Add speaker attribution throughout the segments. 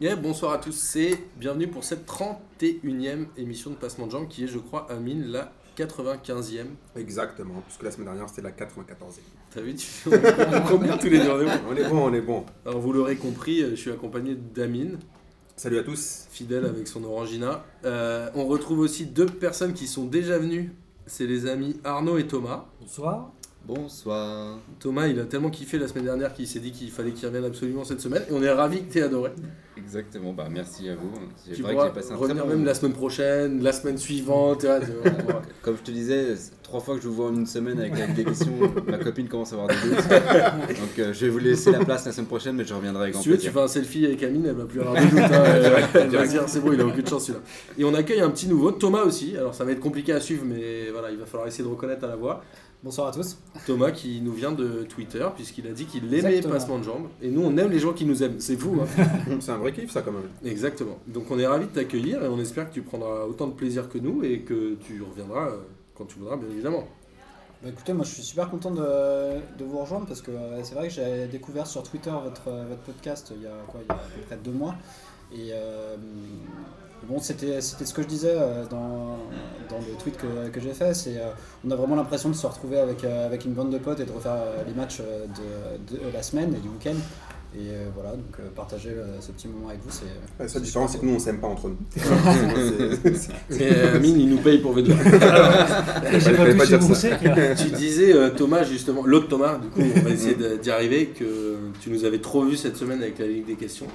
Speaker 1: Yeah, bonsoir à tous et bienvenue pour cette 31e émission de Passement de Jambes qui est, je crois, Amine, la 95e.
Speaker 2: Exactement, puisque la semaine dernière c'était la 94e.
Speaker 1: T'as vu, tu... on combien tous les deux on est bon.
Speaker 2: On est bon, on est bon.
Speaker 1: Alors, vous l'aurez compris, euh, je suis accompagné d'Amine,
Speaker 2: Salut à tous.
Speaker 1: fidèle avec son Orangina. Euh, on retrouve aussi deux personnes qui sont déjà venues. C'est les amis Arnaud et Thomas.
Speaker 3: Bonsoir.
Speaker 4: Bonsoir.
Speaker 1: Thomas, il a tellement kiffé la semaine dernière qu'il s'est dit qu'il fallait qu'il revienne absolument cette semaine. Et on est ravis que t'aies adoré.
Speaker 4: Exactement, bah merci à vous. C'est
Speaker 1: Tu
Speaker 4: vrai que
Speaker 1: pourras
Speaker 4: j'ai passé un très
Speaker 1: revenir
Speaker 4: bon
Speaker 1: même
Speaker 4: moment.
Speaker 1: la semaine prochaine, la semaine suivante. tu vois, tu vois, on va-
Speaker 4: Comme je te disais, c'est trois fois que je vous vois en une semaine avec la démission, ma copine commence à avoir des doutes. Donc euh, je vais vous laisser la place la semaine prochaine, mais je reviendrai avec
Speaker 1: Si
Speaker 4: grand
Speaker 1: tu veux, tu
Speaker 4: plaisir.
Speaker 1: fais un selfie avec Amine, elle va plus avoir de doute. hein. Elle- elle va dire, c'est bon, il a aucune chance celui-là. Et on accueille un petit nouveau, Thomas aussi. Alors ça va être compliqué à suivre, mais voilà, il va falloir essayer de reconnaître à la voix.
Speaker 3: Bonsoir à tous.
Speaker 1: Thomas qui nous vient de Twitter, puisqu'il a dit qu'il aimait
Speaker 3: Exactement.
Speaker 1: Passement de Jambes. Et nous, on aime les gens qui nous aiment. C'est fou, hein
Speaker 2: C'est un vrai kiff ça quand même.
Speaker 1: Exactement. Donc on est ravis de t'accueillir et on espère que tu prendras autant de plaisir que nous et que tu reviendras euh, quand tu voudras, bien évidemment.
Speaker 3: Bah écoutez, moi je suis super content de, de vous rejoindre parce que euh, c'est vrai que j'ai découvert sur Twitter votre, euh, votre podcast il y a quoi Il y a à peu près deux mois. Et euh, bon, c'était c'était ce que je disais euh, dans, dans le tweet que, que j'ai fait. C'est euh, on a vraiment l'impression de se retrouver avec, euh, avec une bande de potes et de refaire euh, les matchs euh, de, de la semaine et du week-end. Et euh, voilà, donc euh, partager euh, ce petit moment avec vous, c'est
Speaker 2: La seule différence c'est que nous on s'aime pas entre nous.
Speaker 1: Mais euh, Amine, il nous paye pour V2.
Speaker 2: Fallait- fallait pas dire ça.
Speaker 1: Tu disais, euh, Thomas, justement, l'autre Thomas, du coup, on va essayer de- d'y arriver, que tu nous avais trop vu cette semaine avec la Ligue des questions.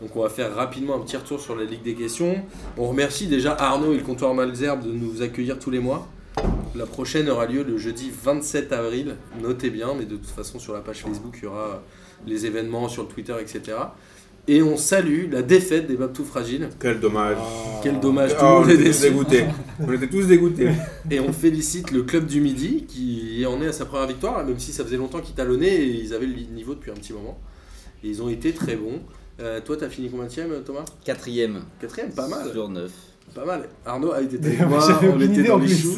Speaker 1: Donc, on va faire rapidement un petit retour sur la Ligue des questions. On remercie déjà Arnaud et le comptoir Malzerbe de nous accueillir tous les mois. La prochaine aura lieu le jeudi 27 avril. Notez bien, mais de toute façon, sur la page Facebook, il y aura les événements, sur le Twitter, etc. Et on salue la défaite des Babtou Fragiles.
Speaker 2: Quel dommage.
Speaker 3: Ah.
Speaker 1: Quel dommage, tout le
Speaker 2: Ah, on
Speaker 1: monde est
Speaker 2: était tous
Speaker 1: déçu.
Speaker 2: dégoûtés. On était tous dégoûtés.
Speaker 1: Et on félicite le club du Midi qui en est à sa première victoire, même si ça faisait longtemps qu'ils talonnaient et ils avaient le niveau depuis un petit moment. Et ils ont été très bons. Euh, toi, t'as fini combien de Thomas
Speaker 4: Quatrième.
Speaker 1: Quatrième, pas mal.
Speaker 4: Sur neuf.
Speaker 1: Pas mal. Arnaud ah, a été
Speaker 5: Moi, j'avais
Speaker 1: on
Speaker 5: aucune
Speaker 1: était
Speaker 5: idée
Speaker 1: dans
Speaker 5: en
Speaker 1: les
Speaker 5: plus.
Speaker 1: choux.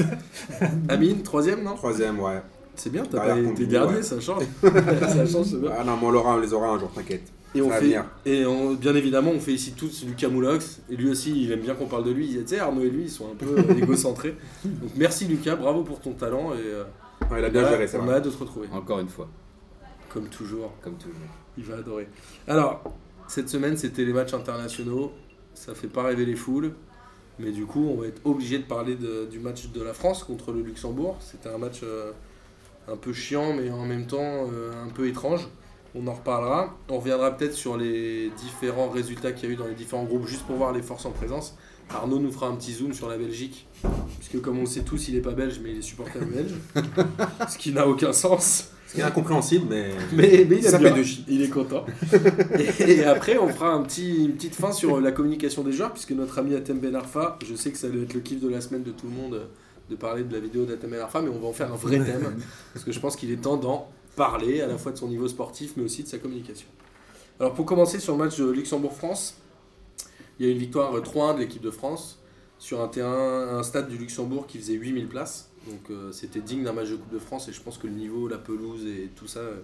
Speaker 1: Amine, troisième, non
Speaker 2: Troisième, ouais.
Speaker 1: C'est bien, t'as
Speaker 2: Derrière
Speaker 1: pas été
Speaker 2: Combi,
Speaker 1: dernier,
Speaker 2: Bah, ouais.
Speaker 1: ça change. ça change, c'est bien.
Speaker 2: Ah non, mais on l'aura, on les aura un jour, t'inquiète.
Speaker 1: Et, on
Speaker 2: Ça va
Speaker 1: fait,
Speaker 2: venir.
Speaker 1: et on- bien évidemment, on fait ici tous Lucas Moulox. Et lui aussi, il aime bien qu'on parle de lui. Tu sais, Arnaud et lui, ils sont un peu euh, égocentrés. Donc merci Lucas, bravo pour ton talent. Et, euh,
Speaker 2: Ouais, il a bien
Speaker 1: voilà,
Speaker 2: géré, ça
Speaker 1: on
Speaker 2: va.
Speaker 1: a hâte de se retrouver.
Speaker 4: Encore une fois,
Speaker 1: Comme toujours,
Speaker 4: comme toujours.
Speaker 1: il va adorer. Alors, cette semaine, c'était les matchs internationaux. Ça fait pas rêver les foules. Mais du coup, on va être obligé de parler de- du match de la France contre le Luxembourg. C'était un match euh, un peu chiant, mais en même temps euh, un peu étrange. On en reparlera. On reviendra peut-être sur les différents résultats qu'il y a eu dans les différents groupes, juste pour voir les forces en présence. Arnaud nous fera un petit zoom sur la Belgique, puisque comme on le sait tous, il n'est pas belge, mais il est supporter belge, ce qui n'a aucun sens.
Speaker 2: Ce qui est incompréhensible, mais.
Speaker 1: Mais, mais il,
Speaker 2: Ça
Speaker 1: aime bien.
Speaker 2: fait deux chi-
Speaker 1: il est content. et, et après, on fera un petit, une petite fin sur euh, la communication des joueurs, puisque notre ami Atem Ben Arfa, je sais que ça doit être le kiff de la semaine de tout le monde euh, de parler de la vidéo d'Atem Ben Arfa, mais on va en faire un vrai thème, parce que je pense qu'il est temps d'en parler, à la fois de son niveau sportif, mais aussi de sa communication. Alors pour commencer sur le match de Luxembourg-France, il y a une victoire euh, 3-1 de l'équipe de France sur un terrain, un stade du Luxembourg qui faisait 8000 places. Donc euh, c'était digne d'un match de Coupe de France et je pense que le niveau, la pelouse et tout ça euh,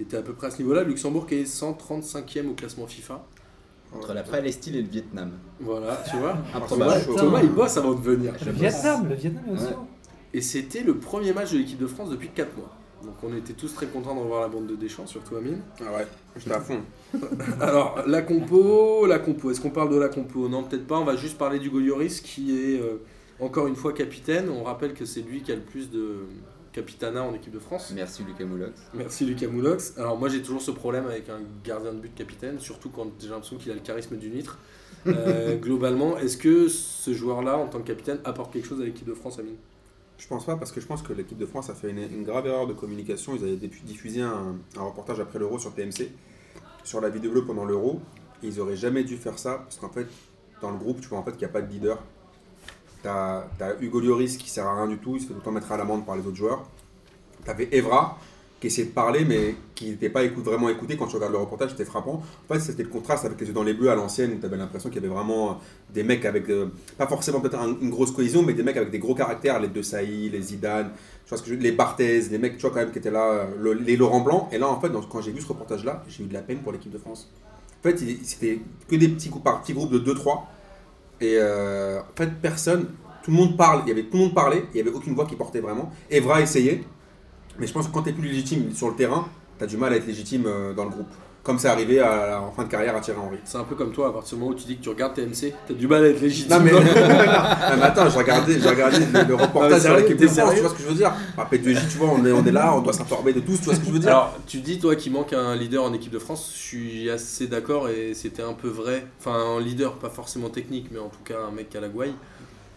Speaker 1: était à peu près à ce niveau-là. Le Luxembourg qui est 135e au classement FIFA.
Speaker 4: Entre la Palestine et le Vietnam.
Speaker 1: Voilà, tu vois.
Speaker 4: Improbable.
Speaker 1: Thomas, Thomas, il bosse avant de venir.
Speaker 5: Le Vietnam, le Vietnam est aussi.
Speaker 4: Ouais.
Speaker 5: haut.
Speaker 1: Et c'était le premier match de l'équipe de France depuis 4 mois. Donc on était tous très contents de revoir la bande de Deschamps, surtout Amine.
Speaker 2: Ah ouais, j'étais à fond.
Speaker 1: Alors, la compo, la compo, est-ce qu'on parle de la compo Non, peut-être pas, on va juste parler du Goyoris qui est euh, encore une fois capitaine. On rappelle que c'est lui qui a le plus de capitana en équipe de France.
Speaker 4: Merci Lucas Moulox.
Speaker 1: Merci Lucas Moulox. Alors moi j'ai toujours ce problème avec un gardien de but capitaine, surtout quand j'ai l'impression qu'il a le charisme d'une huître. Euh, globalement, est-ce que ce joueur-là, en tant que capitaine, apporte quelque chose à l'équipe de France, Amine
Speaker 2: Je pense pas, parce que je pense que l'équipe de France a fait une, une grave erreur de communication. Ils avaient dé- diffusé un, un reportage après l'Euro sur TMC, sur la vie de bleu pendant l'Euro. Et Ils auraient jamais dû faire ça, parce qu'en fait, dans le groupe, tu vois en fait qu'il n'y a pas de leader. T'as as Hugo Lloris qui sert à rien du tout, il se fait tout le temps mettre à l'amende par les autres joueurs. T'avais Evra qui essayait de parler, mais qui n'était pas écoute- vraiment écouté. Quand tu regardes le reportage, c'était frappant. En fait, c'était le contraste avec les yeux dans les bleus à l'ancienne, où t'avais l'impression qu'il y avait vraiment des mecs avec, euh, pas forcément peut-être un- une grosse cohésion, mais des mecs avec des gros caractères, les De Sailly, les Zidane, tu vois ce que je veux dire, les Barthez, les mecs, tu vois, quand même, qui étaient là, euh, le- les Laurent Blanc. Et là, en fait, dans- quand j'ai vu ce reportage-là, j'ai eu de la peine pour l'équipe de France. En fait, il- c'était que des petits groupes, par petits groupes de 2-3. Et euh, en fait, personne, tout le monde parle, il y avait tout le monde parlait, il n'y avait aucune voix qui portait vraiment. Evra essayait, mais je pense que quand tu es plus légitime sur le terrain, tu as du mal à être légitime euh, dans le groupe. Comme c'est arrivé à- en fin de carrière à Thierry Henry.
Speaker 1: C'est un peu comme toi, à partir du moment où tu dis que tu regardes TMC, t'as du mal à être légitime.
Speaker 2: Non mais, non, mais attends, j'ai regardé, j'ai regardé le, le
Speaker 1: Ah, mais
Speaker 2: reportage sur
Speaker 1: sérieux,
Speaker 2: l'équipe
Speaker 1: t'es
Speaker 2: de France,
Speaker 1: sérieux
Speaker 2: tu vois ce que je veux dire Bah, Par P2J, tu vois, on est, on est là, on doit s'informer de tous, tu vois ce que je veux dire
Speaker 1: Alors, tu dis, toi, qu'il manque un leader en équipe de France, je suis assez d'accord et c'était un peu vrai. Enfin, un leader, pas forcément technique, mais en tout cas un mec à la gouaille.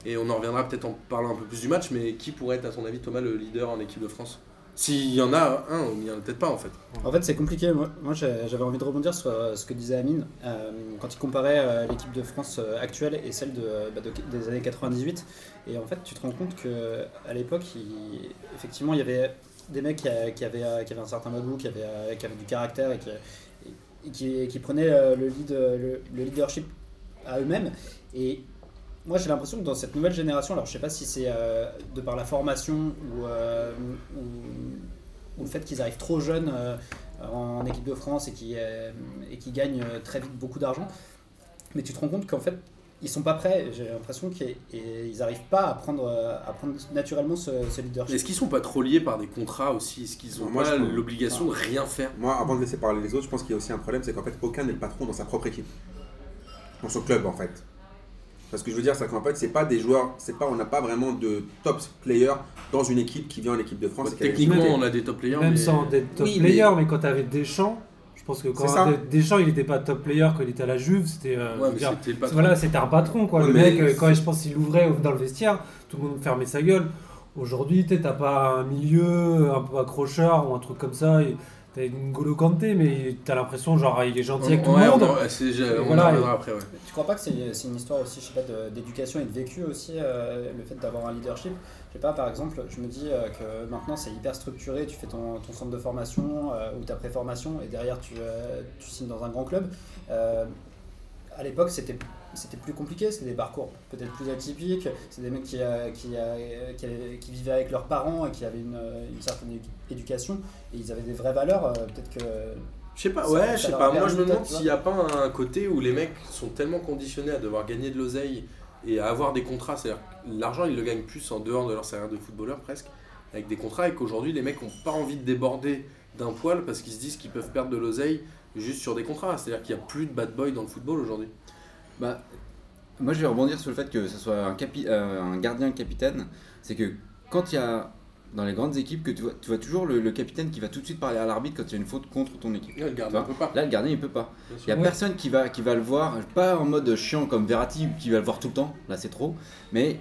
Speaker 1: Et on en reviendra peut-être en parlant un peu plus du match, mais qui pourrait être, à ton avis, Thomas, le leader en équipe de France S'il y en a un, ou il y en a peut-être pas en fait.
Speaker 3: En fait, c'est compliqué. Moi, moi, j'ai- j'avais envie de rebondir sur euh, ce que disait Amine euh, quand il comparait euh, l'équipe de France euh, actuelle et celle de, euh, bah, de- des années 98. Et en fait, tu te rends compte que à l'époque, il- effectivement, il y avait des mecs qui, a- qui avaient, euh, qui avaient un certain bagou, qui avaient, euh, qui avaient du caractère et qui, et qui, qui prenaient euh, le, lead, euh, le, le leadership à eux-mêmes. Et moi, j'ai l'impression que dans cette nouvelle génération, alors je sais pas si c'est euh, de par la formation ou, euh, ou ou le fait qu'ils arrivent trop jeunes euh, en équipe de France et qui et qui gagnent euh, très vite beaucoup d'argent. Mais tu te rends compte qu'en fait ils sont pas prêts. J'ai l'impression qu'ils n'arrivent pas à prendre euh, à prendre naturellement ce, ce
Speaker 1: Mais
Speaker 3: leadership.
Speaker 1: Est-ce qu'ils sont pas trop liés par des contrats aussi Est-ce qu'ils ont
Speaker 2: Moi,
Speaker 1: pas
Speaker 2: je trouve-
Speaker 1: l'obligation de rien faire
Speaker 2: Moi, avant de laisser parler les autres, je pense qu'il y a aussi un problème, c'est qu'en fait, aucun n'est le patron dans sa propre équipe. Dans son club, en fait. Parce que je veux dire, c'est qu'en fait, c'est pas des joueurs, c'est pas, on n'a pas vraiment de top player dans une équipe qui vient en équipe de France. et qui a la
Speaker 1: Techniquement,
Speaker 2: légitimité.
Speaker 1: on a des top players.
Speaker 5: Même
Speaker 1: mais-
Speaker 5: sans être top
Speaker 2: Oui, mais-
Speaker 5: player, mais, quand t'avais Deschamps, je pense que quand
Speaker 2: C'est ça.
Speaker 5: t'avais Deschamps, il était pas top player quand il était à la Juve, c'était. euh, je
Speaker 1: Ouais,
Speaker 5: veux
Speaker 1: mais
Speaker 5: dire,
Speaker 1: c'était pas
Speaker 5: voilà, c'était un patron quoi.
Speaker 2: Ouais,
Speaker 5: le
Speaker 2: mais-
Speaker 5: mec, euh, quand je pense qu'il ouvrait dans le vestiaire, tout le monde fermait sa gueule. Aujourd'hui, t'es- t'as pas un milieu un peu accrocheur ou un truc comme ça. et T'as une N'Golo Kanté, mais t'as l'impression genre il est gentil avec tout
Speaker 1: Ouais,
Speaker 5: le monde.
Speaker 1: on en- c'est- j'ai- on en
Speaker 5: Voilà.
Speaker 1: reviendra après. ouais.
Speaker 3: Tu crois pas que c'est c'est une histoire aussi, je sais pas, de- d'éducation et de vécu aussi, euh, le fait d'avoir un leadership Je sais pas, par exemple, je me dis euh, que maintenant c'est hyper structuré, tu fais ton, ton centre de formation euh, ou ta préformation et derrière tu, euh, tu signes dans un grand club. Euh, à l'époque, c'était c'était plus compliqué, c'était des parcours peut-être plus atypiques, c'est des mecs qui, euh, qui, euh, qui, avaient- qui vivaient avec leurs parents et qui avaient une, euh, une certaine édu- éducation et ils avaient des vraies valeurs, euh, peut-être que
Speaker 1: Je sais pas,
Speaker 3: Ça-
Speaker 1: ouais,
Speaker 3: ça
Speaker 1: je sais
Speaker 3: leur
Speaker 1: pas.
Speaker 3: a
Speaker 1: Moi, je me
Speaker 3: permis,
Speaker 1: demande
Speaker 3: tu vois.
Speaker 1: s'il n'y a pas un côté où les mecs sont tellement conditionnés à devoir gagner de l'oseille et à avoir des contrats. C'est-à-dire que l'argent, ils le gagnent plus en dehors de leur salaire de footballeur presque, avec des contrats, et qu'aujourd'hui, les mecs n'ont pas envie de déborder d'un poil parce qu'ils se disent qu'ils peuvent perdre de l'oseille juste sur des contrats. C'est-à-dire qu'il n'y a plus de bad boy dans le football aujourd'hui.
Speaker 4: Bah, moi, je vais rebondir sur le fait que ce soit un, capi- euh, un gardien capitaine. C'est que quand il y a dans les grandes équipes que tu vois, tu vois toujours le, le capitaine qui va tout de suite parler à l'arbitre quand il y a une faute contre ton équipe.
Speaker 1: Là, le gardien
Speaker 4: Toi,
Speaker 1: peut pas.
Speaker 4: Là, le gardien, il peut pas.
Speaker 1: bien sûr.
Speaker 4: Il y a
Speaker 5: Ouais.
Speaker 4: personne qui va qui va le voir, pas en mode chiant comme Verratti qui va le voir tout le temps. Là, c'est trop. Mais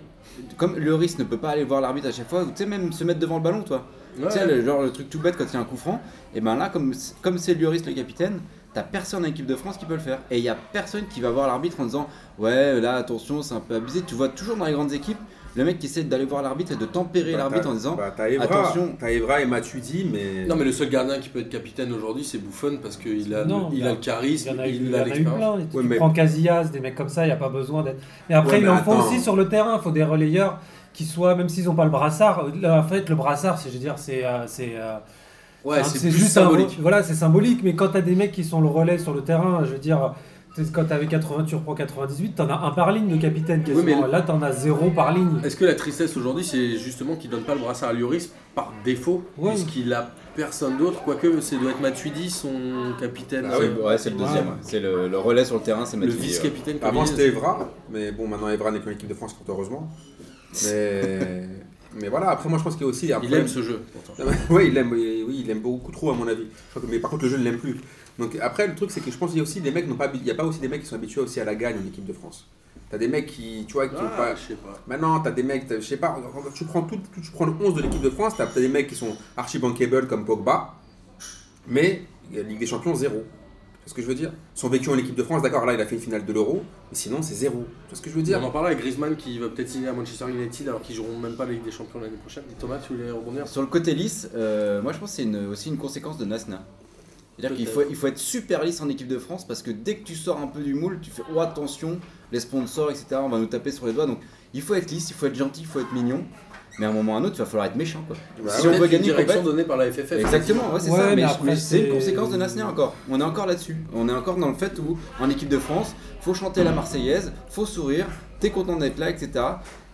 Speaker 4: comme Lloris ne peut pas aller voir l'arbitre à chaque fois, ou tu sais même se mettre devant le ballon, toi.
Speaker 1: Ouais,
Speaker 4: Tu sais, le, genre le truc tout bête quand il y a un coup franc, et ben là, comme c'est- comme c'est Lloris le capitaine, t'as personne en équipe de France qui peut le faire. Et il y a personne qui va voir l'arbitre en disant Ouais, là, attention, c'est un peu abusé. Tu vois toujours dans les grandes équipes, le mec qui essaie d'aller voir l'arbitre et de tempérer
Speaker 2: Bah,
Speaker 4: l'arbitre
Speaker 2: t'as-
Speaker 4: en disant
Speaker 2: bah, t'as Evra,
Speaker 4: attention.
Speaker 2: t'as Evra et Matuidi, mais.
Speaker 1: Non, mais le seul gardien qui peut être capitaine aujourd'hui, c'est Buffon parce qu'il a,
Speaker 5: Non,
Speaker 1: le- il
Speaker 5: bah,
Speaker 1: a le
Speaker 5: Il y
Speaker 1: charisme,
Speaker 5: en a eu, il
Speaker 1: il
Speaker 5: y en
Speaker 1: a
Speaker 5: a eu
Speaker 1: l'expérience.
Speaker 5: plein. Tu
Speaker 2: Ouais, mais-
Speaker 5: prends Casillas, des mecs comme ça, il n'y a pas besoin d'être. Mais après,
Speaker 2: Ouais,
Speaker 5: il
Speaker 2: mais
Speaker 5: en faut
Speaker 2: attends.
Speaker 5: aussi sur le terrain. Il faut des relayeurs qui soient, même s'ils n'ont pas le brassard. Là, en fait, le brassard, c'est, je veux dire, c'est, euh, c'est, euh,
Speaker 1: Ouais,
Speaker 5: enfin,
Speaker 1: c'est plus
Speaker 5: un-
Speaker 1: symbolique.
Speaker 5: voilà, c'est symbolique. Mais quand t'as des mecs qui sont le relais sur le terrain, je veux dire, t'es- quand t'avais 80, tu reprends 98, t'en as un par ligne de capitaine quasiment.
Speaker 1: Oui, mais-
Speaker 5: Là, t'en as zéro par ligne.
Speaker 1: Est-ce que la tristesse aujourd'hui, c'est justement qu'il donne pas le brassard à Lloris par défaut
Speaker 5: Ouais.
Speaker 1: Puisqu'il a personne d'autre, quoique ça doit être Matuidi, son capitaine.
Speaker 2: Ah oui,
Speaker 1: euh,
Speaker 4: Ouais, c'est le deuxième. ouais. C'est le, le relais sur le terrain, c'est
Speaker 1: le
Speaker 4: Matuidi, ouais.
Speaker 1: vice-capitaine. comme
Speaker 2: Avant
Speaker 1: il est.
Speaker 2: c'était Evra, mais bon maintenant Evra n'est plus en équipe de France, fort heureusement. Mais, mais voilà, après moi je pense qu'il y a aussi un
Speaker 1: Il
Speaker 2: problème-
Speaker 1: aime ce jeu. pourtant.
Speaker 2: oui, il aime, oui, oui, il aime beaucoup trop à mon avis. Je crois que- mais par contre le jeu ne l'aime plus. Donc après le truc c'est que je pense qu'il y a aussi des mecs qui n'ont pas, il y a pas aussi des mecs qui sont habitués aussi à la gagne en équipe de France. T'as des mecs qui, tu vois, qui ont
Speaker 1: Ah,
Speaker 2: pas.
Speaker 1: je sais pas.
Speaker 2: Maintenant, t'as des mecs, t'as- je sais pas, tu prends tout, tu prends le 11 de l'équipe de France, t'as t'as des mecs qui sont archi bankable comme Pogba, mais Ligue des Champions zéro. Tu vois ce que je veux dire Son vécu en équipe de France, d'accord, là il a fait une finale de l'Euro, mais sinon c'est zéro. Tu vois ce que je veux dire
Speaker 1: On en parlait avec Griezmann qui va peut-être signer à Manchester United alors qu'ils joueront même pas la Ligue des Champions l'année prochaine. Et Thomas, tu voulais rebondir
Speaker 4: Sur le côté lisse, euh, moi je pense que c'est une- aussi une conséquence de Nasna. C'est-à-dire qu'il faut,
Speaker 1: Peut-être.
Speaker 4: il faut être super lisse en équipe de France parce que dès que tu sors un peu du moule, tu fais oh attention, les sponsors, etc., on va nous taper sur les doigts. Donc il faut être lisse, il faut être gentil, il faut être mignon. Mais à un moment ou à un autre, il va falloir être méchant quoi.
Speaker 2: Bah
Speaker 4: si
Speaker 2: ouais.
Speaker 4: on veut
Speaker 1: une
Speaker 4: gagner,
Speaker 1: direction
Speaker 4: compète-
Speaker 1: donnée par la FFF.
Speaker 4: Exactement, ouais, c'est
Speaker 5: Ouais,
Speaker 4: ça.
Speaker 5: mais
Speaker 4: Mais, je-
Speaker 5: après,
Speaker 4: mais c'est
Speaker 5: c'est-
Speaker 4: une conséquence de Nasner encore. On est encore là-dessus. On est encore dans le fait où, en équipe de France, faut chanter la Marseillaise, faut sourire, t'es content d'être là, etc.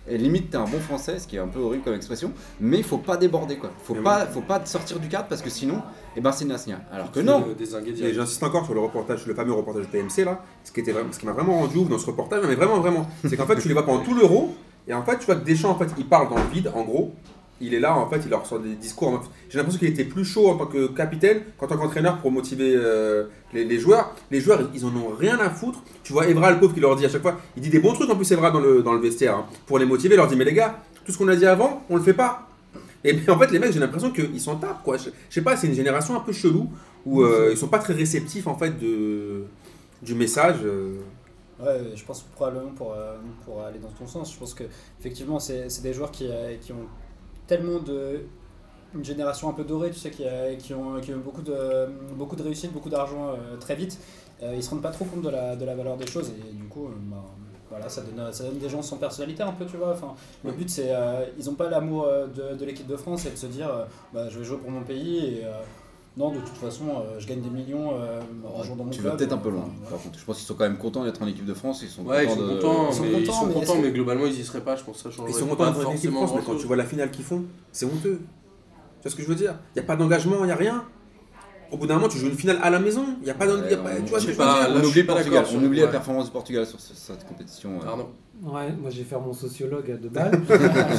Speaker 4: Et limite, t'es un bon français, ce qui est un peu horrible comme expression, mais faut pas déborder quoi. Faut
Speaker 2: Mais
Speaker 4: pas, faut pas sortir du cadre parce que sinon, eh ben c'est Nasner. Alors que
Speaker 1: Tu
Speaker 4: non,
Speaker 1: veux dézinguer
Speaker 2: Et
Speaker 1: direct.
Speaker 2: j'insiste encore sur le reportage, le fameux reportage de TMC là, ce qui, était vraiment- ce qui m'a vraiment rendu ouf dans ce reportage, mais vraiment vraiment, c'est qu'en fait tu les vois pendant tout l'euro, et en fait tu vois que Deschamps en fait il parle dans le vide, en gros, il est là en fait, il leur sort des discours, en fait. j'ai l'impression qu'il était plus chaud en tant que capitaine qu'en tant qu'entraîneur pour motiver euh, les, les joueurs, les joueurs ils ils en ont rien à foutre, tu vois Evra le pauvre qui leur dit à chaque fois, il dit des bons trucs en plus Evra dans le, dans le vestiaire, hein. pour les motiver, il leur dit mais les gars, tout ce qu'on a dit avant, on le fait pas. Et puis, en fait, les mecs, j'ai l'impression qu'ils s'en tapent, quoi. Je, je sais pas, c'est une génération un peu chelou où euh, ils sont pas très réceptifs en fait de du message. euh.
Speaker 3: Ouais, je pense probablement pour, euh, pour aller dans ton sens. Je pense que effectivement, c'est c'est des joueurs qui, euh, qui ont tellement de. Une génération un peu dorée, tu sais, qui, euh, qui, ont, qui ont eu beaucoup de, beaucoup de réussite, beaucoup d'argent euh, très vite. Euh, ils se rendent pas trop compte de la, de la valeur des choses et du coup, euh, bah, voilà, ça donne, ça donne des gens sans personnalité un peu, tu vois. Enfin, le but, c'est. euh, ils ont pas l'amour euh, de, de l'équipe de France et de se dire, euh, bah, je vais jouer pour mon pays et. euh, non, de toute façon, euh, je gagne des millions euh, en jouant dans mon
Speaker 4: tu vas
Speaker 3: club.
Speaker 4: peut-être un
Speaker 2: euh,
Speaker 4: peu loin.
Speaker 3: Voilà.
Speaker 4: Par contre, je pense qu'ils sont quand même contents d'être en équipe de France. Ils sont
Speaker 1: Ouais, ils
Speaker 4: contents
Speaker 1: sont
Speaker 4: de-
Speaker 1: contents,
Speaker 3: Ils sont
Speaker 1: mais ils
Speaker 3: contents,
Speaker 1: sont
Speaker 3: mais
Speaker 1: contents,
Speaker 3: est-ce
Speaker 1: mais
Speaker 3: que-
Speaker 1: globalement ils y seraient pas, je pense. Ça changerait
Speaker 2: Ils sont
Speaker 1: pas
Speaker 2: contents d'être en équipe de
Speaker 1: forcément
Speaker 2: France, mais quand
Speaker 1: grand-chose.
Speaker 2: tu vois la finale qu'ils font, c'est honteux. Tu vois ce que je veux dire Il y a pas d'engagement, il y a rien. Au bout d'un moment, tu joues une finale à la maison. Il y a pas d'en- y a
Speaker 4: Ouais,
Speaker 2: pas-
Speaker 4: on-
Speaker 2: Tu vois ce que je veux
Speaker 1: pas-
Speaker 2: dire
Speaker 1: là,
Speaker 4: On
Speaker 1: je
Speaker 4: oublie
Speaker 1: suis pas
Speaker 4: Portugal.
Speaker 1: d'accord
Speaker 4: On
Speaker 1: sur-
Speaker 4: oublie la
Speaker 1: ouais.
Speaker 4: performance du Portugal sur ce- cette compétition. euh.
Speaker 1: Pardon.
Speaker 5: Ouais, moi j'ai fait mon sociologue à deux balles.
Speaker 1: C'est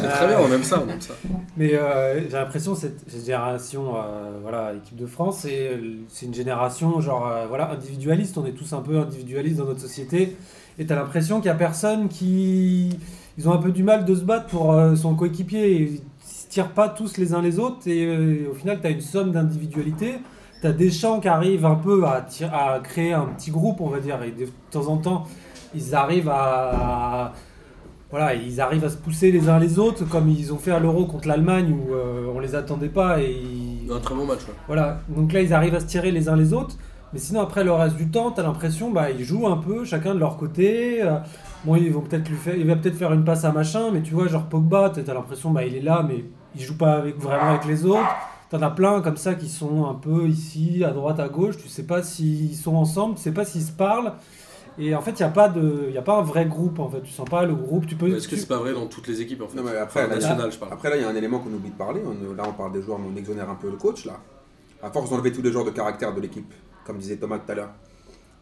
Speaker 1: très bien, on aime ça, on aime ça.
Speaker 5: Mais euh, j'ai l'impression que cette cette génération, euh, voilà, équipe de France, c'est euh, c'est une génération genre euh, voilà individualiste. On est tous un peu individualistes dans notre société. Et t'as l'impression qu'il y a personne qui, ils ont un peu du mal de se battre pour euh, son coéquipier. Ils se tirent pas tous les uns les autres. Et euh, au final, t'as une somme d'individualité. T'as des champs qui arrivent un peu à, ti- à créer un petit groupe, on va dire. Et de temps en temps, ils arrivent à voilà, ils arrivent à se pousser les uns les autres, comme ils ont fait à l'Euro contre l'Allemagne où euh, on les attendait pas et ils-
Speaker 1: Un très bon match. ouais.
Speaker 5: voilà. Donc là, ils arrivent à se tirer les uns les autres, mais sinon après le reste du temps, t'as l'impression bah ils jouent un peu chacun de leur côté. euh, bon, ils vont peut-être lui faire, il va peut-être faire une passe à machin, mais tu vois genre Pogba, t'as t'as l'impression bah il est là, mais il joue pas avec, vraiment avec les autres. T'en as plein comme ça qui sont un peu ici, à droite, à gauche. Tu sais pas s'ils sont ensemble, tu sais pas s'ils se parlent. Et en fait, il n'y a, pas de- y a pas un vrai groupe. En fait, tu sens pas le groupe. Tu peux.
Speaker 1: Mais Est-ce que
Speaker 5: tu-
Speaker 1: c'est pas vrai dans toutes les équipes en fait
Speaker 2: Non, mais après,
Speaker 1: Enfin,
Speaker 2: là,
Speaker 1: nationale, je parle.
Speaker 2: Après là, il y a un élément qu'on oublie de parler. On- là, on parle des joueurs, mais on exonère un peu le coach là. À force d'enlever tous les joueurs de caractère de l'équipe, comme disait Thomas tout à l'heure.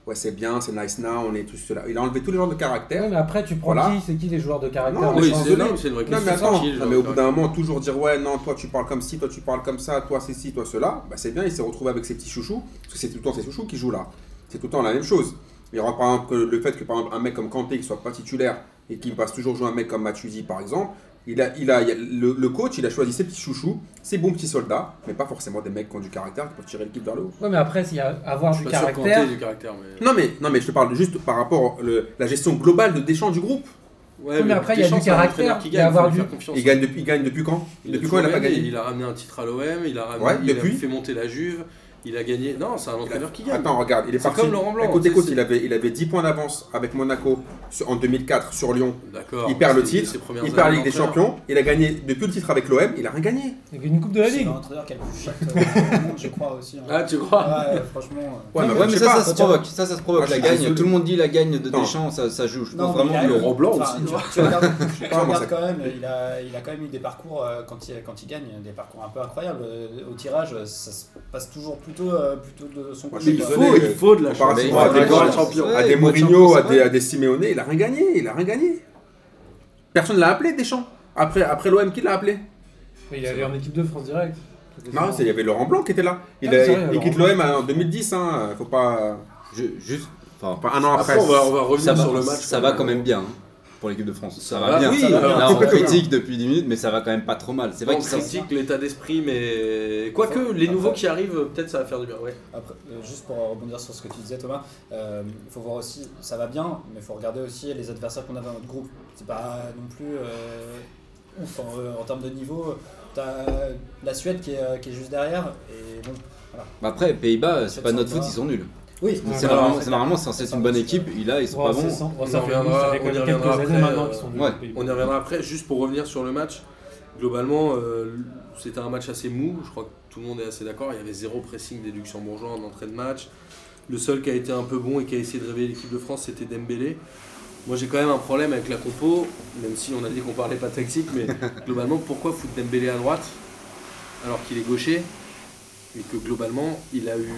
Speaker 2: Ouais, c'est bien, c'est nice now, on est tous cela. Il a enlevé tous les joueurs de caractère.
Speaker 5: Ouais, mais après, tu prends
Speaker 2: Voilà.
Speaker 5: qui C'est qui les joueurs de caractère
Speaker 2: Non,
Speaker 5: de
Speaker 1: Oui,
Speaker 5: France
Speaker 1: c'est non, c'est une vraie
Speaker 2: Non
Speaker 1: question. euh,
Speaker 2: mais attends,
Speaker 1: Qui est le
Speaker 2: non, mais au bout
Speaker 1: joueur
Speaker 2: d'un moment toujours dire ouais non toi tu parles comme ci, toi tu parles comme ça, toi c'est ci, toi cela, bah c'est bien il s'est retrouvé avec ses petits chouchous, parce que c'est tout le temps ses chouchous qui jouent là, c'est tout le temps la même chose. Il y aura par exemple que le fait que par exemple un mec comme Kanté qui soit pas titulaire et qui passe toujours jouer un mec comme Matuidi par exemple, il a, il a, il y a- le, le coach il a choisi ses petits chouchous, ses bons petits soldats, mais pas forcément des mecs qui ont du caractère qui peuvent tirer l'équipe vers le haut.
Speaker 5: Ouais, mais après, s'il y a avoir
Speaker 1: Je
Speaker 5: du
Speaker 1: suis pas sûr qu'on
Speaker 5: caractère.
Speaker 1: ait du caractère, mais.
Speaker 2: Non mais, non mais je te parle juste par rapport à le- la gestion globale de Deschamps du groupe.
Speaker 1: Ouais,
Speaker 5: mais après, il y a
Speaker 1: Deschamps,
Speaker 5: du
Speaker 1: c'est un
Speaker 5: caractère,
Speaker 1: entraîneur qui
Speaker 5: il y a
Speaker 1: gagne, faut
Speaker 5: avoir
Speaker 1: lui
Speaker 5: du-
Speaker 1: faire confiance. hein.
Speaker 2: Il gagne depuis, il gagne depuis quand
Speaker 1: Il
Speaker 2: Depuis quand il a pas
Speaker 1: toujours
Speaker 2: gagné
Speaker 1: Il a ramené un titre à l'OM, il a, ramené-
Speaker 2: Ouais,
Speaker 1: il a
Speaker 2: depuis.
Speaker 1: fait monter la Juve, il a gagné. Non, c'est un entraîneur qui gagne.
Speaker 2: Attends, regarde, il est,
Speaker 1: C'est
Speaker 2: parti.
Speaker 1: comme Laurent Blanc,
Speaker 2: Écoute,
Speaker 1: c'est-
Speaker 2: écoute,
Speaker 1: c'est-
Speaker 2: il avait, il avait 10 points d'avance avec Monaco sur- en 2004 sur Lyon.
Speaker 1: D'accord.
Speaker 2: il perd le
Speaker 1: c'était
Speaker 2: titre,
Speaker 1: ses premières
Speaker 2: il perd la
Speaker 1: années
Speaker 2: Ligue des
Speaker 1: d'entraîneur.
Speaker 2: Champions. Il a gagné depuis le titre avec l'OM, il a rien gagné.
Speaker 5: Il y a une Coupe de la
Speaker 3: C'est
Speaker 5: Ligue.
Speaker 3: un entraîneur qui a le plus chatte euh, du monde, je crois aussi. hein.
Speaker 1: Ah, tu crois
Speaker 3: Ouais, ouais, franchement. euh.
Speaker 2: Ouais, mais
Speaker 4: Ouais,
Speaker 2: je
Speaker 4: mais
Speaker 2: sais
Speaker 4: ça,
Speaker 2: pas.
Speaker 4: ça se provoque. Ça, ça se
Speaker 2: Moi,
Speaker 4: provoque.
Speaker 2: Ah, je
Speaker 4: La
Speaker 2: suis
Speaker 4: gagne,
Speaker 2: désolé.
Speaker 4: tout le monde dit la gagne de
Speaker 2: Attends.
Speaker 4: Deschamps, ça, ça joue. Je
Speaker 3: Non,
Speaker 4: pense
Speaker 3: mais il
Speaker 4: vraiment
Speaker 3: a-
Speaker 4: que le-
Speaker 1: Laurent Blanc
Speaker 3: enfin,
Speaker 1: aussi,
Speaker 3: Tu,
Speaker 1: non
Speaker 3: tu regardes, tu
Speaker 2: moi,
Speaker 3: regardes
Speaker 2: ça-
Speaker 3: quand même, il a, il a quand même eu des parcours euh, quand il, quand il gagne, des parcours un peu incroyables. Euh, Au tirage, euh, ça se passe toujours plutôt, euh, plutôt de son
Speaker 1: Mais
Speaker 2: Moi,
Speaker 3: côté.
Speaker 1: il
Speaker 2: je
Speaker 3: quoi.
Speaker 2: suis
Speaker 1: faut,
Speaker 2: désolé,
Speaker 1: Oh, il faut de la chance.
Speaker 2: comparativement
Speaker 1: Ouais,
Speaker 2: à des
Speaker 1: des grands
Speaker 2: grands
Speaker 1: champions.
Speaker 4: Ouais,
Speaker 2: à des
Speaker 4: il doit être
Speaker 2: Mourinho,
Speaker 4: champion,
Speaker 2: à
Speaker 4: c'est
Speaker 2: des,
Speaker 4: vrai.
Speaker 2: à des Simeone, il a rien gagné, il a rien gagné. Personne l'a appelé Deschamps. Après, après l'OM, qui l'a appelé
Speaker 5: Mais il avait en équipe de France direct.
Speaker 2: Non, c'est- il y avait Laurent Blanc qui était là. Il,
Speaker 5: Ah,
Speaker 2: a-
Speaker 5: c'est vrai,
Speaker 2: il
Speaker 5: Laurent
Speaker 2: quitte l'OM en 2010, hein, faut pas.
Speaker 4: Je- juste. Enfin,
Speaker 2: Enfin, un an Ah, après.
Speaker 1: Après, on va, on va revenir
Speaker 4: ça va,
Speaker 1: sur le match.
Speaker 4: ça va quand même bien hein, pour l'équipe de France. Ça,
Speaker 1: va,
Speaker 4: va bien.
Speaker 1: oui,
Speaker 4: ça va
Speaker 1: alors,
Speaker 4: bien.
Speaker 1: ça
Speaker 4: Là, on
Speaker 1: va bien.
Speaker 4: critique depuis 10 minutes, mais ça va quand même pas trop mal. C'est vrai
Speaker 1: on
Speaker 4: qu'ils sont-
Speaker 1: critique l'état d'esprit, mais quoique les
Speaker 3: Enfin,
Speaker 1: nouveaux
Speaker 3: enfin.
Speaker 1: qui arrivent, peut-être ça va faire du bien. Ouais.
Speaker 3: Après, euh, juste pour rebondir sur ce que tu disais Thomas, euh, il faut voir aussi, ça va bien, mais il faut regarder aussi les adversaires qu'on avait dans notre groupe. C'est pas non plus euh, ouf en, en termes de niveau. T'as la Suède qui est, euh, qui est juste derrière et bon,
Speaker 4: Après, Pays-Bas, c'est pas
Speaker 3: Ça
Speaker 4: notre
Speaker 3: va.
Speaker 4: faute, ils sont nuls.
Speaker 3: Oui,
Speaker 5: Ouais.
Speaker 4: C'est
Speaker 1: Alors,
Speaker 4: normalement-
Speaker 1: c'est
Speaker 4: c'est normalement censé être une bonne équipe, et là ils sont pas
Speaker 5: Ouais, c'est
Speaker 4: bons.
Speaker 5: ça.
Speaker 1: hein. On
Speaker 5: Ça
Speaker 1: en
Speaker 5: fait
Speaker 1: reviendra-
Speaker 5: ça fait
Speaker 1: on y
Speaker 5: quand même quelques
Speaker 1: reviendra
Speaker 5: années
Speaker 1: après,
Speaker 5: maintenant
Speaker 1: euh,
Speaker 5: qu'ils sont
Speaker 4: ouais.
Speaker 5: venus.
Speaker 1: On y reviendra après, juste pour revenir sur le match. Globalement, euh, c'était un match assez mou, je crois que tout le monde est assez d'accord. Il y avait zéro pressing des Luxembourgeois en entrée de match. Le seul qui a été un peu bon et qui a essayé de réveiller l'équipe de France, c'était Dembélé. Moi j'ai quand même un problème avec la compo, même si on a dit qu'on parlait pas tactique, mais globalement pourquoi foutre Dembélé à droite alors qu'il est gaucher et que globalement il a eu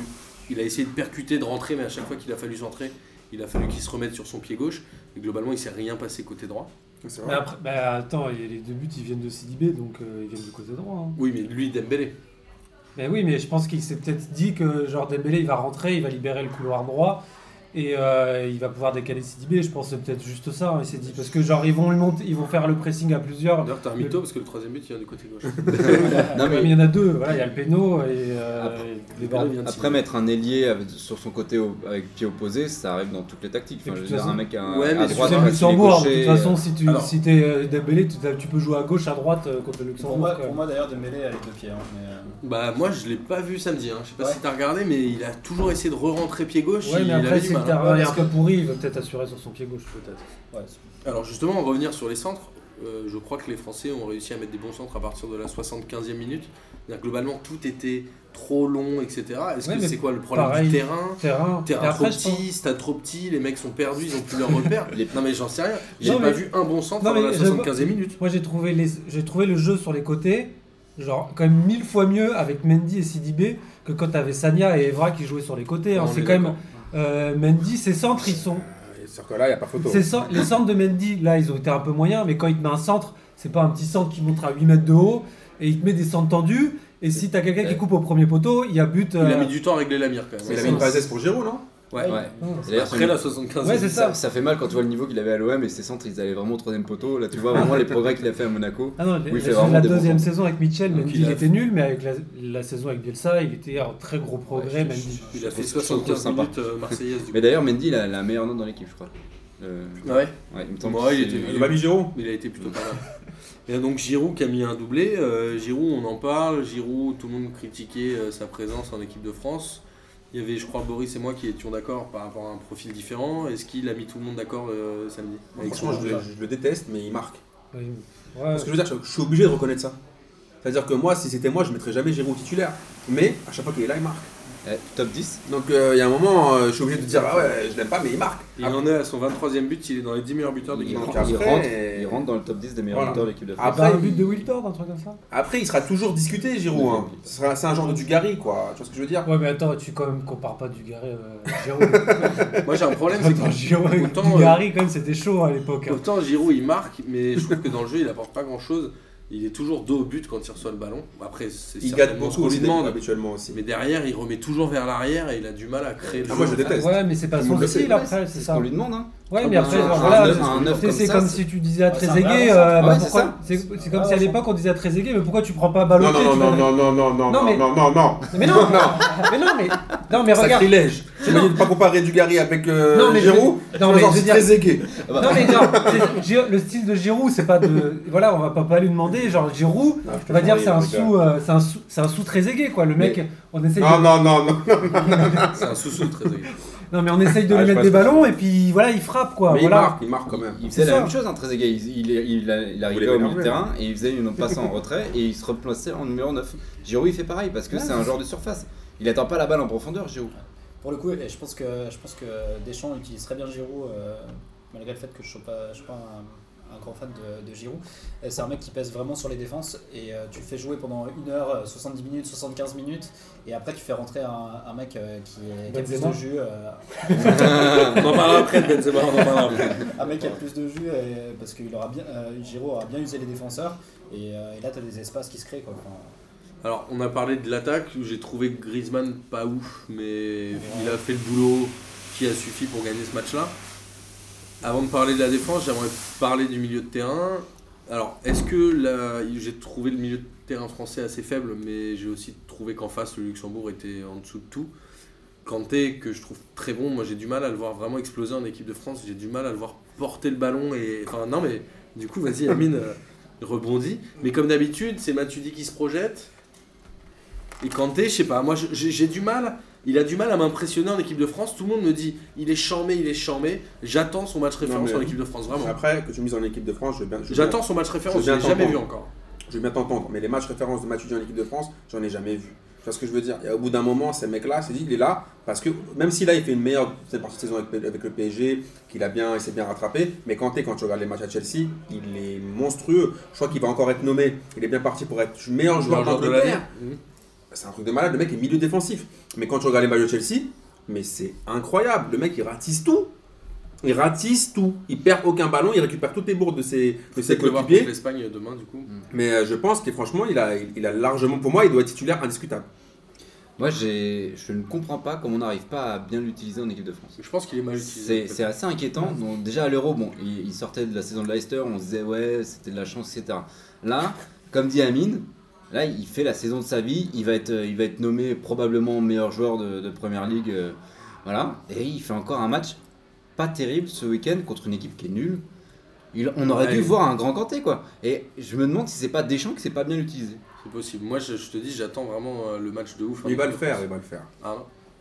Speaker 1: il a essayé de percuter, de rentrer, mais à chaque fois qu'il a fallu centrer, il a fallu qu'il se remette sur son pied gauche. Et globalement il s'est rien passé côté droit.
Speaker 2: C'est
Speaker 5: Mais
Speaker 2: vrai.
Speaker 5: après, bah, attends, il y a les deux buts ils viennent de Sidibé, donc euh, ils viennent du côté droit. hein.
Speaker 1: Oui mais lui Dembélé.
Speaker 5: Mais oui, mais je pense qu'il s'est peut-être dit que genre Dembélé il va rentrer, il va libérer le couloir droit et euh, il va pouvoir décaler Sidibé. Je pense que c'est peut-être juste ça. hein, il s'est dit parce que genre ils vont lui monter, ils vont faire le pressing à plusieurs.
Speaker 1: D'ailleurs, t'as un mytho parce que le troisième but il vient du côté gauche.
Speaker 4: Non,
Speaker 5: mais
Speaker 4: mais-
Speaker 5: il y en a deux. Voilà, il y a le péno et, euh,
Speaker 4: Après-
Speaker 5: et le
Speaker 1: Le
Speaker 5: bord.
Speaker 1: péno vient de
Speaker 4: Après mettre un ailier avec- sur son côté au- avec pied opposé, ça arrive dans toutes les tactiques. Enfin,
Speaker 5: Et
Speaker 4: je
Speaker 5: puis,
Speaker 4: veux
Speaker 5: de toute
Speaker 4: dire, un mec à,
Speaker 1: façon- Ouais, mais
Speaker 4: à
Speaker 1: tu Droite,
Speaker 5: Tu
Speaker 4: droite,
Speaker 5: sais,
Speaker 4: un
Speaker 5: le
Speaker 4: mec qui est
Speaker 5: Luxembourg, de
Speaker 4: gaucher,
Speaker 5: toute façon, si tu
Speaker 1: alors-
Speaker 5: si t'es euh, Dembélé, tu, tu peux jouer à gauche, à droite euh, contre le
Speaker 3: Pour
Speaker 5: Luxembourg.
Speaker 3: moi,
Speaker 5: quand même.
Speaker 3: pour moi d'ailleurs, Dembélé a les deux pieds. hein, mais, euh,
Speaker 1: Bah moi je l'ai pas vu samedi, hein. je sais pas
Speaker 3: Ouais.
Speaker 1: si t'as regardé mais il a toujours essayé de re-rentrer pied gauche,
Speaker 5: ouais,
Speaker 1: il
Speaker 5: mais
Speaker 1: avait
Speaker 5: après,
Speaker 1: du
Speaker 5: si le
Speaker 1: mal, hein.
Speaker 5: terrain est un
Speaker 3: Parce
Speaker 5: peu
Speaker 3: que-
Speaker 5: pourri, il va peut-être assurer sur son pied gauche, peut-être.
Speaker 3: ouais, c'est-
Speaker 1: Alors justement, revenir sur les centres, euh, je crois que les Français ont réussi à mettre des bons centres à partir de la 75e minute. C'est-à-dire, Globalement tout était trop long, etc. Est-ce
Speaker 5: Ouais,
Speaker 1: que
Speaker 5: mais
Speaker 1: c'est quoi le problème
Speaker 5: pareil.
Speaker 1: du terrain
Speaker 5: Terrain,
Speaker 1: Terrain
Speaker 5: Et après,
Speaker 1: trop
Speaker 5: je pense-
Speaker 1: petit, stade trop petit, les mecs sont perdus, ils ont plus leur repère.
Speaker 4: Les-
Speaker 1: Non mais j'en sais rien, j'ai
Speaker 5: Non,
Speaker 1: pas
Speaker 5: mais-
Speaker 1: vu un bon centre
Speaker 5: Non,
Speaker 1: dans
Speaker 5: mais
Speaker 1: la
Speaker 5: j'avoue-
Speaker 1: 75e minute.
Speaker 5: Moi, j'ai trouvé, les... j'ai trouvé le jeu sur les côtés, genre, quand même mille fois mieux avec Mendy et Sidibé que quand t'avais Sania et Evra qui jouaient sur les côtés. hein.
Speaker 1: On
Speaker 5: C'est
Speaker 1: est
Speaker 5: quand même.
Speaker 1: d'accord.
Speaker 5: euh, Mendy, ses centres, ils sont.
Speaker 2: Et Sur que là, il n'y a pas photo.
Speaker 5: ses cen- Les centres de Mendy, là, ils ont été un peu moyens, mais quand il te met un centre, c'est pas un petit centre qui montre à 8 mètres de haut, et il te met des centres tendus, et si t'as quelqu'un qui coupe au premier poteau, il y a but.
Speaker 1: Il a
Speaker 5: euh,
Speaker 1: mis du temps à régler la mire quand même.
Speaker 2: Mais il
Speaker 1: hein.
Speaker 2: a mis une passe pour Giroud, non
Speaker 1: Ouais.
Speaker 4: Ouais.
Speaker 5: Ouais.
Speaker 4: Et d'ailleurs,
Speaker 1: Après
Speaker 4: c'est-
Speaker 1: la 75e
Speaker 5: Ouais, c'est
Speaker 4: ça.
Speaker 5: ça.
Speaker 4: ça fait mal quand tu vois le niveau qu'il avait à l'OM et ses centres, ils allaient vraiment au troisième poteau. Là, tu vois vraiment les progrès qu'il a fait à Monaco.
Speaker 5: Ah non, la-
Speaker 4: il fait
Speaker 5: la,
Speaker 4: vraiment
Speaker 5: la
Speaker 4: des bons
Speaker 5: deuxième
Speaker 4: temps.
Speaker 5: saison avec Mitchell,
Speaker 1: Donc,
Speaker 5: Mendy,
Speaker 1: il
Speaker 5: il,
Speaker 1: a-
Speaker 5: était nul, mais avec la, la saison avec Bielsa, il était en très gros progrès, Mendy.
Speaker 1: Il a fait
Speaker 4: Je trouve- je trouve
Speaker 1: 75
Speaker 4: sympa.
Speaker 1: minutes euh, marseillaise du coup.
Speaker 4: Mais d'ailleurs, Mendy, il a la meilleure note dans l'équipe, je crois. Euh,
Speaker 1: Ouais.
Speaker 4: ouais, il me semble
Speaker 1: Ouais,
Speaker 4: que
Speaker 1: il
Speaker 4: c'est-
Speaker 1: était-
Speaker 2: Il a pas mis Giroud
Speaker 1: mais il a été plutôt pas mal. Et donc Giroud qui a mis un doublé, euh, Giroud on en parle, Giroud tout le monde critiquait euh, sa présence en équipe de France. Il y avait je crois Boris et moi qui étions d'accord par rapport à un profil différent. Est-ce qu'il a mis tout le monde d'accord euh, samedi
Speaker 2: Moi,
Speaker 1: Avec
Speaker 2: Franchement,
Speaker 1: son-
Speaker 2: je le, je le déteste, mais il marque.
Speaker 5: Ouais.
Speaker 2: Parce que je veux dire, je suis obligé de reconnaître ça. C'est-à-dire que moi, si c'était moi, je mettrais jamais Giroud titulaire. Mais à chaque fois qu'il est là, il marque.
Speaker 4: Eh, top 10
Speaker 2: Donc euh, il y a un moment, euh, je suis obligé de dire, ah ouais, je l'aime pas, mais il marque.
Speaker 1: Il en est à son 23e but, il est dans les 10 meilleurs buteurs de
Speaker 4: il,
Speaker 1: l'équipe. de
Speaker 2: manque
Speaker 4: rentre,
Speaker 1: France.
Speaker 4: il
Speaker 2: après-
Speaker 4: rentre- il rentre dans le top 10 des meilleurs
Speaker 2: Voilà.
Speaker 4: lutteurs de l'équipe de France.
Speaker 5: Après,
Speaker 2: Après,
Speaker 5: bah, un but de Wiltord, un truc comme ça
Speaker 2: Après, il sera toujours discuté, Giroud. hein. Ce sera- C'est un genre de Dugarry, quoi. Tu vois ce que je veux dire
Speaker 5: Ouais, mais attends, tu quand même compares pas Dugarry à Giroud.
Speaker 1: Moi j'ai un problème, c'est
Speaker 5: Attends,
Speaker 1: que
Speaker 5: Giroud avec
Speaker 1: Autant, euh,
Speaker 5: Dugarry, quand même, c'était chaud à l'époque. hein.
Speaker 1: autant Giroud il marque, mais je trouve que dans le jeu il apporte pas grand chose. Il est toujours dos au but quand il reçoit le ballon. Après, c'est
Speaker 2: Il
Speaker 1: certainement
Speaker 2: gagne
Speaker 1: ce
Speaker 2: beaucoup
Speaker 1: qu'on
Speaker 2: aussi
Speaker 1: lui demande.
Speaker 2: habituellement aussi.
Speaker 1: Mais derrière, il remet toujours vers l'arrière et il a du mal à créer le
Speaker 2: Ah,
Speaker 1: jeu.
Speaker 2: moi, je déteste.
Speaker 5: Ouais, mais bah, c'est pas
Speaker 2: Tout le
Speaker 5: son
Speaker 2: monde le sait,
Speaker 5: style
Speaker 4: ouais,
Speaker 5: après, c'est
Speaker 4: C'est ce
Speaker 5: ça.
Speaker 4: qu'on lui demande, hein.
Speaker 5: Ouais,
Speaker 4: Ah
Speaker 5: mais
Speaker 4: bah,
Speaker 5: après,
Speaker 4: un-
Speaker 5: genre,
Speaker 4: un
Speaker 5: voilà,
Speaker 4: neuf-
Speaker 5: c'est-
Speaker 4: un neuf
Speaker 5: c'est-
Speaker 4: comme
Speaker 5: c'est
Speaker 4: ça,
Speaker 5: comme
Speaker 4: c'est-
Speaker 5: si tu disais
Speaker 3: Ouais,
Speaker 5: à
Speaker 3: c'est un
Speaker 5: Trezeguet,
Speaker 3: vrai
Speaker 5: euh,
Speaker 4: Ouais,
Speaker 5: bah,
Speaker 4: c'est
Speaker 5: pourquoi-
Speaker 4: ça.
Speaker 5: c'est c'est comme
Speaker 3: Ah,
Speaker 5: si à
Speaker 3: ouais.
Speaker 5: l'époque on disait à Trezeguet, mais pourquoi tu prends pas Balotelli
Speaker 2: Non, non,
Speaker 5: tu
Speaker 2: non,
Speaker 5: vas-
Speaker 2: non, non, non, non,
Speaker 5: Non, mais-
Speaker 2: non, non, non, non.
Speaker 5: Mais non, mais non, mais non, mais regarde,
Speaker 2: Sacrilège. J'ai de pas comparer Dugarry avec euh,
Speaker 5: Non, mais je-
Speaker 2: Giroud.
Speaker 5: non,
Speaker 2: Non,
Speaker 5: mais
Speaker 2: mais genre,
Speaker 5: je veux
Speaker 2: c'est
Speaker 5: dire-
Speaker 2: très aigué.
Speaker 5: Non mais non, c'est- Giro- le style de Giroud, c'est pas de. Voilà, on va pas, pas lui demander. Genre Giroud,
Speaker 2: Ah, je
Speaker 5: on va
Speaker 2: peux
Speaker 5: dire
Speaker 2: pas
Speaker 5: c'est un
Speaker 2: rire,
Speaker 5: sous, euh, c'est un sous, c'est un sous très aigué quoi. Le mec, on essaye.
Speaker 2: Ah, Non,
Speaker 5: de...
Speaker 2: non, non, non.
Speaker 1: C'est un sous-sous très
Speaker 5: Non, mais on essaye de
Speaker 2: Ah, je
Speaker 5: lui mettre
Speaker 2: vois ce
Speaker 5: des
Speaker 2: que
Speaker 5: ballons et puis voilà, il frappe quoi.
Speaker 2: Mais il
Speaker 5: Bah, voilà.
Speaker 2: marque, il marque quand même.
Speaker 4: Il, il faisait
Speaker 5: C'est
Speaker 4: la
Speaker 5: ça.
Speaker 4: même chose, hein, Trezeguet. Il, il, il- il arrivait
Speaker 2: Vous
Speaker 4: au
Speaker 2: l'avez
Speaker 4: milieu de
Speaker 2: énervé,
Speaker 4: terrain et il faisait une passe en retrait et il se replaçait en numéro 9. Giroud, il fait pareil parce que
Speaker 5: Ouais,
Speaker 4: c'est un genre de surface. Il attend pas la balle en profondeur, Giroud.
Speaker 3: Pour le coup, et je pense que je pense que Deschamps utilise très bien Giroud, euh, malgré le fait que je ne pas, je suis pas un, un grand fan de, de Giroud. Euh, C'est un mec qui pèse vraiment sur les défenses et euh, tu le fais jouer pendant 1 heure, euh, 70 minutes, 75 minutes, et après tu fais rentrer un, un mec euh, qui, est- qui a plus
Speaker 5: Benzema.
Speaker 3: de jus, euh,
Speaker 1: On en parlera après de Benzema, on en parlera après.
Speaker 3: un mec qui a plus de jus et- parce que aura bien, euh, Giroud aura bien usé les défenseurs et, euh, et là tu as des espaces qui se créent quoi. Enfin,
Speaker 1: Alors, on a parlé de l'attaque, où j'ai trouvé Griezmann pas ouf, mais il a fait le boulot qui a suffi pour gagner ce match-là. Avant de parler de la défense, j'aimerais parler du milieu de terrain. Alors, est-ce que la- j'ai trouvé le milieu de terrain français assez faible, mais j'ai aussi trouvé qu'en face, le Luxembourg était en dessous de tout. Kanté, que je trouve très bon, moi j'ai du mal à le voir vraiment exploser en équipe de France, j'ai du mal à le voir porter le ballon et... Enfin non mais du coup vas-y Amine, euh, rebondis. Mais comme d'habitude, c'est Matuidi qui se projette. Et Kanté, je sais pas, moi je- j'ai j'ai du mal Il a du mal à m'impressionner en équipe de France. Tout le monde me dit il est charmé, il est charmé. J'attends son match référence
Speaker 2: mais-
Speaker 1: en équipe de France, vraiment.
Speaker 2: Après, que tu me mises en équipe de France, je veux bien. je veux bien-
Speaker 1: J'attends son match référence,
Speaker 2: je
Speaker 1: je
Speaker 2: viens
Speaker 1: l'ai jamais
Speaker 2: t'entendre.
Speaker 1: vu encore.
Speaker 2: Je vais bien t'entendre, mais les matchs références de Mathieu Dupont en équipe de France, j'en ai jamais vu. Tu vois ce que je veux dire Et au bout d'un moment, ces mecs-là, c'est dit qu'il est là parce que même si là il fait une meilleure deuxième partie de saison avec, avec le PSG, qu'il a bien, il s'est bien rattrapé, mais Kanté, quand tu regardes les matchs à Chelsea, il est monstrueux. Je crois qu'il va encore être nommé. Il est bien parti pour être meilleur joueur
Speaker 1: Joueur de
Speaker 2: d'Angleterre.
Speaker 1: l'année.
Speaker 2: C'est un truc de malade. Le mec est milieu défensif. Mais quand tu regardes les matchs de Chelsea, mais c'est incroyable. Le mec, il ratisse tout. Il ratisse tout. Il perd aucun ballon. Il récupère toutes les bourdes de ses, de ses
Speaker 1: C'est que le voir
Speaker 2: coéquipiers.
Speaker 1: contre l'Espagne demain, du coup.
Speaker 2: Mais euh, je pense que franchement, il a, il, il a largement. Pour moi, il doit être titulaire indiscutable.
Speaker 4: Moi, j'ai- je ne comprends pas comment on n'arrive pas à bien l'utiliser en équipe de France.
Speaker 1: Je pense qu'il est mal utilisé.
Speaker 4: C'est c'est assez inquiétant. Donc, déjà à l'Euro, bon, il, il sortait de la saison de Leicester, on se disait ouais, c'était de la chance, etc. Là, comme dit Amine, là, il fait la saison de sa vie. Il va être, il va être nommé probablement meilleur joueur de, de Première Ligue. euh, voilà. Et il fait encore un match pas terrible ce week-end contre une équipe qui est nulle. Il- on aurait dû
Speaker 1: Ouais.
Speaker 4: voir un grand canté quoi. Et je me demande si c'est pas Deschamps qui s'est pas bien utilisé.
Speaker 1: C'est possible. Moi, je, je te dis, j'attends vraiment euh, le match de ouf. en
Speaker 2: Il va le
Speaker 1: équipe de
Speaker 2: faire,
Speaker 1: France.
Speaker 2: il va le faire.
Speaker 1: Ah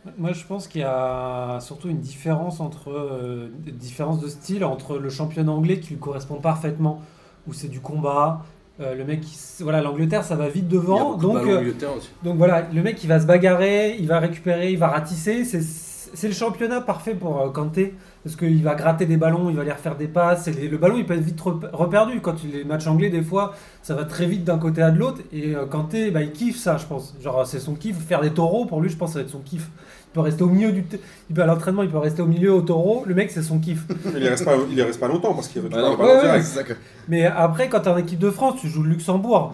Speaker 1: non
Speaker 5: Moi, je pense qu'il y a surtout une différence entre euh, une différence de style entre le championnat anglais qui lui correspond parfaitement, où c'est du combat. euh, le mec, qui s- voilà, l'Angleterre, ça va vite
Speaker 1: Il y a
Speaker 5: devant.
Speaker 1: beaucoup de
Speaker 5: Donc,
Speaker 1: ballons au
Speaker 5: euh,
Speaker 1: milieu de terrain aussi.
Speaker 5: donc voilà, le mec, il va se bagarrer, il va récupérer, il va ratisser. C'est- C'est le championnat parfait pour euh, Kanté, parce qu'il va gratter des ballons, il va aller refaire des passes. et les- le ballon, il peut être vite rep- reperdu. Quand les matchs anglais, des fois, ça va très vite d'un côté à de l'autre. Et euh, Kanté, bah, il kiffe ça, je pense. Genre, c'est son kiff. Faire des taureaux, pour lui, je pense, ça va être son kiff. Il peut rester au milieu du. t- Il peut à l'entraînement, il peut rester au milieu au taureau. Le mec, c'est son kiff.
Speaker 2: Il reste pas, il reste pas longtemps parce qu'il
Speaker 1: Bah,
Speaker 2: récupère
Speaker 4: Ouais,
Speaker 2: le ballon
Speaker 5: ouais,
Speaker 2: direct.
Speaker 5: Mais après, quand t'es en équipe de France, tu joues le Luxembourg.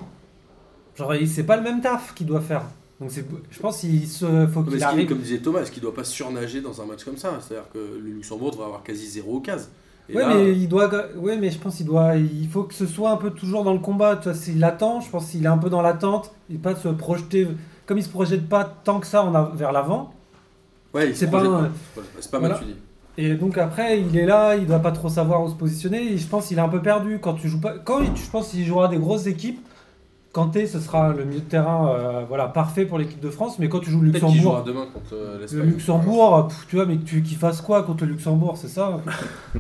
Speaker 5: Genre, il- c'est pas le même taf qu'il doit faire. Donc, c'est, je pense qu'il se, faut
Speaker 1: Mais
Speaker 5: qu'il
Speaker 1: ce qui est,
Speaker 5: arrive.
Speaker 1: comme disait Thomas, ce qu'il doit pas surnager dans un match comme ça. C'est-à-dire que le Luxembourg devrait avoir quasi zéro case. Et
Speaker 5: Ouais,
Speaker 1: là, euh,
Speaker 5: mais il doit. Ouais, mais je pense qu'il doit. Il faut que ce soit un peu toujours dans le combat. Tu vois, s'il attend, je pense qu'il est un peu dans l'attente. Il pas se projeter. Comme il se projette pas tant que ça en av- vers l'avant.
Speaker 1: ouais, il se
Speaker 5: c'est pas
Speaker 1: projette
Speaker 5: un-
Speaker 1: Voilà, C'est pas mal,
Speaker 5: Voilà.
Speaker 1: tu dis.
Speaker 5: Et donc après, il est là, il doit pas trop savoir où se positionner. Et je pense qu'il est un peu perdu quand tu joues pas. Quand il- je pense qu'il jouera des grosses équipes. Kanté, ce sera le milieu de terrain, euh, voilà, parfait pour l'équipe de France. Mais quand tu joues le
Speaker 1: Peut-être qu'il
Speaker 5: Luxembourg,
Speaker 1: jouera demain contre euh, l'Espagne.
Speaker 5: Le Luxembourg, pff, tu vois, mais que tu- qu'il fasse quoi contre le Luxembourg, c'est ça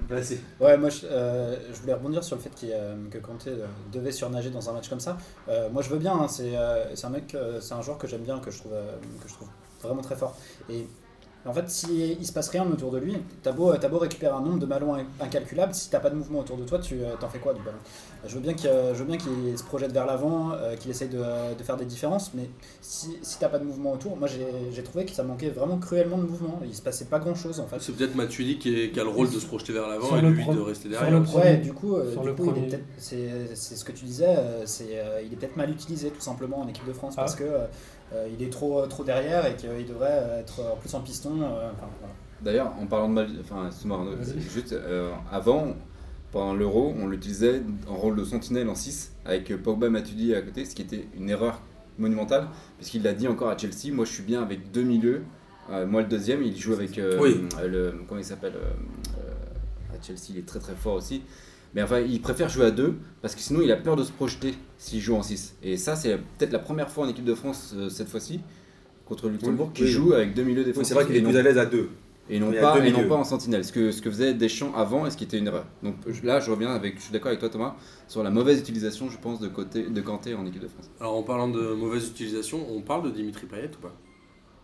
Speaker 1: Vas-y.
Speaker 3: Ouais, moi je, euh, je voulais rebondir sur le fait qu'il, euh, que Kanté euh, devait surnager dans un match comme ça. Euh, moi je veux bien, hein, c'est euh, c'est un mec, euh, c'est un joueur que j'aime bien, que je, trouve, euh, que je trouve vraiment très fort. Et en fait, s'il se passe rien autour de lui, t'as beau, t'as beau récupérer un nombre de ballons in- incalculable, si t'as pas de mouvement autour de toi, tu euh, t'en fais quoi du ballon Je veux bien qu'il euh, je veux bien qu'il se projette vers l'avant, euh, qu'il essaye de, euh, de faire des différences, mais si, si t'as pas de mouvement autour, moi j'ai j'ai trouvé que ça manquait vraiment cruellement de mouvement. Il se passait pas grand chose en fait.
Speaker 1: Ah, C'est peut-être Matuidi qui, est- qui a le rôle de se projeter vers l'avant
Speaker 5: Sur
Speaker 1: et
Speaker 5: le
Speaker 1: lui
Speaker 5: pro-
Speaker 1: de rester
Speaker 5: sur
Speaker 1: derrière.
Speaker 5: le
Speaker 1: aussi.
Speaker 5: pro- premier.
Speaker 3: Ouais, du coup, euh,
Speaker 5: Sur
Speaker 3: du
Speaker 5: le
Speaker 3: coup, il est
Speaker 5: premier.
Speaker 3: peut-être- c'est c'est ce que tu disais, euh, c'est euh, il est peut-être mal utilisé tout simplement en équipe de France
Speaker 5: Ah.
Speaker 3: parce que euh, il est trop trop derrière et qu'il devrait être en plus en piston. euh, enfin, voilà.
Speaker 4: D'ailleurs, en parlant de mal, enfin, excuse-moi, Arnaud, c'est juste euh, avant, pendant l'Euro, on l'utilisait en rôle de sentinelle en 6 avec euh, Pogba Matuidi à côté, ce qui était une erreur monumentale, parce qu'il l'a dit encore à Chelsea moi je suis bien avec deux milieux, Euh, moi le deuxième, il joue avec euh,
Speaker 2: Oui.
Speaker 4: euh, le comment il s'appelle euh, euh, à Chelsea, il est très très fort aussi. Mais enfin, il préfère jouer à deux parce que sinon il a peur de se projeter s'il joue en 6. Et ça, c'est peut-être la première fois en équipe de France euh, cette fois-ci contre le Luxembourg
Speaker 2: Oui,
Speaker 4: qui
Speaker 2: oui.
Speaker 4: joue avec deux milieux
Speaker 2: Oui,
Speaker 4: défensifs.
Speaker 2: C'est vrai qu'il est
Speaker 4: et non
Speaker 2: plus à l'aise à deux.
Speaker 4: et non,
Speaker 2: Il y a
Speaker 4: pas,
Speaker 2: deux
Speaker 4: et non
Speaker 2: milieux.
Speaker 4: pas en sentinelle, ce que, ce que faisait Deschamps avant et ce qui était une erreur. Donc je- là, je reviens avec, je suis d'accord avec toi Thomas, sur la mauvaise utilisation, je pense, de, côté, de Kanté en équipe de France.
Speaker 1: Alors en parlant de mauvaise utilisation, on parle de Dimitri Payet ou pas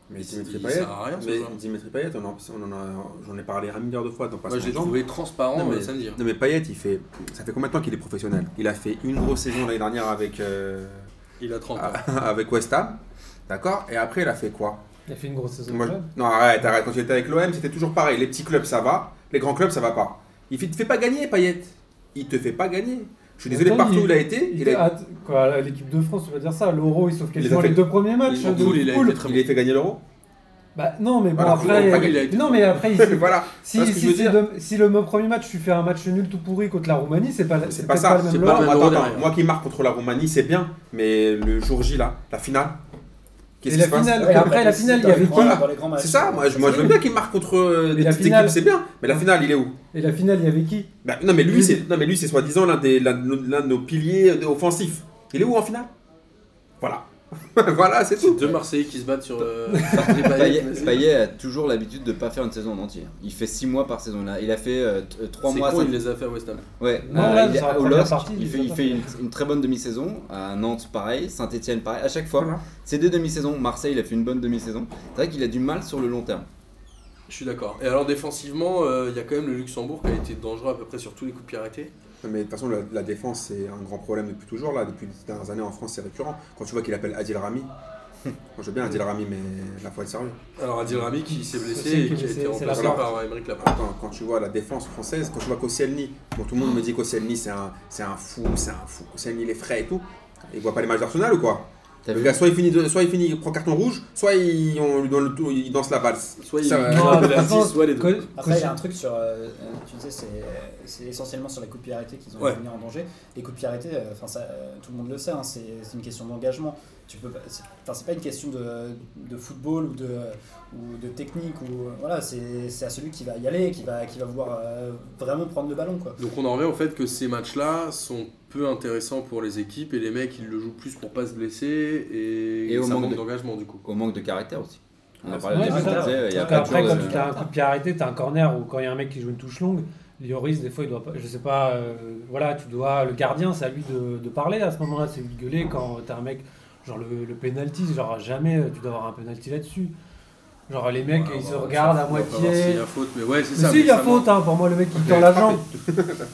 Speaker 2: Mais
Speaker 1: Il-
Speaker 2: Dimitri
Speaker 1: il
Speaker 2: Payet,
Speaker 1: sert à rien, ce
Speaker 2: mais
Speaker 1: joueur.
Speaker 2: Dimitri Payet, on en, on en a- j'en ai parlé un milliard de fois dans
Speaker 1: Moi
Speaker 2: Passement
Speaker 1: je l'ai
Speaker 2: de Jambes.
Speaker 1: trouvé transparent
Speaker 2: Non, mais-
Speaker 1: euh, samedi. hein.
Speaker 2: Non mais Payet, il fait, ça fait combien de temps qu'il est professionnel Il a fait une grosse saison l'année dernière avec euh,
Speaker 1: Il a 30
Speaker 5: Ah.
Speaker 1: ans.
Speaker 2: avec West Ham, d'accord Et après, il a fait quoi
Speaker 5: Il a fait une grosse saison.
Speaker 2: Moi, je- Non, arrête, arrête. Quand il était avec l'OM, c'était toujours pareil. Les petits clubs, ça va. Les grands clubs, ça va pas. Il fait- te fait pas gagner, Payet. Il te fait pas gagner. Je suis désolé,
Speaker 5: Attends,
Speaker 2: partout
Speaker 5: il-
Speaker 2: où il a été,
Speaker 5: Il
Speaker 2: il, a-
Speaker 5: a- quoi, l'équipe de France, on va dire ça, l'Euro, il sauve
Speaker 2: a
Speaker 5: quasiment
Speaker 2: fait-
Speaker 5: les deux premiers matchs
Speaker 2: il- en
Speaker 5: de
Speaker 1: poule, il a
Speaker 5: poule.
Speaker 1: été très
Speaker 2: il a fait gagner l'euro.
Speaker 5: Bah non, mais bon,
Speaker 2: Voilà,
Speaker 5: après.
Speaker 2: il a- il
Speaker 1: a été-
Speaker 5: non, mais après, il-
Speaker 2: voilà.
Speaker 5: si,
Speaker 2: Voilà ce que je
Speaker 5: si,
Speaker 2: veux
Speaker 5: c'est
Speaker 2: dire.
Speaker 5: de- si le premier match, tu fais un match nul tout pourri contre la Roumanie, c'est pas,
Speaker 2: C'est
Speaker 5: c'est
Speaker 2: pas
Speaker 5: peut-être
Speaker 2: ça,
Speaker 5: le
Speaker 1: c'est
Speaker 5: même
Speaker 1: pas
Speaker 5: lore.
Speaker 1: le
Speaker 2: Attends,
Speaker 1: même
Speaker 2: attends,
Speaker 1: derrière.
Speaker 2: moi qui marque contre la Roumanie, c'est bien. Mais le jour J, là, la finale, qu'est-ce
Speaker 5: Et
Speaker 2: qui
Speaker 5: la
Speaker 2: se passe
Speaker 5: finale, et après la finale, il y
Speaker 3: Dans les
Speaker 5: avait
Speaker 3: grands-
Speaker 5: qui
Speaker 3: dans les grands matchs.
Speaker 2: C'est ça, moi je, moi, je veux bien qu'il marque contre euh,
Speaker 5: Mais
Speaker 2: des
Speaker 5: la
Speaker 2: petites
Speaker 5: finale-
Speaker 2: équipes, c'est bien. Mais la finale, il est où
Speaker 5: Et la finale, il y avait qui
Speaker 2: Bah, non, mais lui,
Speaker 5: Lui.
Speaker 2: c'est, non, mais lui, c'est soi-disant l'un, des, l'un, de nos- l'un de nos piliers euh, offensifs. Il est où en finale Voilà. voilà, c'est tout.
Speaker 1: Deux Marseillais qui se battent sur euh,
Speaker 4: Payet, Payet a toujours l'habitude de pas faire une saison en entier. Il fait 6 mois par saison là. Il a fait euh, 3
Speaker 1: Trois
Speaker 4: mois.
Speaker 1: mois,
Speaker 4: cinq-
Speaker 1: il les a fait à West Ham.
Speaker 4: Ouais,
Speaker 5: Non,
Speaker 4: euh,
Speaker 5: là,
Speaker 4: il, est
Speaker 5: sur la
Speaker 4: au
Speaker 5: première
Speaker 4: Lost,
Speaker 5: partie,
Speaker 4: il
Speaker 5: il
Speaker 4: fait,
Speaker 5: les a
Speaker 4: il
Speaker 5: pas
Speaker 4: fait une, une très bonne demi-saison. À Nantes, pareil. Saint-Etienne, pareil. À chaque fois,
Speaker 2: Voilà.
Speaker 4: c'est des demi-saisons. Marseille, il a fait une bonne demi-saison. C'est vrai qu'il a du mal sur le long terme.
Speaker 1: Je suis d'accord. Et alors défensivement, euh, il y a quand même le Luxembourg qui a été dangereux à peu près sur tous les coups de pied arrêtés.
Speaker 2: Non, Mais de toute façon, la, la défense, c'est un grand problème depuis toujours. Là, depuis les dernières années en France, c'est récurrent. Quand tu vois qu'il appelle Adil Rami, moi je veux bien Adil Rami, mais la fois est sérieux.
Speaker 1: Alors Adil Rami qui s'est
Speaker 5: C'est
Speaker 1: blessé et qui
Speaker 5: qui est
Speaker 1: a
Speaker 5: blessé,
Speaker 1: été
Speaker 5: c'est la
Speaker 1: remplacé
Speaker 5: part.
Speaker 1: par euh, Emeric Laporte.
Speaker 2: Attends, quand tu vois la défense française, quand tu vois Koscielny, bon, tout le monde me dit Koscielny, c'est un, c'est un fou, c'est un fou. Koscielny, il est frais et tout. Il voit pas les matchs d'Arsenal ou quoi
Speaker 4: T'as
Speaker 2: Le
Speaker 4: vu
Speaker 2: gars, soit il finit, de- soit il finit, il prend carton rouge, soit il, on lui donne le tout- il danse la valse.
Speaker 1: Soit il
Speaker 2: Ça,
Speaker 1: est
Speaker 2: euh,
Speaker 1: de
Speaker 5: Non, de toute
Speaker 1: l'artiste,
Speaker 5: façon,
Speaker 1: soit les deux.
Speaker 5: Co-
Speaker 3: Après, il y a
Speaker 5: Cochin-
Speaker 3: un truc sur. euh, euh, tu disais, c'est, euh, c'est essentiellement sur les coups de pied arrêtés qu'ils ont
Speaker 1: Ouais.
Speaker 3: mis en danger. Les coups de pied arrêtés, euh, enfin, ça, euh, tout le monde le sait, hein, c'est, c'est une question d'engagement. Tu peux pas, c'est, enfin, c'est pas une question de, de football ou de, ou de technique. Ou, euh, voilà, c'est, c'est à celui qui va y aller, qui va, qui va vouloir euh, vraiment prendre le ballon. Quoi.
Speaker 1: Donc on en revient au fait que ces matchs-là sont peu intéressants pour les équipes et les mecs ils le jouent plus pour pas se blesser et,
Speaker 4: Et au
Speaker 1: ça
Speaker 4: manque
Speaker 1: manque
Speaker 4: de-
Speaker 1: d'engagement du coup.
Speaker 4: Au manque de caractère aussi. On a
Speaker 1: Ouais,
Speaker 4: parlé
Speaker 5: Ouais,
Speaker 4: de
Speaker 5: c'est ça.
Speaker 4: caractère. tu sais, Il y a pas
Speaker 5: Parce qu'après,
Speaker 4: toujours
Speaker 1: euh,
Speaker 4: de- euh,
Speaker 5: quand tu as un coup de pied arrêté, t'as un corner ou quand il y a un mec qui joue une touche longue, Lloris, des fois, il doit pas. Je sais pas, euh, voilà, tu dois. Le gardien, c'est à lui de, de parler à ce moment-là, c'est lui de gueuler quand t'as un mec. Genre le, le penalty, genre jamais euh, tu dois avoir un penalty là-dessus. Genre les mecs,
Speaker 1: Ouais,
Speaker 5: ils se
Speaker 1: on va-
Speaker 5: regardent à
Speaker 1: on va pas voir s'il
Speaker 5: moitié.
Speaker 1: y a faute, mais ouais, c'est
Speaker 5: Mais
Speaker 1: ça.
Speaker 5: si, il y a
Speaker 1: ça
Speaker 5: faute,
Speaker 1: manque.
Speaker 5: hein, pour moi, le mec, il
Speaker 2: Il
Speaker 5: tend
Speaker 2: est
Speaker 5: la
Speaker 2: frappé.
Speaker 5: jambe.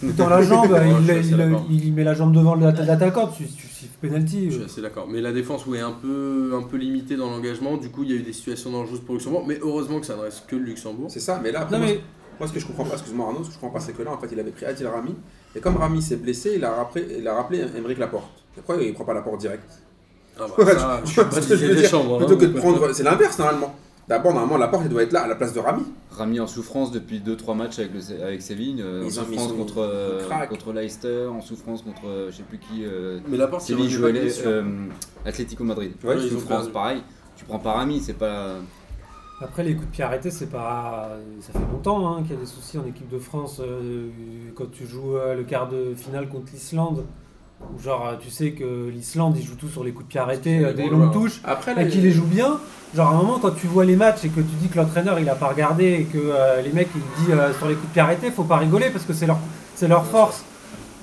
Speaker 5: Il tend la jambe,
Speaker 1: Ouais,
Speaker 5: il,
Speaker 1: je suis
Speaker 5: il-
Speaker 1: assez d'accord.
Speaker 5: il- il met la jambe devant la- l'attaquant, tu tu- tu penalty.
Speaker 1: Je suis
Speaker 5: euh.
Speaker 1: assez d'accord. Mais la défense oui, est un peu, un peu limitée dans l'engagement. Du coup, il y a eu des situations dangereuses pour le Luxembourg. Mais heureusement que ça ne reste que le Luxembourg.
Speaker 2: C'est ça, mais là, après,
Speaker 5: Non
Speaker 2: moi,
Speaker 5: mais
Speaker 2: Moi, ce que je comprends pas, excuse-moi Arnaud, ce que je comprends pas, c'est que là, en fait, il avait pris Adil Rami, et comme Rami s'est blessé, il a rappelé, il a rappelé Emeric Laporte. Et Pourquoi il prend pas Laporte direct
Speaker 1: Ah bah,
Speaker 2: Ouais,
Speaker 1: ça, je
Speaker 2: tu
Speaker 1: suis
Speaker 2: vois
Speaker 1: pas
Speaker 2: ce que je veux
Speaker 1: des
Speaker 2: dire
Speaker 1: chambres.
Speaker 2: Plutôt que de prendre. C'est l'inverse, normalement. D'abord, normalement, Laporte, il doit être là, à la place de Rami.
Speaker 4: Rami en souffrance depuis 2-3 matchs avec, le, Sé- avec Séville. euh,
Speaker 2: Ils
Speaker 4: en
Speaker 2: ont- ils
Speaker 4: souffrance
Speaker 2: sont-
Speaker 4: contre, euh,
Speaker 2: ils craquent.
Speaker 4: contre Leicester, en souffrance contre euh, je sais plus qui. euh,
Speaker 1: Mais la porte, c'est
Speaker 4: Séville jouait euh, Atlético Madrid.
Speaker 2: Ouais,
Speaker 1: ils ont
Speaker 4: souffrance,
Speaker 1: perdu.
Speaker 4: pareil. Tu prends pas Rami, c'est pas.
Speaker 5: Après, les coups de pied arrêtés, c'est pas. Ça fait longtemps hein, qu'il y a des soucis en équipe de France. euh, quand tu joues euh, le quart de finale contre l'Islande, où genre, euh, tu sais que l'Islande, ils jouent tout sur les coups de pied arrêtés,
Speaker 1: Sur
Speaker 5: euh,
Speaker 1: les
Speaker 5: des
Speaker 1: bons
Speaker 5: longues
Speaker 1: joueurs.
Speaker 5: touches,
Speaker 2: Après,
Speaker 5: et
Speaker 2: les-
Speaker 5: qu'ils les jouent bien. Genre, à un moment, quand tu vois les matchs et que tu dis que l'entraîneur, il a pas regardé et que euh, les mecs, ils disent euh, sur les coups de pied arrêtés, faut pas rigoler parce que c'est leur, c'est leur force.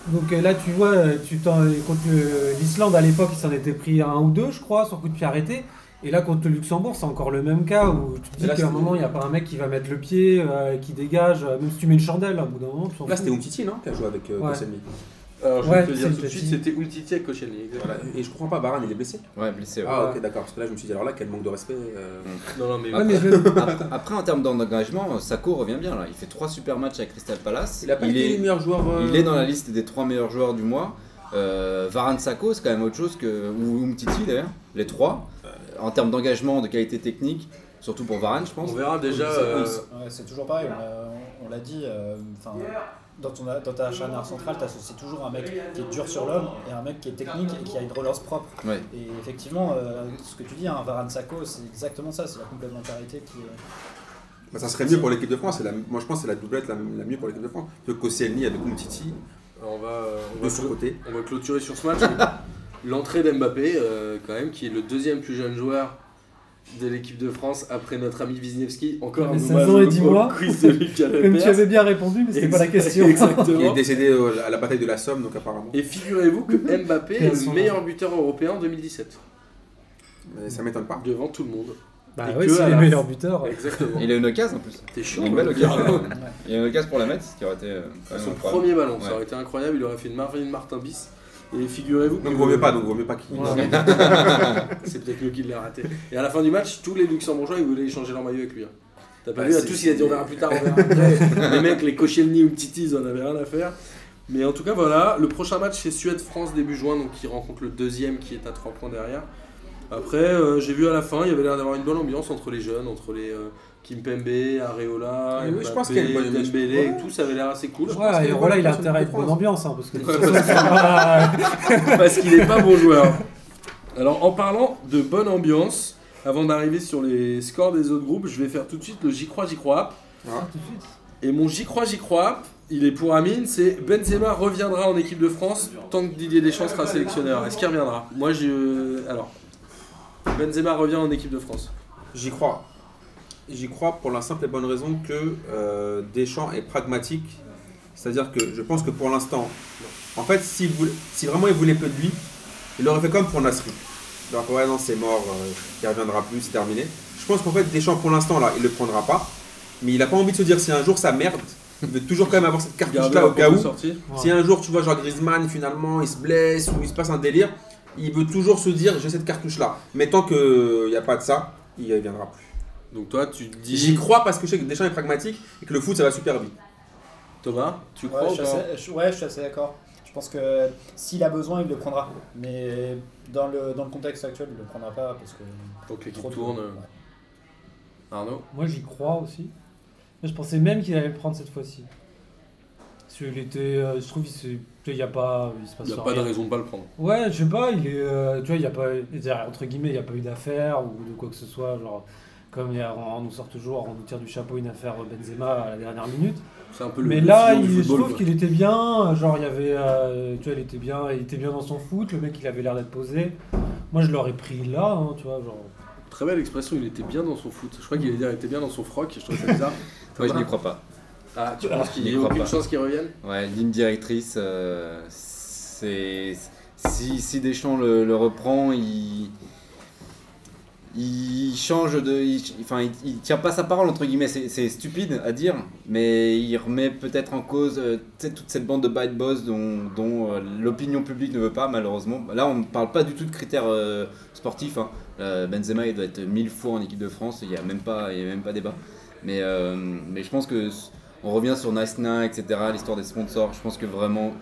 Speaker 5: Donc euh, là, tu vois, euh, tu t'en- contre euh, l'Islande, à l'époque, ils s'en étaient pris un ou deux, je crois, sur coup de pied arrêté. Et là, contre le Luxembourg, c'est encore le même cas où tu te
Speaker 2: Et
Speaker 5: dis
Speaker 2: là,
Speaker 5: qu'à un
Speaker 2: c'est-
Speaker 5: moment, il n'y a pas un mec qui va mettre le pied, euh, qui dégage, euh, même si tu mets une chandelle, à bout d'un moment, tu t'en
Speaker 2: Là,
Speaker 5: fous.
Speaker 2: c'était Umtiti, non Qui a joué avec euh,
Speaker 5: Ouais.
Speaker 2: Koscielny.
Speaker 1: Alors, je
Speaker 5: Ouais,
Speaker 1: vais te le
Speaker 5: c'est
Speaker 1: dire tout de
Speaker 5: Umtiti.
Speaker 1: suite, c'était Ultiti avec Koscielny. exactement.
Speaker 2: Voilà. Et je comprends pas, Varane, il est blessé.
Speaker 4: Ouais, blessé. ouais.
Speaker 2: Ah, ok, d'accord. Parce que là, je me suis dit, alors là, quel manque de respect. euh,
Speaker 1: Non, non, Ah, mais.
Speaker 5: Ouais, mais je-
Speaker 4: Après, après, en termes d'engagement, Sako revient bien là. Il fait trois super matchs à Crystal Palace.
Speaker 2: Il a pas été
Speaker 4: est,
Speaker 2: le meilleur joueur. euh,
Speaker 4: il est dans la liste des trois meilleurs joueurs du mois. Euh, Varane Sako, c'est quand même autre chose que ou Umtiti d'ailleurs. Les trois, Euh, en termes d'engagement, de qualité technique, surtout pour Varane, je pense.
Speaker 1: On verra déjà.
Speaker 2: C'est-
Speaker 1: euh,
Speaker 3: Ouais, c'est toujours pareil, on l'a- on, on l'a dit. euh, enfin, dans, ton, dans ta charnière centrale, tu associes toujours un mec qui est dur sur l'homme et un mec qui est technique et qui a une relance propre.
Speaker 4: Ouais.
Speaker 3: Et effectivement, euh, ce que tu dis, hein, Varane Sacco, c'est exactement ça, c'est la complémentarité qui est.
Speaker 2: bah, ça serait mieux pour l'équipe de France. c'est La... Moi, je pense que c'est la doublette la, la mieux pour l'équipe de France. Que Koscielny avec Umtiti,
Speaker 1: On va, euh, on,
Speaker 2: de
Speaker 1: va
Speaker 2: son
Speaker 1: clo-
Speaker 2: côté.
Speaker 1: on va clôturer sur ce match. L'entrée d'Mbappé, euh, quand même, qui est le deuxième plus jeune joueur de l'équipe de France après notre ami Wisniewski. Encore
Speaker 5: Mais
Speaker 1: un
Speaker 5: 16
Speaker 1: hommage
Speaker 5: ans
Speaker 1: au-
Speaker 5: et 10
Speaker 1: au
Speaker 5: mois.
Speaker 1: quiz de Lucas
Speaker 5: Même tu
Speaker 1: Lepers.
Speaker 5: avais bien répondu, mais c'était pas la question.
Speaker 2: Il est
Speaker 1: Exactement.
Speaker 2: décédé euh, à la bataille de la Somme, donc apparemment.
Speaker 1: Et figurez-vous que Mbappé est
Speaker 5: Quels sont-
Speaker 1: le meilleur buteur européen en 2017,
Speaker 2: Mais ça m'étonne pas.
Speaker 1: devant tout le monde.
Speaker 5: Bah
Speaker 1: Et
Speaker 5: ouais,
Speaker 1: que
Speaker 5: c'est
Speaker 1: à
Speaker 5: les
Speaker 1: la-
Speaker 5: meilleurs buteurs.
Speaker 1: Exactement.
Speaker 4: Il a une occasion en plus.
Speaker 1: T'es
Speaker 4: Il
Speaker 1: chiant.
Speaker 4: a une belle
Speaker 1: hein.
Speaker 4: occasion. Il a une occasion pour la mettre, ce qui aurait été. euh, quand même
Speaker 1: Son
Speaker 4: incroyable.
Speaker 1: premier ballon,
Speaker 4: Ouais.
Speaker 1: ça aurait été incroyable. Il aurait fait une Marvin Martin bis. Et figurez-vous que
Speaker 2: Donc, vaut mieux pas, donc, vaut mieux pas qu'il.
Speaker 5: Voilà.
Speaker 1: c'est peut-être lui qui l'a raté. Et à la fin du match, tous les Luxembourgeois ils voulaient échanger leur maillot avec lui. hein. T'as pas
Speaker 2: Bah,
Speaker 1: vu à
Speaker 2: c'est-
Speaker 1: tous il a dit on verra plus tard, on verra après. les mecs, les Koscielny ou Titi, ils en avaient rien à faire. Mais en tout cas voilà, le prochain match c'est Suède-France début juin, donc qui rencontre le deuxième qui est à 3 points derrière. Après, euh, j'ai vu à la fin, il y avait l'air d'avoir une bonne ambiance entre les jeunes, entre les euh, Kimpembe, Areola,
Speaker 2: Ah Oui, oui, je pense
Speaker 1: Mbappé,
Speaker 2: qu'il y a une bonne ambiance.
Speaker 1: Dembélé,
Speaker 2: Ouais.
Speaker 1: et tout, ça avait l'air assez cool.
Speaker 2: pense
Speaker 5: Ouais,
Speaker 2: qu'il
Speaker 5: et
Speaker 2: y a
Speaker 5: voilà,
Speaker 2: une
Speaker 5: il a
Speaker 2: bonne
Speaker 5: intérêt à être
Speaker 2: équipe de
Speaker 5: bonne
Speaker 2: France.
Speaker 5: ambiance, hein, parce que de toute
Speaker 1: Ouais,
Speaker 5: façon,
Speaker 1: parce
Speaker 5: c'est pas-
Speaker 1: parce qu'il est pas bon joueur. Alors en parlant de bonne ambiance, avant d'arriver sur les scores des autres groupes, je vais faire tout de suite le j'y crois, j'y crois. app. Et mon j'y crois, j'y crois, app, il est pour Amine, c'est Benzema reviendra en équipe de France tant que Didier Deschamps sera sélectionneur. Est-ce qu'il reviendra Moi je... Alors, Benzema revient en équipe de France.
Speaker 2: J'y crois. J'y crois pour la simple et bonne raison que euh, Deschamps est pragmatique. C'est-à-dire que je pense que pour l'instant, en fait, s'il voulait- si vraiment il voulait peu de lui, il aurait fait comme pour Nasri. Il aurait fait, ouais, non, c'est mort, euh, il reviendra plus, c'est terminé. Je pense qu'en fait, Deschamps, pour l'instant, là, il le prendra pas. Mais il n'a pas envie de se dire si un jour ça merde, il veut toujours quand même avoir cette
Speaker 1: Gardez
Speaker 2: cartouche-là au
Speaker 1: la
Speaker 2: cas où.
Speaker 1: sortie.
Speaker 5: Ouais.
Speaker 2: Si un jour tu vois genre Griezmann finalement il se blesse ou il se passe un délire, il veut toujours se dire j'ai cette cartouche là. Mais tant qu'il n'y a pas de ça, il ne viendra plus.
Speaker 1: Donc toi, tu dis.
Speaker 2: J'y crois parce que je sais que Deschamps est pragmatique et que le foot ça va super vite.
Speaker 1: Thomas, tu
Speaker 3: Ouais,
Speaker 1: crois
Speaker 3: je
Speaker 1: ou
Speaker 3: suis
Speaker 1: pas
Speaker 3: assez- je- ouais, je suis assez d'accord. Je pense que s'il a besoin, il le prendra. Mais dans le, dans le contexte actuel, il le prendra pas parce que.
Speaker 1: Donc
Speaker 3: trop
Speaker 1: l'équipe
Speaker 3: de-
Speaker 1: tourne.
Speaker 4: euh,
Speaker 1: euh,
Speaker 3: ouais.
Speaker 1: Arnaud
Speaker 5: Moi, j'y crois aussi. Moi, je pensais même qu'il allait le prendre cette fois-ci. Parce qu'il était. euh, je trouve il se- tu sais, il y a pas. Il se passe
Speaker 1: Il n'y a
Speaker 5: rien.
Speaker 1: pas de raison de pas le prendre.
Speaker 5: Ouais, je sais pas, il est. euh, tu vois, il y a pas. c'est-à-dire, Entre guillemets, il n'y a pas eu d'affaire ou de quoi que ce soit. Genre, comme il y a- on, on nous sort toujours, on nous tire du chapeau une affaire Benzema à la dernière minute.
Speaker 1: C'est un peu le.
Speaker 5: Mais
Speaker 1: le
Speaker 5: là,
Speaker 1: sillon
Speaker 5: il,
Speaker 1: du
Speaker 5: je
Speaker 1: football,
Speaker 5: trouve
Speaker 1: quoi.
Speaker 5: qu'il était bien. Genre, il y avait. euh, tu vois, il était bien, il était bien dans son foot. Le mec, il avait l'air d'être posé. Moi, je l'aurais pris là, hein, tu vois. Genre,
Speaker 1: Très belle expression, il était bien dans son foot. Je crois qu'il allait dire il était bien dans son froc, je trouve ça bizarre.
Speaker 4: Moi, je n'y crois pas.
Speaker 1: Ah, tu penses qu'il
Speaker 4: Je
Speaker 1: n'y
Speaker 4: n'y
Speaker 1: a
Speaker 4: crois
Speaker 1: aucune
Speaker 4: pas.
Speaker 1: chance qu'il revienne
Speaker 4: Ouais, ligne directrice, euh, c'est. Si, si Deschamps le, le reprend, il. Il change de. il- enfin, il, il tient pas sa parole, entre guillemets. C'est c'est stupide à dire, mais il remet peut-être en cause euh, tu sais, toute cette bande de bad boss dont, dont, euh, l'opinion publique ne veut pas, malheureusement. Là, on ne parle pas du tout de critères euh, sportifs. hein. Euh, Benzema, il doit être mille fois en équipe de France, il n'y a, même pas- il y a même pas débat. Mais, euh, mais je pense que on revient sur Nice Nain, etc. L'histoire des sponsors. Je pense que vraiment,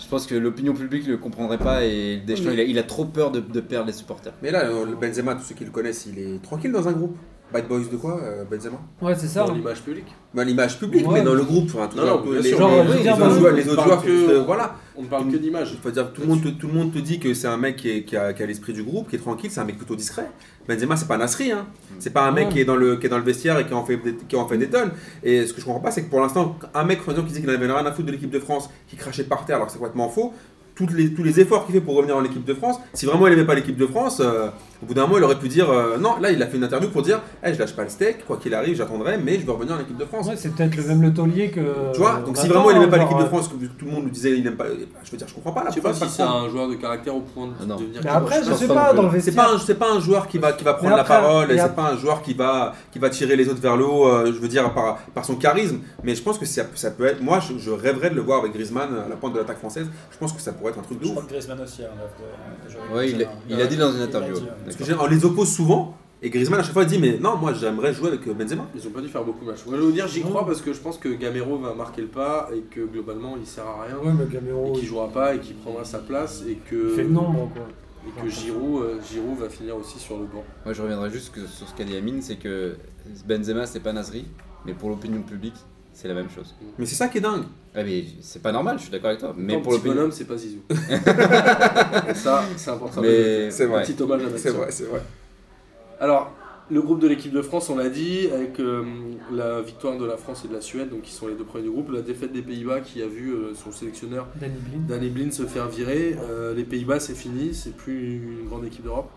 Speaker 4: je pense que l'opinion publique ne comprendrait pas et Deschamps, il, a, il a trop peur de, de perdre les supporters.
Speaker 2: Mais là, euh, le Benzema, tous ceux qui le connaissent, il est tranquille dans un groupe. Bad Boys de quoi, euh, Benzema
Speaker 5: ouais, c'est ça. hein.
Speaker 1: Dans l'image publique
Speaker 2: Bah, L'image publique,
Speaker 5: Ouais.
Speaker 2: mais dans le groupe. Enfin, tout
Speaker 1: Non,
Speaker 2: ça,
Speaker 1: non,
Speaker 2: un peu,
Speaker 1: bien
Speaker 2: les,
Speaker 1: sûr.
Speaker 2: les-
Speaker 5: Genre,
Speaker 2: les
Speaker 5: je veux dire,
Speaker 2: autres
Speaker 5: dans le-
Speaker 2: joueurs- les autres
Speaker 1: Parce
Speaker 2: joueurs,
Speaker 1: que-
Speaker 2: juste, euh, voilà.
Speaker 1: On ne parle que d'image.
Speaker 2: Je peux dire, tout le, monde te, tout le monde te dit que c'est un mec qui, est- qui a, qui a l'esprit du groupe, qui est tranquille, c'est un mec plutôt discret. Benzema, c'est pas Nasri, hein. c'est pas un mec
Speaker 5: Ouais.
Speaker 2: qui, est dans le, qui est dans le vestiaire et qui en fait des, qui en fait des tonnes. Et ce que je comprends pas, c'est que pour l'instant, un mec par exemple, qui dit qu'il n'avait rien à foutre de l'équipe de France, qui crachait par terre alors que c'est complètement faux, toutes les, tous les efforts qu'il fait pour revenir en équipe de France, si vraiment il n'aimait pas l'équipe de France, euh, au bout d'un moment, il aurait pu dire euh, non, là il a fait une interview pour dire Eh, je lâche pas le steak, quoi qu'il arrive, j'attendrai, mais je veux revenir en équipe de France.
Speaker 5: Ouais, c'est peut-être le même le taulier
Speaker 2: Tu
Speaker 5: que.
Speaker 1: euh,
Speaker 2: vois, donc si
Speaker 5: Nathan,
Speaker 2: vraiment il n'aimait
Speaker 5: hein,
Speaker 2: pas
Speaker 5: genre,
Speaker 2: l'équipe de
Speaker 5: euh,
Speaker 2: France, que tout le monde nous disait il n'aime pas, je veux dire, je comprends pas la
Speaker 1: Je sais pas si c'est
Speaker 2: ça
Speaker 1: un joueur de caractère au point de
Speaker 4: Ah, non.
Speaker 1: devenir.
Speaker 5: Mais après,
Speaker 4: Je
Speaker 5: je
Speaker 4: pense
Speaker 5: sais
Speaker 4: pas
Speaker 5: pas,
Speaker 4: non
Speaker 5: dans le
Speaker 4: plus.
Speaker 2: C'est
Speaker 5: vestiaire.
Speaker 2: pas, un- c'est pas un joueur qui va, qui va prendre
Speaker 5: Mais après,
Speaker 2: la parole,
Speaker 5: et
Speaker 2: et
Speaker 5: après-
Speaker 2: c'est pas un joueur qui va, qui va tirer les autres vers le haut, euh, je veux dire, par, par son charisme. Mais je pense que ça, ça peut être. Moi, je, je rêverais de le voir avec Griezmann à la pointe de l'attaque française. Je pense que ça pourrait être un truc de
Speaker 3: Je
Speaker 2: ouf.
Speaker 3: crois que Griezmann aussi a un rêve de- de jouer avec
Speaker 4: Ouais, il,
Speaker 3: Benzema.
Speaker 4: il a dit dans une
Speaker 3: Il l'a
Speaker 4: interview.
Speaker 3: dit, ouais.
Speaker 2: Parce que j'ai- on les oppose souvent, et Griezmann à chaque fois dit Mais non, moi j'aimerais jouer avec Benzema.
Speaker 1: Ils ont pas dû faire beaucoup de matchs. Moi, je vais vous dire, j'y
Speaker 5: Non.
Speaker 1: crois parce que je pense que Gamero va marquer le pas et que globalement, il sert à rien.
Speaker 5: Ouais, mais Gamero,
Speaker 1: Et qu'il
Speaker 5: il
Speaker 1: jouera pas et qu'il prendra sa place et
Speaker 5: il
Speaker 1: que.
Speaker 5: fait le nombre, hein, quoi.
Speaker 1: Et que Giroud, euh, Giroud va finir aussi sur le banc.
Speaker 4: Moi, je reviendrai juste que- sur ce qu'a dit Amine, c'est que Benzema, c'est pas Nasri, mais pour l'opinion publique, c'est la même chose.
Speaker 2: Mais c'est ça qui est dingue.
Speaker 4: Ah, mais c'est pas normal, je suis d'accord avec toi. Mais
Speaker 1: Tant
Speaker 4: pour
Speaker 1: petit
Speaker 4: l'opinion,
Speaker 1: bonhomme, c'est pas Zizou. ça, c'est important. de le
Speaker 4: mais
Speaker 1: noter.
Speaker 2: C'est vrai.
Speaker 4: ouais.
Speaker 1: Petit hommage à
Speaker 2: C'est
Speaker 1: Maxime.
Speaker 2: vrai, c'est vrai.
Speaker 1: Alors, le groupe de l'équipe de France, on l'a dit, avec euh, la victoire de la France et de la Suède, donc qui sont les deux premiers du groupe, la défaite des Pays-Bas qui a vu euh, son sélectionneur
Speaker 5: Danny Blind.
Speaker 1: Danny Blind se faire virer. Euh, les Pays-Bas, c'est fini, c'est plus une grande équipe d'Europe.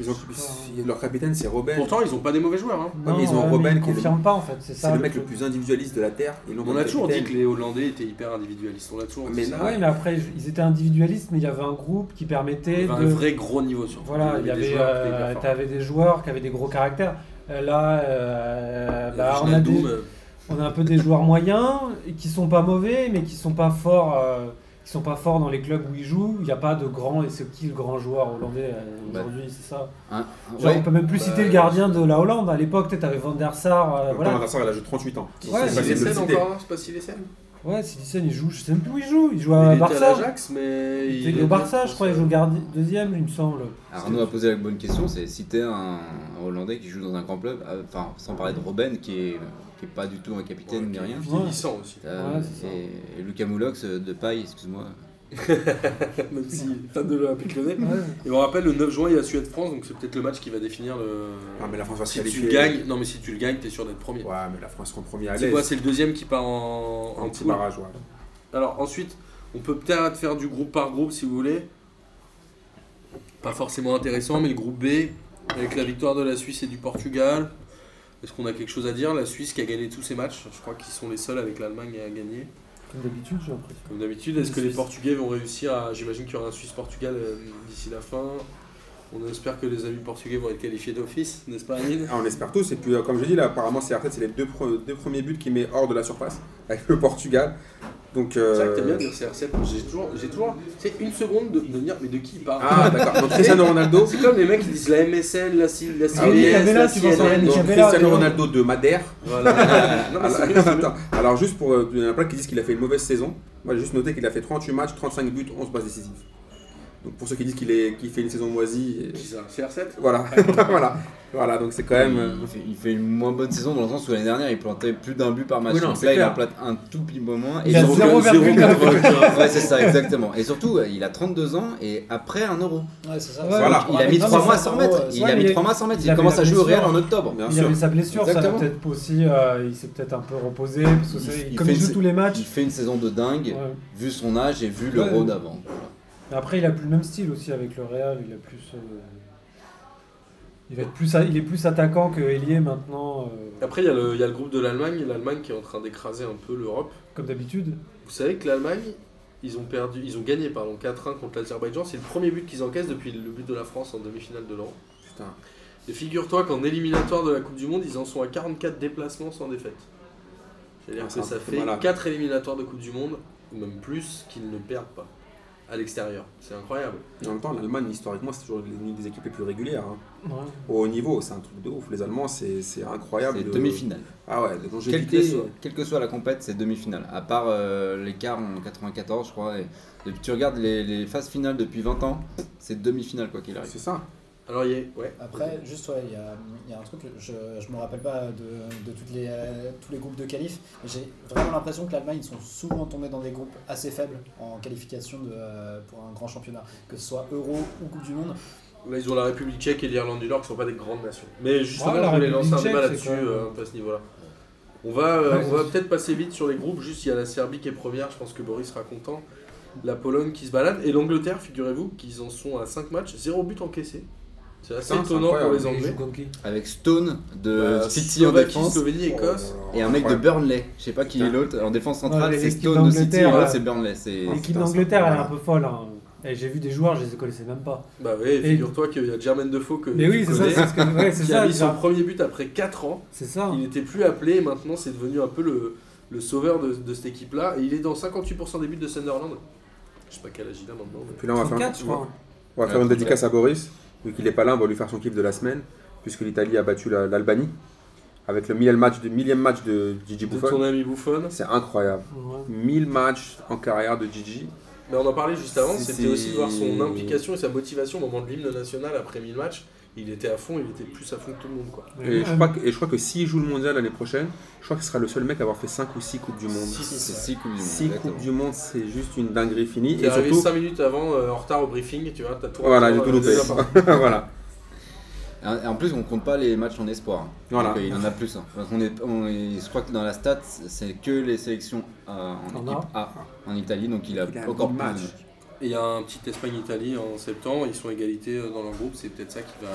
Speaker 2: Ils ont-
Speaker 5: Je sais
Speaker 2: leur capitaine, c'est Robin.
Speaker 1: Pourtant, ils n'ont pas des mauvais joueurs. hein.
Speaker 5: Non,
Speaker 2: mais ils ont
Speaker 5: ouais,
Speaker 2: Robben
Speaker 5: mais ils
Speaker 2: qui est le-
Speaker 5: confirment pas, en fait, c'est ça.
Speaker 2: C'est le mec le
Speaker 5: truc.
Speaker 2: plus individualiste de la Terre. Ils l'ont
Speaker 1: On
Speaker 2: comme
Speaker 1: a toujours dit
Speaker 2: capitaine.
Speaker 1: que les Hollandais étaient hyper individualistes. On a toujours dit
Speaker 2: Mais
Speaker 1: ça.
Speaker 2: là,
Speaker 5: Ouais, mais après, je- ils étaient individualistes, mais il y avait un groupe qui
Speaker 1: Il y
Speaker 5: permettait
Speaker 1: avait
Speaker 5: de.
Speaker 1: un vrai gros niveau sur
Speaker 5: Voilà, il y
Speaker 1: des
Speaker 5: avait.
Speaker 1: joueurs qui étaient hyper
Speaker 5: euh,
Speaker 1: forts.
Speaker 5: T'avais des joueurs qui avaient des gros caractères. Euh, Là, euh,
Speaker 1: Il y avait
Speaker 5: bah, on, a des,
Speaker 1: Wijnaldum, euh,
Speaker 5: on a un peu des joueurs moyens qui sont pas mauvais, mais qui sont pas forts. euh, qui sont pas forts dans les clubs où ils jouent. Il n'y a pas de grand. Et c'est qui le grand joueur hollandais euh,
Speaker 4: Bah.
Speaker 5: aujourd'hui C'est ça.
Speaker 4: Hein,
Speaker 5: Genre,
Speaker 4: ouais. Euh,
Speaker 5: on peut même plus
Speaker 2: Bah,
Speaker 5: citer le gardien de la Hollande. À l'époque, peut-être, t'avais Van der Sar. euh,
Speaker 2: Voilà.
Speaker 5: voilà.
Speaker 2: elle a joué 38 ans.
Speaker 1: c'est
Speaker 5: Ouais,
Speaker 1: pas
Speaker 5: c'est
Speaker 2: facile de le
Speaker 1: Silesen
Speaker 2: citer.
Speaker 1: encore, hein, c'est pas Silesen.
Speaker 5: Ouais, Sidissen, il joue. Je sais même plus où il joue. Il joue
Speaker 1: Il
Speaker 5: à
Speaker 1: était à
Speaker 5: Euh, Barça.
Speaker 1: l'Ajax, mais.
Speaker 5: Il
Speaker 1: il
Speaker 5: était
Speaker 1: est
Speaker 5: au Barça, je
Speaker 1: en
Speaker 5: crois. Il
Speaker 1: France,
Speaker 5: joue gardien deuxième, il me semble.
Speaker 4: Arnaud a posé la bonne question, c'est si t'es un, un Hollandais qui joue dans un grand club, euh, enfin sans parler de Robben qui est, qui est pas du tout un capitaine ni rien.
Speaker 1: Vieillissant aussi.
Speaker 4: Euh,
Speaker 5: Ouais, c'est ça.
Speaker 4: et, et Lucas Moulox euh, de paille, excuse-moi.
Speaker 1: même si fan de l'Olympique Lyonnais. Et on rappelle, le 9 juin, il y a Suède-France, donc c'est peut-être le match qui va définir le.
Speaker 2: Ah, mais la France va se
Speaker 1: si tu
Speaker 2: qualifier.
Speaker 1: le gagnes, non mais si tu le gagnes, t'es sûr d'être premier.
Speaker 2: Ouais, mais la France en premier à
Speaker 1: C'est
Speaker 2: l'aise.
Speaker 1: quoi C'est le deuxième qui part en, en
Speaker 2: Un petit
Speaker 1: poule.
Speaker 2: barrage, ouais.
Speaker 1: Alors ensuite, on peut peut-être faire du groupe par groupe si vous voulez. pas forcément intéressant, mais le groupe B, avec la victoire de la Suisse et du Portugal. Est-ce qu'on a quelque chose à dire La Suisse qui a gagné tous ses matchs, je crois qu'ils sont les seuls avec l'Allemagne à gagner.
Speaker 5: Comme d'habitude, j'ai l'impression.
Speaker 1: Comme d'habitude, est-ce
Speaker 5: Les
Speaker 1: que les
Speaker 5: Suisses.
Speaker 1: Portugais vont réussir à. J'imagine qu'il y aura un Suisse-Portugal euh, d'ici la fin. On espère que les amis portugais vont être qualifiés d'office, n'est-ce pas Amine
Speaker 2: Ah, on espère tous. Et puis, euh, comme je dis, là, apparemment, c'est Arteta, c'est les deux, pre- deux premiers buts qu'il met hors de la surface avec le Portugal. Donc, euh,
Speaker 1: C'est vrai que t'aimes bien dire CR7. J'ai toujours, j'ai toujours tu sais, une seconde de, de dire, mais de qui il parle
Speaker 2: ah, d'accord. Donc, Cristiano Ronaldo.
Speaker 1: C'est comme les mecs qui disent la MSN, la CIL, la CIL,
Speaker 2: Ah oui,
Speaker 1: la
Speaker 5: Cabella, tu penses à
Speaker 1: CNN.
Speaker 5: Ronaldo.
Speaker 2: Donc,
Speaker 5: Cabella,
Speaker 2: Cristiano
Speaker 5: Ronaldo.
Speaker 2: Ronaldo de Madère.
Speaker 1: Voilà. Non, mais c'est mieux, c'est mieux.
Speaker 2: Ah, Attends, alors juste pour euh, il y en a plein qui disent qu'il a fait une mauvaise saison, moi j'ai juste noté qu'il a fait 38 matchs, 35 buts, 11 passes décisives. Donc pour ceux qui disent qu'il est qu'il fait une saison moisie,
Speaker 1: Qui
Speaker 2: et-
Speaker 1: ça CR7
Speaker 2: voilà, voilà, voilà, donc c'est quand même. euh,
Speaker 4: Il fait, il fait une moins bonne saison dans le sens où l'année dernière il plantait plus d'un but par match.
Speaker 2: Oui, non,
Speaker 4: Donc
Speaker 2: c'est
Speaker 4: là il
Speaker 2: clair.
Speaker 4: en plante un tout petit peu moins.
Speaker 5: Il a
Speaker 4: surtout-
Speaker 5: 0,95.
Speaker 4: Ouais, c'est ça, exactement. Et surtout, euh, il a 32 ans et après un euro.
Speaker 3: Ouais, c'est ça.
Speaker 5: Ouais,
Speaker 2: Voilà.
Speaker 4: Il a mis
Speaker 3: Non,
Speaker 4: 3
Speaker 3: mais
Speaker 4: mois sans
Speaker 3: ça, c'est
Speaker 4: remettre.
Speaker 3: gros, euh,
Speaker 4: Il
Speaker 5: ouais,
Speaker 4: a mis
Speaker 5: mais
Speaker 4: 3 mois sans remettre.
Speaker 5: il
Speaker 4: Il
Speaker 5: avait
Speaker 4: commence
Speaker 5: la
Speaker 4: à jouer au
Speaker 5: blessure.
Speaker 4: Real en octobre.
Speaker 2: Bien
Speaker 5: Il
Speaker 2: sûr.
Speaker 5: avait sa blessure,
Speaker 4: Exactement.
Speaker 5: ça l'a peut-être aussi. euh, il s'est peut-être un peu reposé. Parce que
Speaker 4: Il-
Speaker 5: c'est-
Speaker 4: il
Speaker 5: comme
Speaker 4: fait
Speaker 5: il joue
Speaker 4: une-
Speaker 5: tous les matchs.
Speaker 4: Il fait une saison de dingue,
Speaker 5: ouais.
Speaker 4: vu son âge et vu
Speaker 5: Ouais.
Speaker 4: l'euro d'avant.
Speaker 5: Mais Après, il a plus le même style aussi avec le Real. Il a plus. euh, il, va être plus a- il est plus attaquant que Elie maintenant, euh,
Speaker 1: Après, il y, a le- il y a le groupe de l'Allemagne, l'Allemagne qui est en train d'écraser un peu l'Europe.
Speaker 5: comme d'habitude.
Speaker 1: Vous savez que l'Allemagne, ils ont perdu, ils ont gagné pardon 4-1 contre l'Azerbaïdjan. C'est le premier but qu'ils encaissent depuis le but de la France en demi-finale de l'Euro.
Speaker 2: Putain.
Speaker 1: Et figure-toi qu'en éliminatoire de la Coupe du Monde, ils en sont à 44 déplacements sans défaite. C'est-à-dire
Speaker 2: Ah,
Speaker 1: que ça
Speaker 2: c'est
Speaker 1: fait
Speaker 2: malade.
Speaker 1: 4 éliminatoires de Coupe du Monde, ou même plus, qu'ils ne perdent pas à l'extérieur. C'est incroyable.
Speaker 2: Et En même temps, l'Allemagne, historiquement, c'est toujours l'une des équipes les plus régulières. hein.
Speaker 5: Ouais.
Speaker 2: Au haut niveau, c'est un truc de ouf. Les Allemands, c'est c'est incroyable.
Speaker 4: C'est
Speaker 2: de-
Speaker 4: demi-finale.
Speaker 2: Ah ouais, de
Speaker 4: Quelle
Speaker 2: longévité.
Speaker 4: que, soit, quelle que soit la compète, c'est demi-finale. À part euh, l'écart en 94, je crois. Et, depuis- tu regardes les, les phases finales depuis 20 ans, c'est demi-finale quoi qu'il arrive.
Speaker 2: C'est ça.
Speaker 1: Alors, il y a- ouais.
Speaker 3: Après, juste, ouais, il y a, il y a un truc, je ne me rappelle pas de, de toutes les, euh, tous les groupes de qualif, mais j'ai vraiment l'impression que l'Allemagne, ils sont souvent tombés dans des groupes assez faibles en qualification de, euh, pour un grand championnat, que ce soit Euro ou Coupe du Monde.
Speaker 1: Là, ils ont la République tchèque et l'Irlande du Nord qui sont pas des grandes nations. Mais justement,
Speaker 5: Ouais, la
Speaker 1: je voulais lancer un
Speaker 5: République
Speaker 1: débat
Speaker 5: tchèque,
Speaker 1: là-dessus,
Speaker 5: c'est quand même-
Speaker 1: euh, un peu à ce niveau-là. On va, euh,
Speaker 5: Ouais,
Speaker 1: on va
Speaker 5: c'est-
Speaker 1: peut-être passer vite sur les groupes. Juste, il y a la Serbie qui est première, je pense que Boris sera content. La Pologne qui se balade. Et l'Angleterre, figurez-vous, qu'ils en sont à 5 matchs, 0 but encaissé. C'est assez
Speaker 2: Putain, c'est
Speaker 1: étonnant pour
Speaker 2: incroyable.
Speaker 1: les
Speaker 5: Et il
Speaker 1: Anglais.
Speaker 5: joue contre qui
Speaker 4: Avec Stone de
Speaker 5: Bah,
Speaker 1: Euh,
Speaker 4: City en
Speaker 1: Slovaquie,
Speaker 4: défense
Speaker 1: Slovénie,
Speaker 2: Oh
Speaker 1: Écosse.
Speaker 4: et un mec de Burnley. Je sais pas qui est
Speaker 2: Putain.
Speaker 4: l'autre. En défense centrale,
Speaker 5: Ouais, les
Speaker 4: c'est
Speaker 5: équipes
Speaker 4: Stone de City.
Speaker 5: d'Angleterre,
Speaker 4: en haut,
Speaker 5: là.
Speaker 4: c'est Burnley. C'est
Speaker 2: Ouais.
Speaker 5: L'équipe
Speaker 2: putain,
Speaker 5: d'Angleterre, elle est
Speaker 2: c'est-
Speaker 5: un peu folle. hein. Et J'ai vu des joueurs, je les connaissais même pas.
Speaker 1: Bah oui, figure-toi qu'il y a Jermaine Defoe que
Speaker 5: Mais
Speaker 1: tu
Speaker 5: oui, c'est ça.
Speaker 1: connais,
Speaker 5: c'est ce que- ouais, c'est
Speaker 1: Euh, qui a
Speaker 5: ça.
Speaker 1: mis son
Speaker 5: bizarre.
Speaker 1: premier but après 4 ans.
Speaker 5: C'est ça.
Speaker 1: Il n'était plus appelé et maintenant c'est devenu un peu le, le sauveur de, de cette équipe-là. Et il est dans 58% des buts de Sunderland. Je sais pas quel âge il a maintenant. mais-
Speaker 2: Puis là, on va faire,
Speaker 5: 34, je crois.
Speaker 2: On va faire une
Speaker 4: Ouais,
Speaker 2: dédicace à Boris, vu qu'il n'est pas là, on va lui faire son kiff de la semaine, puisque l'Italie a battu la- l'Albanie, avec le millième match de, millième match de Gigi
Speaker 1: De ton
Speaker 2: Buffon.
Speaker 1: ami Bouffon.
Speaker 2: C'est incroyable.
Speaker 5: Ouais.
Speaker 2: 1000 matchs en carrière de Gigi.
Speaker 1: Mais on en parlait juste avant,
Speaker 2: C'est-
Speaker 1: c'était aussi de voir son
Speaker 2: c'est-
Speaker 1: implication et sa motivation au moment de l'hymne national après 1000 matchs. Il était à fond, il était plus à fond que tout le monde. Quoi.
Speaker 2: Et je crois que, et je crois que s'il joue le mondial l'année prochaine, je crois qu'il sera le seul mec à avoir fait 5 ou 6 Coupes du Monde.
Speaker 1: Six,
Speaker 4: c'est
Speaker 1: ouais.
Speaker 4: six Coupes du Monde.
Speaker 2: 6
Speaker 4: exactement.
Speaker 2: Coupes du Monde, c'est juste une dinguerie finie.
Speaker 1: T'es
Speaker 2: Et
Speaker 1: arrivé
Speaker 2: surtout,
Speaker 1: 5 minutes avant, euh, en retard au briefing, tu vois, t'as tout
Speaker 2: voilà, j'ai
Speaker 1: raté,
Speaker 2: tout
Speaker 1: euh,
Speaker 2: loupé.
Speaker 1: déjà parti.
Speaker 2: voilà.
Speaker 4: Et En plus, on compte pas les matchs en espoir. hein.
Speaker 2: Voilà.
Speaker 4: Donc, euh, il en a plus. hein. Parce qu'on est, on est- je crois que dans la stat, c'est que les sélections euh, en
Speaker 5: En
Speaker 4: équipe A en Italie, donc il a,
Speaker 2: Il a
Speaker 4: encore
Speaker 2: mis
Speaker 4: plus
Speaker 2: le match.
Speaker 4: de-
Speaker 1: Et il y a un petit Espagne-Italie en septembre, ils sont égalité euh, dans leur groupe, c'est peut-être ça qui va.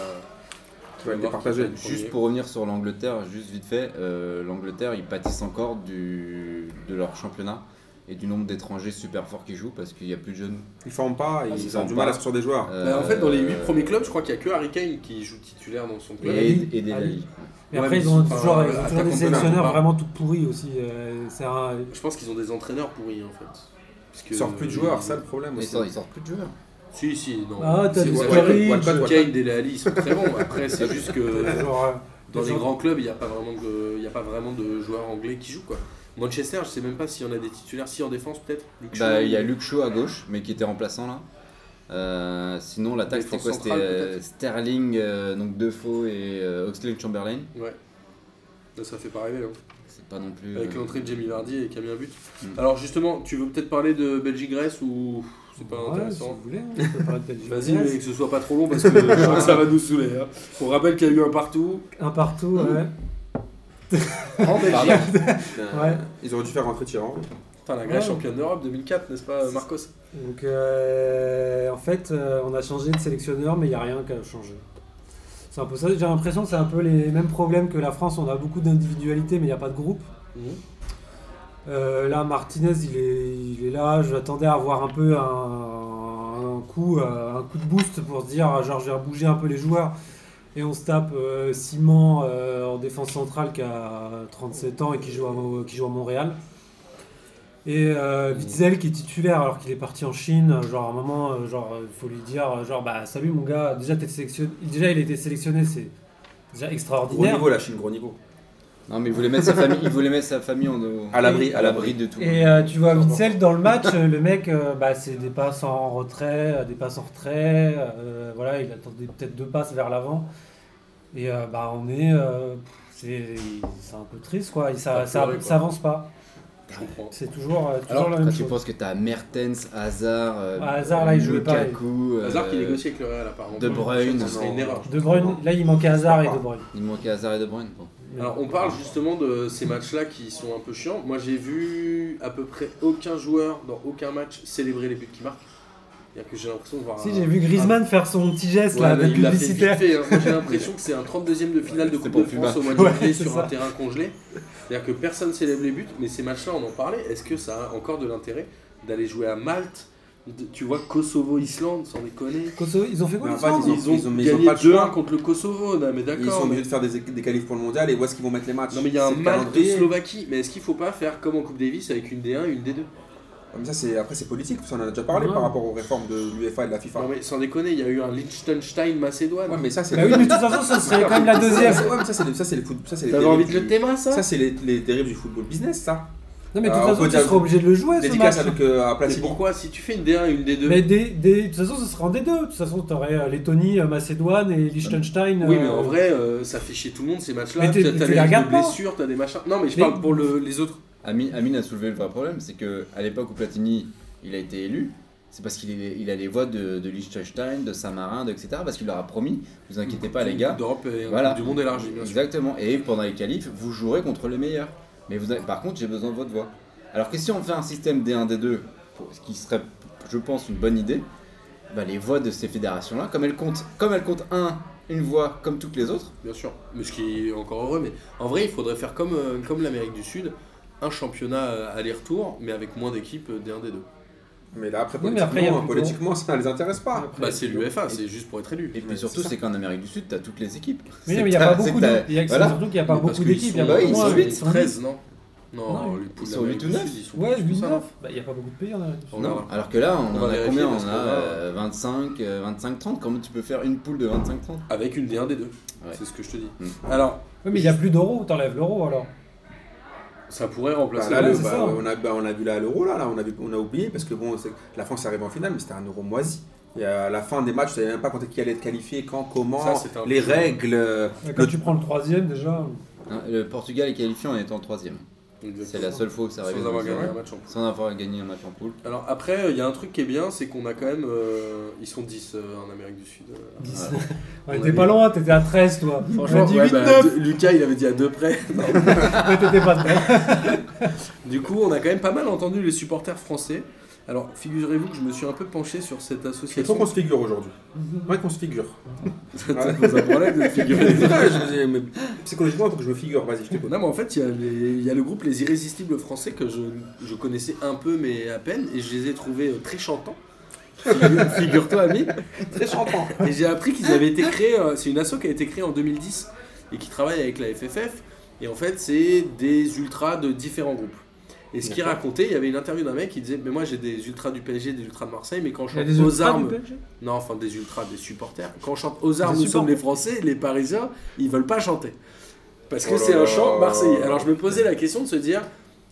Speaker 2: Tu vas le
Speaker 1: voir
Speaker 2: départager.
Speaker 1: qui va être
Speaker 4: Juste
Speaker 1: premier.
Speaker 4: pour revenir sur l'Angleterre, juste vite fait, euh, l'Angleterre, ils pâtissent encore du, de leur championnat et du nombre d'étrangers super forts qui jouent parce qu'il n'y a plus de jeunes.
Speaker 2: Ils forment pas, ils,
Speaker 4: ils
Speaker 2: ont
Speaker 4: forment
Speaker 2: du mal
Speaker 4: pas.
Speaker 2: à sortir des joueurs.
Speaker 4: Ah, Euh,
Speaker 1: Bah, en fait, dans les 8 premiers clubs, je crois qu'il n'y a que Harry Kane qui joue titulaire dans son
Speaker 4: Et,
Speaker 1: club.
Speaker 4: et,
Speaker 5: Ali.
Speaker 4: des
Speaker 5: Ali.
Speaker 4: Dali.
Speaker 5: Et
Speaker 1: Ouais,
Speaker 5: après,
Speaker 1: mais
Speaker 5: ils ont
Speaker 1: c'est pas-
Speaker 5: toujours, ils ont
Speaker 1: attaquant
Speaker 5: toujours des
Speaker 1: de
Speaker 5: sélectionneurs
Speaker 1: l'Allemagne.
Speaker 5: vraiment tout pourris aussi. euh, c'est un-
Speaker 1: Je pense qu'ils ont des entraîneurs pourris en fait. Parce que-
Speaker 2: Ils sortent plus de joueurs, ça le problème
Speaker 4: Mais
Speaker 2: aussi.
Speaker 4: ils sortent, ils sortent plus de joueurs.
Speaker 1: Si, si, non.
Speaker 5: Ah, t'as
Speaker 1: C'est-
Speaker 5: des
Speaker 1: ouais,
Speaker 5: Sturridge,
Speaker 1: Walcott,
Speaker 2: Walcott.
Speaker 1: Kane, Dele Alli, ils sont très bons. Après, c'est juste que
Speaker 5: genre, euh,
Speaker 1: dans
Speaker 5: Des
Speaker 1: les
Speaker 5: gens-
Speaker 1: grands clubs, il n'y a, pas vraiment de- il y a pas vraiment de joueurs anglais qui jouent. quoi. Manchester, je sais même pas s'il y en a des titulaires. Si en défense, peut-être. Luke
Speaker 4: Bah,
Speaker 1: Shaw.
Speaker 4: il y a Luke Shaw à gauche, mais qui était remplaçant là. Euh, sinon, l'attaque c'était
Speaker 1: Défense
Speaker 4: quoi C'était
Speaker 1: centrale,
Speaker 4: euh,
Speaker 1: peut-être.
Speaker 4: Sterling, euh, donc Defoe et Oxley Chamberlain.
Speaker 1: Ouais. Là, ça fait pas rêver. hein.
Speaker 4: C'est pas non plus.
Speaker 1: Avec
Speaker 4: euh,
Speaker 1: l'entrée de Jamie Vardy et qui a mis un but.
Speaker 4: Mm.
Speaker 1: Alors, justement, tu veux peut-être parler de Belgique-Grèce ou c'est pas
Speaker 5: ouais, si vous
Speaker 1: intéressant
Speaker 5: voulez, on peut parler de Belgique.
Speaker 1: Vas-y, mais que ce soit pas trop long parce que je crois que ça va nous saouler. hein. On rappelle qu'il y a eu un partout.
Speaker 5: Un partout, ouais.
Speaker 1: En Belgique.
Speaker 2: Putain.
Speaker 5: Ouais.
Speaker 2: Euh, Ils auraient dû faire rentrer Tyran.
Speaker 1: Putain, la Grèce
Speaker 5: Ouais.
Speaker 1: championne d'Europe 2004, n'est-ce pas, Marcos
Speaker 5: Donc euh, en fait, euh, on a changé de sélectionneur, mais il n'y a rien qui a changé. C'est un peu ça. J'ai l'impression que c'est un peu les mêmes problèmes que la France. On a beaucoup d'individualité, mais il n'y a pas de groupe. Euh, là, Martinez, il est, il est là. Je l'attendais à avoir un peu un, un coup, euh, un coup de boost pour se dire genre, je vais bouger un peu les joueurs. Et on se tape euh, Simon euh, en défense centrale qui a 37 ans et qui joue à, qui joue à Montréal. Et euh, Witzel qui est titulaire alors qu'il est parti en Chine. Genre, à un moment, euh, genre, euh, faut lui dire euh, genre, bah, salut mon gars, déjà, t'es sélectionné. déjà il a été sélectionné, c'est déjà
Speaker 2: Gros
Speaker 5: extraordinaire.
Speaker 2: niveau, la Chine, gros niveau.
Speaker 4: Non, mais il voulait mettre sa famille, il voulait mettre sa famille en, au-
Speaker 2: À l'abri,
Speaker 4: à l'abri de tout.
Speaker 5: Et euh, tu vois Witzel dans le match, euh, le mec, euh, bah, c'est des passes en retrait, euh, des passes en retrait, euh, voilà, il attendait peut-être deux passes vers l'avant. Et euh, bah, on est. euh, c'est c'est un peu triste, quoi. Et ça,
Speaker 1: Pas
Speaker 5: ça,
Speaker 1: pleurer, quoi.
Speaker 5: ça avance pas.
Speaker 1: Je comprends.
Speaker 5: C'est toujours, euh, toujours
Speaker 1: Alors,
Speaker 5: la
Speaker 4: Quand
Speaker 5: même
Speaker 4: tu
Speaker 5: chose.
Speaker 4: penses que t'as Mertens, Hazard, euh,
Speaker 5: Ah, Hazard, là, il jouait pas,
Speaker 4: Lukaku, euh,
Speaker 1: Hazard qui négocie avec le Real apparemment.
Speaker 4: De Bruyne.
Speaker 1: Ce serait une erreur.
Speaker 5: De Bruyne, là, il manquait Hazard et De Bruyne.
Speaker 4: Il manquait Hazard et De Bruyne. bon.
Speaker 5: Mais-
Speaker 1: Alors on parle justement de ces matchs-là qui sont un peu chiants. Moi j'ai vu à peu près aucun joueur dans aucun match célébrer les buts qui marquent. C'est-à-dire que j'ai l'impression de voir.
Speaker 5: Si,
Speaker 1: un-
Speaker 5: j'ai vu Griezmann faire son petit geste,
Speaker 1: Ouais,
Speaker 5: là,
Speaker 1: mais
Speaker 5: de
Speaker 1: il l'a fait vite
Speaker 5: publicitaire.
Speaker 1: fait, hein. Moi, J'ai l'impression que c'est un 32e de finale de
Speaker 4: C'est
Speaker 1: Coupe
Speaker 4: pour
Speaker 1: de France
Speaker 4: Cuba.
Speaker 1: au mois de janvier
Speaker 5: Ouais, c'est
Speaker 1: sur un
Speaker 5: ça.
Speaker 1: terrain congelé. C'est-à-dire que personne célèbre les buts, mais ces matchs-là, on en parlait. Est-ce que ça a encore de l'intérêt d'aller jouer à Malte De- Tu vois, Kosovo-Islande, sans déconner.
Speaker 5: Kosovo, ils ont fait quoi,
Speaker 2: Mais
Speaker 5: les
Speaker 2: en fait,
Speaker 5: Suédois
Speaker 2: ils ont-
Speaker 1: Ils ont,
Speaker 2: mais ils ont
Speaker 1: gagné
Speaker 2: pas le
Speaker 1: 2-1
Speaker 2: choix.
Speaker 1: contre le Kosovo, non, mais
Speaker 2: Ils sont
Speaker 1: d'accord. mais-
Speaker 2: obligés de faire des, des qualifs pour le mondial et où est-ce qu'ils vont mettre les matchs.
Speaker 1: Non, mais il y a un
Speaker 2: C'est le calendrier.
Speaker 1: Malte-Slovaquie. Mais est-ce qu'il faut pas faire comme en Coupe Davis avec une D1 une D2
Speaker 2: Ouais, Ah, mais ça, c'est après c'est politique, parce qu'on en a déjà parlé
Speaker 5: Ouais.
Speaker 2: par rapport aux réformes de l'UEFA et de la FIFA.
Speaker 1: Non, mais sans déconner, il y a eu un Liechtenstein-Macédoine.
Speaker 2: Ouais, mais ça c'est
Speaker 5: Bah oui, mais de toute façon, ce serait quand même la deuxième.
Speaker 2: Ouais, mais ça c'est les- ça c'est les foot- ça c'est les
Speaker 1: T'avais
Speaker 2: dérives
Speaker 1: envie de
Speaker 2: du-
Speaker 1: le théma, ça
Speaker 2: Ça c'est les, les dérives du football business ça.
Speaker 5: Non, mais de
Speaker 2: Ah,
Speaker 5: toute
Speaker 2: on
Speaker 5: façon,
Speaker 2: peut
Speaker 5: tu
Speaker 2: dire-
Speaker 5: seras obligé de le jouer, ce match.
Speaker 2: Dédicace avec euh, à
Speaker 1: Mais
Speaker 2: Platini.
Speaker 1: pourquoi Si tu fais une D1 une D2.
Speaker 5: Mais des, des- de toute façon, ce sera en D2. De toute façon, t'aurais euh, Lettonie, euh, Macédoine et Liechtenstein.
Speaker 1: Oui,
Speaker 5: euh,
Speaker 1: mais en vrai, euh, ça fait chier tout le monde ces matchs-là.
Speaker 5: Mais
Speaker 1: T'as
Speaker 5: t'es-
Speaker 1: t'as des
Speaker 5: tu les
Speaker 1: risques de
Speaker 5: regardes pas
Speaker 1: blessures, t'as des machins. Non, mais je
Speaker 5: Mais-
Speaker 1: parle pour le- les autres.
Speaker 4: Ami- Amine a soulevé le vrai problème, c'est que à l'époque où Platini il a été élu, c'est parce qu'il est- il a les voix de, de Liechtenstein, de Saint-Marin, de, etc. Parce qu'il leur a promis, vous
Speaker 1: Mm.
Speaker 4: inquiétez pas les gars,
Speaker 1: D'Europe et
Speaker 4: Voilà.
Speaker 1: du monde élargi, Ah bien sûr.
Speaker 4: Exactement. Et pendant les qualifs, vous jouerez contre les meilleurs. Mais vous avez- par contre, j'ai besoin de votre voix. Alors que si on fait un système D1, D2, pour- ce qui serait, je pense, une bonne idée, bah, les voix de ces fédérations-là, comme elles comptent, comme elles comptent un, une voix comme toutes les autres,
Speaker 1: Bien sûr. Mais ce qui est encore heureux. Mais en vrai, il faudrait faire comme, euh, comme l'Amérique du Sud, un championnat euh, aller-retour, mais avec moins d'équipes euh, D1, D2.
Speaker 2: Mais là après
Speaker 5: Oui, mais après, il y a
Speaker 2: politiquement,
Speaker 5: plus de
Speaker 2: politiquement ça ne les intéresse pas.
Speaker 5: après,
Speaker 1: Bah, c'est
Speaker 5: mais
Speaker 1: l'UFA, c'est juste pour être élu.
Speaker 4: et puis
Speaker 2: Ouais,
Speaker 4: surtout,
Speaker 2: c'est ça.
Speaker 4: c'est qu'en Amérique du Sud, t'as toutes les équipes.
Speaker 5: il
Speaker 4: C'est
Speaker 5: n'y a
Speaker 4: que
Speaker 5: pas
Speaker 4: t'as- c'est
Speaker 5: beaucoup
Speaker 4: que t'as-
Speaker 5: d'équipes. Il y a-
Speaker 4: voilà.
Speaker 5: C'est surtout qu'il n'y a pas
Speaker 1: Mais parce
Speaker 5: beaucoup
Speaker 1: qu'ils
Speaker 5: d'équipes.
Speaker 1: sont-
Speaker 5: Il y a
Speaker 4: bah,
Speaker 5: pas
Speaker 4: ils
Speaker 5: moins,
Speaker 4: sont
Speaker 5: euh,
Speaker 4: huit,
Speaker 5: ils sont
Speaker 1: 13, non Non,
Speaker 5: Non,
Speaker 1: les poules
Speaker 4: ils sont
Speaker 1: d'Amérique
Speaker 4: 8 ou
Speaker 1: du
Speaker 4: 9.
Speaker 1: Sud, ils sont
Speaker 5: Ouais,
Speaker 1: plus que
Speaker 5: 8,
Speaker 1: ça.
Speaker 5: 9. Bah, Il n'y a pas beaucoup de pays. en Amérique du Sud.
Speaker 1: On
Speaker 4: Non,
Speaker 1: verra.
Speaker 4: alors que là, on,
Speaker 1: On va
Speaker 4: en a
Speaker 1: vérifier
Speaker 4: combien On
Speaker 1: parce
Speaker 4: a
Speaker 1: qu'on a,
Speaker 4: euh, 25, euh, 25, 30. Comment tu peux faire une poule de 25, 30
Speaker 1: Avec une D1, D2.
Speaker 4: Ouais.
Speaker 1: C'est ce que je te dis.
Speaker 4: Mm.
Speaker 1: Alors,
Speaker 5: Ouais, mais il n'y a plus d'euros. T'enlèves l'euro alors.
Speaker 1: ça pourrait
Speaker 2: Bah,
Speaker 1: remplacer
Speaker 2: là,
Speaker 5: Ouais,
Speaker 2: le-
Speaker 5: c'est
Speaker 2: bah,
Speaker 5: ça.
Speaker 2: on, a, bah, on a vu là à l'euro là, là, on, a vu- on a oublié parce que bon, c'est- la France arrive en finale mais c'était un euro moisi. Et à la fin des matchs, tu savais même pas quand qui allait être qualifié, quand, comment,
Speaker 1: Ça, c'était un
Speaker 2: les
Speaker 1: peu-
Speaker 2: règles. euh,
Speaker 5: Quand
Speaker 2: le-
Speaker 5: tu prends le troisième déjà. euh,
Speaker 4: Hein, Le Portugal est qualifié en étant troisième. C'est la seule fois où ça arrive.
Speaker 1: Sans
Speaker 4: dans
Speaker 1: avoir
Speaker 4: les
Speaker 1: gagné
Speaker 4: années.
Speaker 1: un match en plus.
Speaker 4: Sans avoir gagné un match en poule.
Speaker 1: Alors après, il y a un truc qui est bien, c'est qu'on a quand même... euh, ils sont 10 euh, en Amérique du Sud. euh,
Speaker 5: dix.
Speaker 4: Ouais.
Speaker 5: Ouais, T'es pas loin, t'étais à 13 toi.
Speaker 1: Franchement,
Speaker 5: On a dit
Speaker 1: ouais,
Speaker 5: 8,
Speaker 1: bah,
Speaker 5: 9.
Speaker 1: de- Lucas, il avait dit à deux près. Non.
Speaker 5: Ouais, t'étais pas prêt.
Speaker 1: du coup, on a quand même pas mal entendu les supporters français. Alors, figurez-vous que je me suis un peu penché sur cette
Speaker 2: Il faut
Speaker 1: association.
Speaker 2: qu'on se figure aujourd'hui. Mm-hmm. Ouais, qu'on se figure.
Speaker 1: Ça te pose un problème de te figurer.
Speaker 2: Putain, je- mais psychologiquement, il faut que je me figure. Vas-y, je t'écoute.
Speaker 1: Non, mais en fait, il y, a les- il y a le groupe Les Irrésistibles Français que je, je connaissais un peu, mais à peine, et je les ai trouvés euh, très chantants. Figure- Figure-toi, ami.
Speaker 2: Très chantant.
Speaker 1: Et j'ai appris qu'ils avaient été créés, euh, c'est une asso qui a été créée en 2010 et qui travaille avec la FFF. Et en fait, c'est des ultras de différents groupes. Et ce qu'il
Speaker 2: D'accord.
Speaker 1: racontait, il y avait une interview d'un mec qui disait Mais moi j'ai des ultras du PSG, des ultras de Marseille, mais quand je
Speaker 5: Il y a
Speaker 1: chante
Speaker 5: des
Speaker 1: aux
Speaker 5: ultras du
Speaker 1: armes.
Speaker 5: PSG
Speaker 1: Non, enfin des ultras, des supporters. Quand je chante aux armes,
Speaker 5: Des
Speaker 1: nous sommes les
Speaker 5: supporters.
Speaker 1: Français, les Parisiens, ils veulent pas chanter. Parce que
Speaker 2: Oh là
Speaker 1: c'est un
Speaker 2: là.
Speaker 1: chant marseillais. Alors je me posais la question de se dire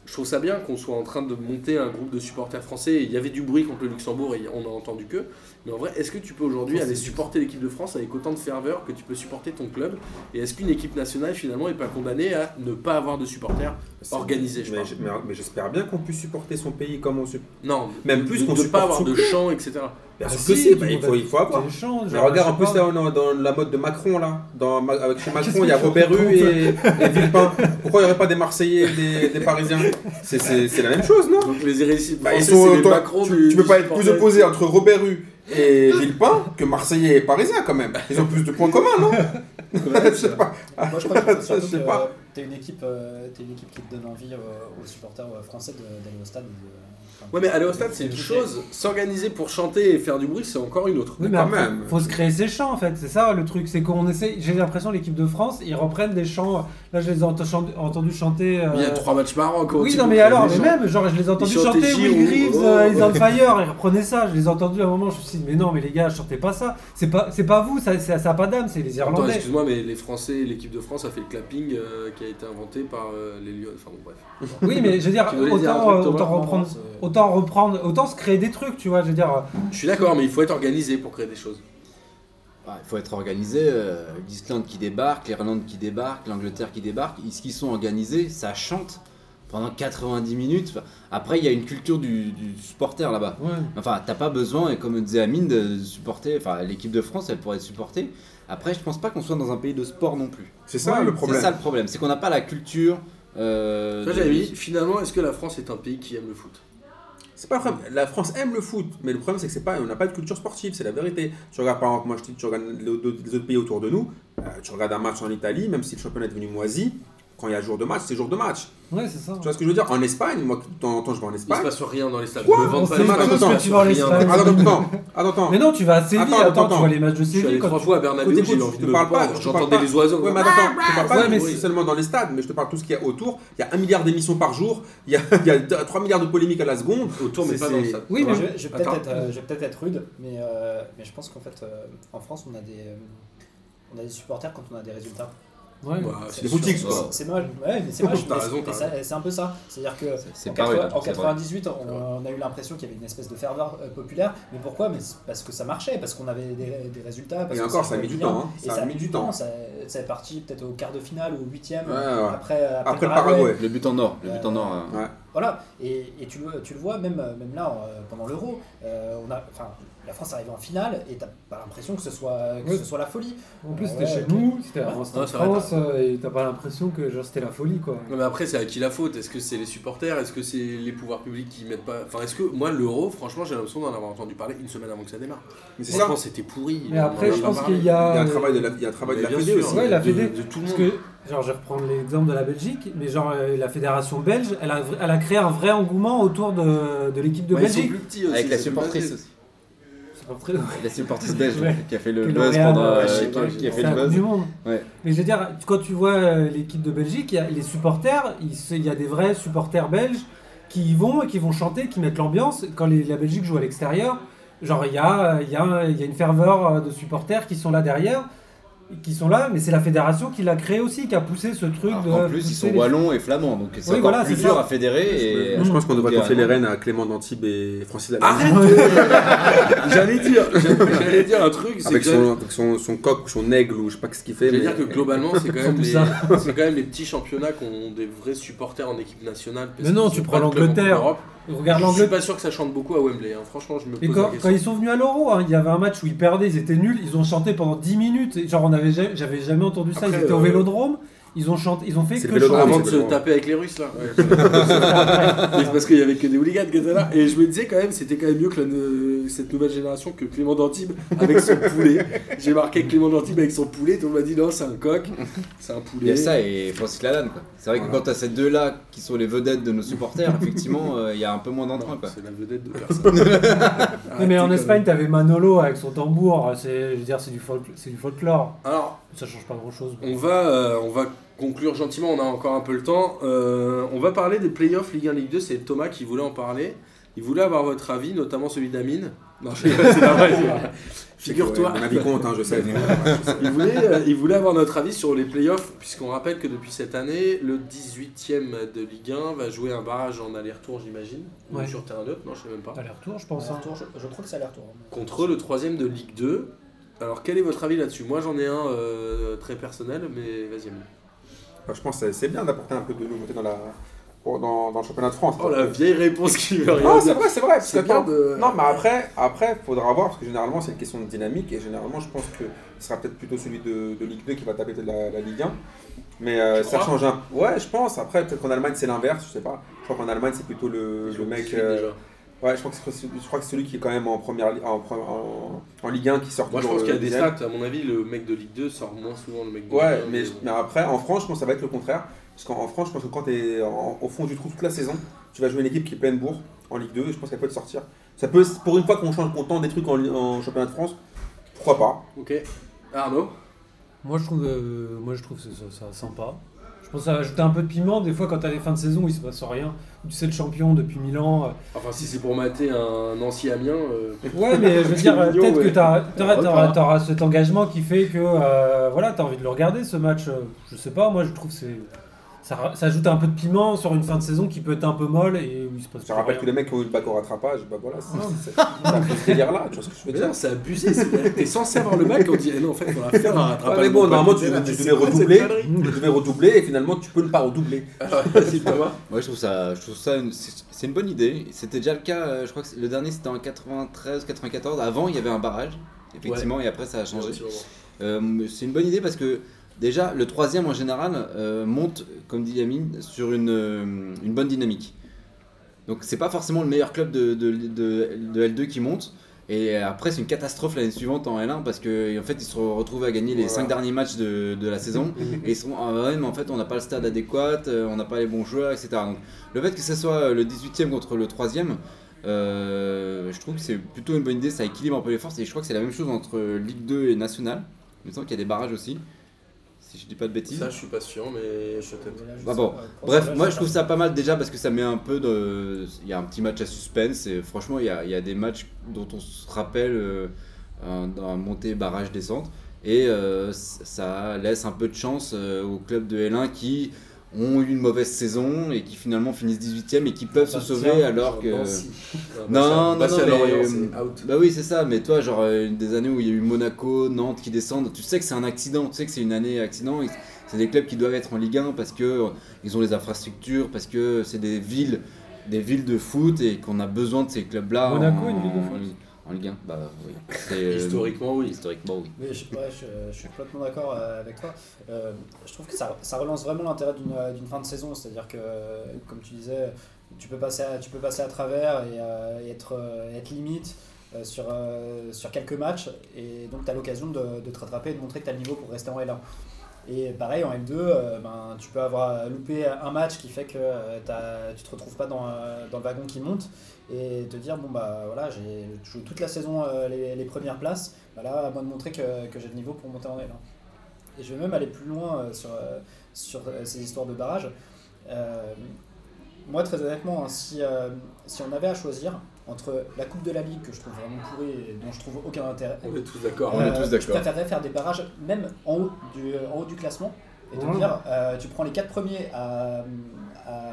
Speaker 1: Je trouve ça bien qu'on soit en train de monter un groupe de supporters français. Il y avait du bruit contre le Luxembourg et on a entendu que. Mais en vrai, est-ce que tu peux aujourd'hui
Speaker 5: Oh,
Speaker 1: aller
Speaker 5: c'est-
Speaker 1: supporter l'équipe de France avec autant de ferveur que tu peux supporter ton club Et est-ce qu'une équipe nationale finalement est pas condamnée à ne pas avoir de supporters Organisé, je
Speaker 2: mais
Speaker 1: parle.
Speaker 2: j'- mais- mais j'espère bien qu'on puisse supporter son pays comme on supporte.
Speaker 1: Non,
Speaker 2: Même
Speaker 1: de-
Speaker 2: plus
Speaker 1: de-
Speaker 2: qu'on
Speaker 1: de pas
Speaker 2: supporte
Speaker 1: avoir
Speaker 2: son
Speaker 1: de
Speaker 2: club.
Speaker 1: chant, etc.
Speaker 2: Bien
Speaker 5: Ah,
Speaker 2: sûr
Speaker 5: si,
Speaker 2: que si,
Speaker 5: tout
Speaker 2: bah,
Speaker 5: le
Speaker 2: il
Speaker 5: monde
Speaker 2: faut,
Speaker 5: a-
Speaker 2: il faut avoir.
Speaker 5: T'es chiant,
Speaker 2: Mais
Speaker 5: genre,
Speaker 2: regarde, en
Speaker 5: je
Speaker 2: plus,
Speaker 5: sais
Speaker 2: là,
Speaker 5: pas.
Speaker 2: on est dans la mode de Macron, là. Dans, Ma- avec chez Macron, il y a
Speaker 5: qu'il faut
Speaker 2: Robert
Speaker 5: qu'on
Speaker 2: Rue et, et Villepin. Pourquoi il n'y aurait pas des Marseillais et des, des Parisiens C'est- C'est c'est la même chose, non
Speaker 1: Donc les irréductibles
Speaker 2: Bah, ils
Speaker 1: français,
Speaker 2: sont,
Speaker 1: c'est les
Speaker 2: toi,
Speaker 1: Macron
Speaker 2: tu,
Speaker 1: du-
Speaker 2: tu peux
Speaker 1: du
Speaker 2: pas être
Speaker 1: sport
Speaker 2: plus
Speaker 1: français.
Speaker 2: opposé entre Robert Rue et Villepin que Marseillais et Parisien quand même. Ils ont plus de points communs, non Je sais pas.
Speaker 3: hein. Moi, je crois
Speaker 2: Ça,
Speaker 3: que
Speaker 2: je
Speaker 3: surtout
Speaker 2: sais
Speaker 3: que,
Speaker 2: pas.
Speaker 3: euh, t'es une équipe, euh, t'es une équipe qui te donne envie euh, aux supporters euh, français de- d'aller au stade. ou de- enfin,
Speaker 1: Ouais, mais aller au
Speaker 3: de-
Speaker 1: stade,
Speaker 3: de
Speaker 1: c'est une
Speaker 3: kiffer.
Speaker 1: chose. S'organiser pour chanter et faire du bruit, c'est encore une autre.
Speaker 5: Oui, mais
Speaker 2: quand
Speaker 5: après,
Speaker 2: même.
Speaker 5: faut se créer ses chants en fait, c'est ça le truc. C'est qu'on essaie. J'ai l'impression l'équipe de France, ils reprennent des chants. Là, je les ai ento- chan- entendus chanter. euh,
Speaker 1: Mais Il y a trois matchs par an, quoi.
Speaker 5: Oui,
Speaker 1: tu
Speaker 5: non,
Speaker 1: peux
Speaker 5: mais
Speaker 1: faire
Speaker 5: alors,
Speaker 1: des
Speaker 5: mais
Speaker 1: gens.
Speaker 5: même, genre, je les ai entendus
Speaker 1: chantaient
Speaker 5: chanter Will
Speaker 1: Giroud,
Speaker 5: Greaves,
Speaker 1: oh.
Speaker 5: euh, Is on Fire, ils reprenaient ça. Je les ai entendus à un moment, je me suis dit, mais non, mais les gars, chantez pas ça. C'est pas, c'est pas vous, ça, ça, ça a pas d'âme, c'est les
Speaker 1: Attends,
Speaker 5: Irlandais.
Speaker 1: excuse-moi, mais les Français, l'équipe de France a fait le clapping euh, qui a été inventé par euh, les Lyonnais. Enfin, bon, bref.
Speaker 5: Oui, mais je veux dire,
Speaker 1: Tu voulais dire un
Speaker 5: autant,
Speaker 1: truc,
Speaker 5: euh,
Speaker 1: Thomas
Speaker 5: autant
Speaker 1: Non,
Speaker 5: reprendre.
Speaker 3: c'est-
Speaker 5: Autant reprendre, autant se créer des trucs, tu vois, je veux dire. euh,
Speaker 1: Je suis d'accord, mais il faut être organisé pour créer des choses.
Speaker 4: Bah, Il faut être organisé. euh, L'Islande qui débarque, l'Irlande qui débarque, l'Angleterre qui débarque. Ils qui sont organisés, ça chante pendant 90 minutes. Enfin, après, il y a une culture du, du supporter là-bas. Enfin, t'as pas besoin, et comme disait Amine, de supporter. Enfin, l'équipe de France, elle pourrait être supportée. Après, je pense pas qu'on soit dans un pays de sport non plus.
Speaker 2: C'est ça
Speaker 5: Ouais,
Speaker 2: le
Speaker 4: C'est
Speaker 2: problème.
Speaker 4: ça le problème, c'est qu'on n'a pas la culture. euh,
Speaker 1: Là,
Speaker 4: de-
Speaker 1: j'avais dit, finalement, est-ce que la France est un pays qui aime le foot
Speaker 2: C'est pas vrai. La France aime le foot, mais le problème c'est que c'est pas, on n'a pas de culture sportive, c'est la vérité. Tu regardes par exemple, moi je te dis, tu regardes les autres les autres pays autour de nous, euh, tu regardes un match en Italie, même si le championnat est devenu moisi, quand il y a jour de match, c'est jour de match.
Speaker 5: Ouais, c'est ça.
Speaker 2: Tu vois ce que je veux dire En Espagne, moi de temps en temps je vais en
Speaker 1: Il se
Speaker 2: Espagne.
Speaker 1: passe rien dans les stades. Ne
Speaker 2: Quoi
Speaker 1: vends
Speaker 5: On
Speaker 1: pas
Speaker 5: sait
Speaker 1: les
Speaker 2: pas
Speaker 1: matchs,
Speaker 2: que
Speaker 1: il se
Speaker 2: toi,
Speaker 1: passe
Speaker 5: tu vas en
Speaker 1: rien.
Speaker 5: Espagne.
Speaker 2: Attends, attends, attends, attends, attends.
Speaker 5: Mais non, tu vas à Séville,
Speaker 2: Attends,
Speaker 5: attends,
Speaker 2: attends,
Speaker 5: tu
Speaker 2: attends.
Speaker 5: vois les matchs de
Speaker 1: Je suis allé
Speaker 5: Séville. quand
Speaker 1: trois
Speaker 5: tu-
Speaker 1: fois à Bernabéu,
Speaker 2: Écoute,
Speaker 1: j'ai
Speaker 2: écoute,
Speaker 1: envie
Speaker 2: je te
Speaker 1: de le
Speaker 2: parle pas,
Speaker 1: prendre.
Speaker 2: je te parle
Speaker 1: J'entendais
Speaker 2: pas.
Speaker 1: les oiseaux.
Speaker 2: Ouais, mais attends, attends, je te parle pas
Speaker 5: Ouais, mais
Speaker 2: du-
Speaker 5: c'est-
Speaker 2: seulement dans les stades, mais je te parle tout ce qu'il y a autour. Il y a un milliard d'émissions par jour, il y a, il y a 3 milliards de polémiques à la seconde.
Speaker 1: Autour, mais
Speaker 2: C'est-
Speaker 1: pas dans le
Speaker 2: c'est-
Speaker 1: stade.
Speaker 5: Oui, mais
Speaker 3: Je, je vais peut-être
Speaker 2: Attends.
Speaker 3: être, euh, je vais peut-être être rude, mais, euh, mais je pense qu'en fait, euh, en France, on a des, euh, on a des supporters quand on a des résultats.
Speaker 5: Ouais.
Speaker 1: Bah,
Speaker 3: Ah, C'est
Speaker 1: c'est
Speaker 2: des boutiques,
Speaker 1: sûr.
Speaker 2: quoi.
Speaker 3: C'est moche, ouais, mais c'est moche.
Speaker 1: T'as
Speaker 3: mais
Speaker 1: raison,
Speaker 3: c'est-
Speaker 1: t'as
Speaker 3: mais ça- C'est un peu ça. C'est-à-dire que
Speaker 4: C'est
Speaker 3: en,
Speaker 4: pas vrai,
Speaker 3: 80 en
Speaker 4: c'est vrai.
Speaker 3: 98, on,
Speaker 1: vrai.
Speaker 3: on a eu l'impression qu'il y avait une espèce de ferveur euh, populaire. Mais pourquoi Mais c'est parce que ça marchait, parce qu'on avait des, des résultats. Parce
Speaker 2: Et
Speaker 3: que
Speaker 2: encore, ça a
Speaker 3: jouait
Speaker 2: mis du
Speaker 3: bien.
Speaker 2: temps. hein.
Speaker 3: Et
Speaker 2: Ça a mis du temps.
Speaker 3: Ça, ça est parti peut-être au quart de finale ou au huitième.
Speaker 2: Ouais, ouais.
Speaker 3: Après, euh,
Speaker 2: Après le Paraguay.
Speaker 4: Le but en or, le but en or. euh,
Speaker 3: Voilà, et, et tu, le, tu le vois même, même là euh, pendant l'Euro, euh, on a, enfin, la France arrive en finale et t'as pas l'impression que ce soit que
Speaker 5: Oui.
Speaker 3: ce soit la folie.
Speaker 5: En plus,
Speaker 3: Ah Ouais,
Speaker 5: c'était chez
Speaker 3: ok.
Speaker 5: nous, c'était
Speaker 3: Ouais.
Speaker 5: en
Speaker 1: Ah, Non, c'est vrai,
Speaker 5: France, euh, et t'as pas l'impression que genre c'était la folie quoi.
Speaker 1: Non mais après c'est à qui la faute Est-ce que c'est les supporters Est-ce que c'est les pouvoirs publics qui mettent pas Enfin est-ce que moi l'euro franchement j'ai l'impression d'en avoir entendu parler une semaine avant que ça démarre.
Speaker 2: Mais c'est ça.
Speaker 1: Franchement c'était pourri.
Speaker 5: Mais
Speaker 1: On
Speaker 5: après,
Speaker 1: en a
Speaker 5: je
Speaker 1: pas
Speaker 5: pense
Speaker 1: parlé.
Speaker 5: qu'il y a.
Speaker 2: Il y a un travail de la, Ah bah, il y a un travail de
Speaker 1: Mais
Speaker 2: la
Speaker 1: bien
Speaker 2: fédé
Speaker 1: sûr,
Speaker 2: aussi.
Speaker 5: Ouais, la
Speaker 1: de-
Speaker 5: Fédé.
Speaker 1: de tout le
Speaker 5: Parce
Speaker 1: monde.
Speaker 5: que, genre, je vais reprendre l'exemple de la Belgique, mais genre, euh, la fédération belge, elle a, elle a créé un vrai engouement autour de, de l'équipe de
Speaker 1: Ouais, Bah, ils sont
Speaker 5: Belgique.
Speaker 1: plus petits aussi,
Speaker 4: Avec la
Speaker 1: c'est plus
Speaker 4: supportrice
Speaker 1: facile.
Speaker 4: aussi.
Speaker 5: C'est pas très-
Speaker 4: La supportrice belge
Speaker 5: Ouais.
Speaker 4: qui a fait le
Speaker 5: Que
Speaker 4: buzz
Speaker 5: L'Oréal,
Speaker 4: pendant.
Speaker 5: euh,
Speaker 4: euh,
Speaker 1: je sais
Speaker 4: qui-
Speaker 1: pas,
Speaker 4: qui a fait
Speaker 5: C'est la
Speaker 4: le
Speaker 5: Coupe
Speaker 4: buzz.
Speaker 5: du Monde.
Speaker 4: Ouais.
Speaker 5: Mais je veux dire, quand tu vois euh, l'équipe de Belgique, il y a les supporters, il se- il y a des vrais supporters belges qui y vont et qui vont chanter, qui mettent l'ambiance. Quand les- la Belgique joue à l'extérieur, genre il y a, euh, il y a- il y a une ferveur euh, de supporters qui sont là derrière, qui sont là, mais c'est la fédération qui l'a créé aussi, qui a poussé ce truc
Speaker 4: Alors
Speaker 5: de.
Speaker 4: qu'en plus, ils
Speaker 5: pousser
Speaker 4: sont
Speaker 5: les-
Speaker 4: wallons et flamands, donc c'est
Speaker 5: Oui,
Speaker 4: encore
Speaker 5: voilà,
Speaker 4: plus
Speaker 5: c'est
Speaker 4: dur
Speaker 5: ça.
Speaker 4: à fédérer. Et...
Speaker 2: Je pense qu'on devrait
Speaker 4: Et
Speaker 2: confier les
Speaker 4: alors-
Speaker 2: rênes à Clément d'Antibes et Francis Lalanne.
Speaker 5: Ah,
Speaker 1: Arrête J'allais dire j'allais dire un truc c'est
Speaker 2: Avec
Speaker 1: que j'allais-
Speaker 2: son, avec son, son coq ou son aigle ou je sais pas ce qu'il fait.
Speaker 1: j'allais
Speaker 2: mais-
Speaker 1: dire que globalement c'est quand même les
Speaker 5: Son
Speaker 1: c'est quand même les petits championnats qui ont des vrais supporters en équipe nationale. parce
Speaker 5: Mais non,
Speaker 1: qu'ils
Speaker 5: tu
Speaker 1: ont
Speaker 5: prends
Speaker 1: pas de club en Coupe
Speaker 5: l'Angleterre.
Speaker 1: d'Europe.
Speaker 5: Regarde
Speaker 1: Je suis
Speaker 5: l'Angleterre.
Speaker 1: pas sûr que ça chante beaucoup à Wembley. hein. Franchement je me
Speaker 5: Et
Speaker 1: pose la
Speaker 5: quand, quand
Speaker 1: question.
Speaker 5: ils sont venus à l'Euro, hein, il y avait un match où ils perdaient, ils étaient nuls, ils ont chanté pendant 10 minutes, et genre on avait jamais- j'avais jamais entendu ça,
Speaker 1: Après,
Speaker 5: ils étaient au
Speaker 1: euh,
Speaker 5: Vélodrome, ils ont chanté, ils ont fait
Speaker 2: C'est
Speaker 5: que
Speaker 2: le Vélodrome,
Speaker 5: chanter.
Speaker 1: Avant de se taper avec les Russes là. Mais c'est parce qu'il y avait que des hooligans qui étaient là. Et je me disais quand même, c'était quand même mieux que la ne- cette nouvelle génération que Clément d'Antibes avec son poulet. J'ai marqué Clément d'Antibes avec son poulet. Tout le monde m'a dit non, c'est un coq, c'est un
Speaker 4: Il y
Speaker 1: poulet.
Speaker 4: a ça et Francis Lalanne quoi. C'est vrai que
Speaker 2: Voilà.
Speaker 4: quand t'as ces deux-là qui sont les vedettes de nos supporters, effectivement, euh, il y a un peu moins
Speaker 1: Non,
Speaker 4: d'entrain quoi.
Speaker 1: C'est la vedette de personne.
Speaker 5: Non, mais
Speaker 1: Arrêtez,
Speaker 5: en
Speaker 1: quand
Speaker 5: Espagne,
Speaker 1: même.
Speaker 5: t'avais Manolo avec son tambour, c'est, je veux dire, c'est du, folk, c'est du folklore,
Speaker 1: Alors,
Speaker 5: ça change pas grand chose.
Speaker 1: on va, euh, on va conclure gentiment. On a encore un peu le temps. Euh, on va parler des playoffs Ligue 1, Ligue 2. C'est Thomas qui voulait en parler. Il voulait avoir votre avis, notamment celui d'Amine. Non, je c'est pas vrai. c'est pas vrai. Figure-toi.
Speaker 2: Ouais, Mon avis compte, hein, je sais.
Speaker 1: Il voulait, euh, il voulait avoir notre avis sur les playoffs, puisqu'on rappelle que depuis cette année, le 18ème de Ligue 1 va jouer un barrage en aller-retour, j'imagine, ou
Speaker 5: Ouais.
Speaker 1: sur terrain neutre, non, je sais même pas,
Speaker 5: Aller-retour, je pense. hein.
Speaker 3: Aller-retour, je, je crois que c'est aller-retour. hein.
Speaker 1: contre le 3ème de Ligue 2. Alors, quel est votre avis là-dessus Moi, j'en ai un euh, très personnel, mais vas-y, Amine.
Speaker 2: Enfin, je pense que c'est bien d'apporter un peu de nouveauté dans la, pour- dans, dans le championnat de France.
Speaker 1: Oh la vieille réponse qui veut rien
Speaker 2: Non, c'est
Speaker 1: dire.
Speaker 2: vrai, c'est vrai. parce
Speaker 1: C'est
Speaker 2: que
Speaker 1: pas
Speaker 2: quand-
Speaker 1: de-
Speaker 2: Non, mais après, après, faudra voir, parce que généralement, c'est une question de dynamique, et généralement, je pense que ce sera peut-être plutôt celui de, de Ligue 2 qui va taper peut-être la, la Ligue 1. Mais euh,
Speaker 1: Tu
Speaker 2: ça
Speaker 1: crois
Speaker 2: change un. Ouais, je pense. Après, peut-être qu'en Allemagne, c'est l'inverse, je sais pas. Je crois qu'en Allemagne, c'est plutôt le,
Speaker 1: Ils
Speaker 2: le
Speaker 1: l'ont
Speaker 2: mec.
Speaker 1: tué,
Speaker 2: euh,
Speaker 1: déjà.
Speaker 2: Ouais, je crois, que c'est, je crois que c'est celui qui est quand même en, première, li- en, pre- en, en Ligue 1 qui sort
Speaker 1: Moi je
Speaker 2: toujours
Speaker 1: pense qu'il y a
Speaker 2: le
Speaker 1: des
Speaker 2: deuxième.
Speaker 1: stats, à mon avis, le mec de Ligue 2 sort moins souvent le mec de
Speaker 2: Ouais,
Speaker 1: Ligue 1,
Speaker 2: mais, je- mais après, en France, je pense que ça va être le contraire. Parce qu'en en France, je pense que quand tu es au fond du trou toute la saison, tu vas jouer une équipe qui est pleine bourre en Ligue 2, et je pense qu'elle peut te sortir. Ça peut, pour une fois qu'on change, qu'on tente des trucs en, en championnat de France, pourquoi pas
Speaker 1: Ok. Arnaud
Speaker 5: Moi je trouve, euh, moi, je trouve ça, ça- ça sympa. Je pense que ça va ajouter un peu de piment. Des fois, quand t'as des fins de saison où il se passe rien, où tu sais le champion depuis mille ans. euh,
Speaker 1: Enfin, si c'est pour mater un Nancy-Amiens. euh,
Speaker 5: Ouais, mais je veux dire, euh,
Speaker 1: Mignon,
Speaker 5: peut-être
Speaker 1: ouais.
Speaker 5: que t'as- t'auras
Speaker 1: Repart.
Speaker 5: t'auras- t'auras cet engagement qui fait que euh, voilà, t'as envie de le regarder ce match. euh, Je sais pas, moi je trouve que c'est. Ça, ra- ça ajoute un peu de piment sur une fin de saison qui peut être un peu molle et où il se passe
Speaker 2: Je te
Speaker 5: plus
Speaker 2: rappelle
Speaker 5: rien.
Speaker 2: que les mecs qui ont eu le bac au rattrapage, bah voilà, c'est c'est- c'est un peu ce délire-là, tu vois ce que je veux
Speaker 1: Mais
Speaker 2: dire
Speaker 1: non, c'est abusé. c'est- T'es censé avoir le bac, on dit, eh non, en fait, on va faire un
Speaker 2: Ouais,
Speaker 1: rattrapage.
Speaker 2: mais bon,
Speaker 1: de
Speaker 2: normalement,
Speaker 1: bac.
Speaker 2: tu, tu
Speaker 1: C'est
Speaker 2: devais
Speaker 1: quoi cette
Speaker 2: redoubler,
Speaker 1: connerie
Speaker 2: tu devais redoubler, et finalement, tu peux ne pas redoubler.
Speaker 1: Vas-y, Thomas.
Speaker 4: Moi je trouve ça, je trouve ça une- c'est c'est une bonne idée. C'était déjà le cas, euh, je crois que c'est- le dernier c'était en 93-94. Avant il y avait un barrage, effectivement, et après ça a changé. Euh, c'est une bonne idée parce que déjà le troisième en général euh, monte, comme dit Yamine, sur une, euh, une bonne dynamique. Donc c'est pas forcément le meilleur club de, de, de- de L2 qui monte. Et après c'est une catastrophe l'année suivante en L1 parce que en fait ils se retrouvent à gagner les
Speaker 2: Voilà.
Speaker 4: cinq derniers matchs de, de la saison. et ils sont ah ouais mais en fait on n'a pas le stade adéquat, euh, on n'a pas les bons joueurs, etc. Donc le fait que ce soit euh, le 18 e contre le 3 e Euh, je trouve que c'est plutôt une bonne idée, ça équilibre un peu les forces et je crois que c'est la même chose entre Ligue 2 et National. Il me semble qu'il y a des barrages aussi, si je dis pas de bêtises.
Speaker 1: Ça, je suis pas sûr, mais je te
Speaker 2: Bah
Speaker 4: Ah bon. Bref, moi je trouve ça pas mal déjà parce que ça met un peu de. Il y a un petit match à suspense et franchement, il y a, il y a des matchs dont on se rappelle euh, un- dans un montée, barrage, descente et euh, c- ça laisse un peu de chance euh, aux clubs de L1 qui ont eu une mauvaise saison et qui finalement finissent 18ème et qui peuvent se sauver alors que. Non, non,
Speaker 1: Passer
Speaker 4: non,
Speaker 1: à
Speaker 4: mais-
Speaker 1: Lorient, c'est out.
Speaker 4: Bah oui, c'est ça, mais toi, genre, euh, des années où il y a eu Monaco, Nantes qui descendent, tu sais que c'est un accident, tu sais que c'est une année accident, et c'est des clubs qui doivent être en Ligue 1 parce que euh, ils ont les infrastructures, parce que c'est des villes, des villes de foot et qu'on a besoin de ces clubs-là.
Speaker 5: Monaco,
Speaker 4: en,
Speaker 5: une ville de foot
Speaker 4: en Ligue- En Ligue 1, bah oui. C'est, euh,
Speaker 1: Historiquement, oui.
Speaker 4: Historiquement, oui.
Speaker 3: Mais je, ouais, je, je suis complètement d'accord euh, avec toi. Euh, je trouve que ça, ça relance vraiment l'intérêt d'une euh, d'une fin de saison. C'est-à-dire que, euh, comme tu disais, tu peux passer à, tu peux passer à travers et, euh, et être, euh, être limite euh, sur, euh, sur quelques matchs. Et donc, tu as l'occasion de, de te rattraper et de montrer que tu as le niveau pour rester en L1. Et pareil, en L2, euh, ben, tu peux avoir loupé un match qui fait que euh, t'as- tu te retrouves pas dans, euh, dans le wagon qui monte et te dire bon bah voilà j'ai joué toute la saison euh, les, les premières places bah là à moi de montrer que, que j'ai le niveau pour monter en L1 et je vais même aller plus loin euh, sur, euh, sur euh, ces histoires de barrage Euh, moi très honnêtement hein, si, euh, si on avait à choisir entre la coupe de la ligue que je trouve vraiment pourrie et dont je trouve aucun intérêt
Speaker 1: Ah, On est tous d'accord.
Speaker 4: On est tous
Speaker 3: euh,
Speaker 4: d'accord.
Speaker 3: Je préférerais faire des barrages même en haut du, euh, en haut du classement et te
Speaker 5: Ouais.
Speaker 3: dire euh, tu prends les 4 premiers à, à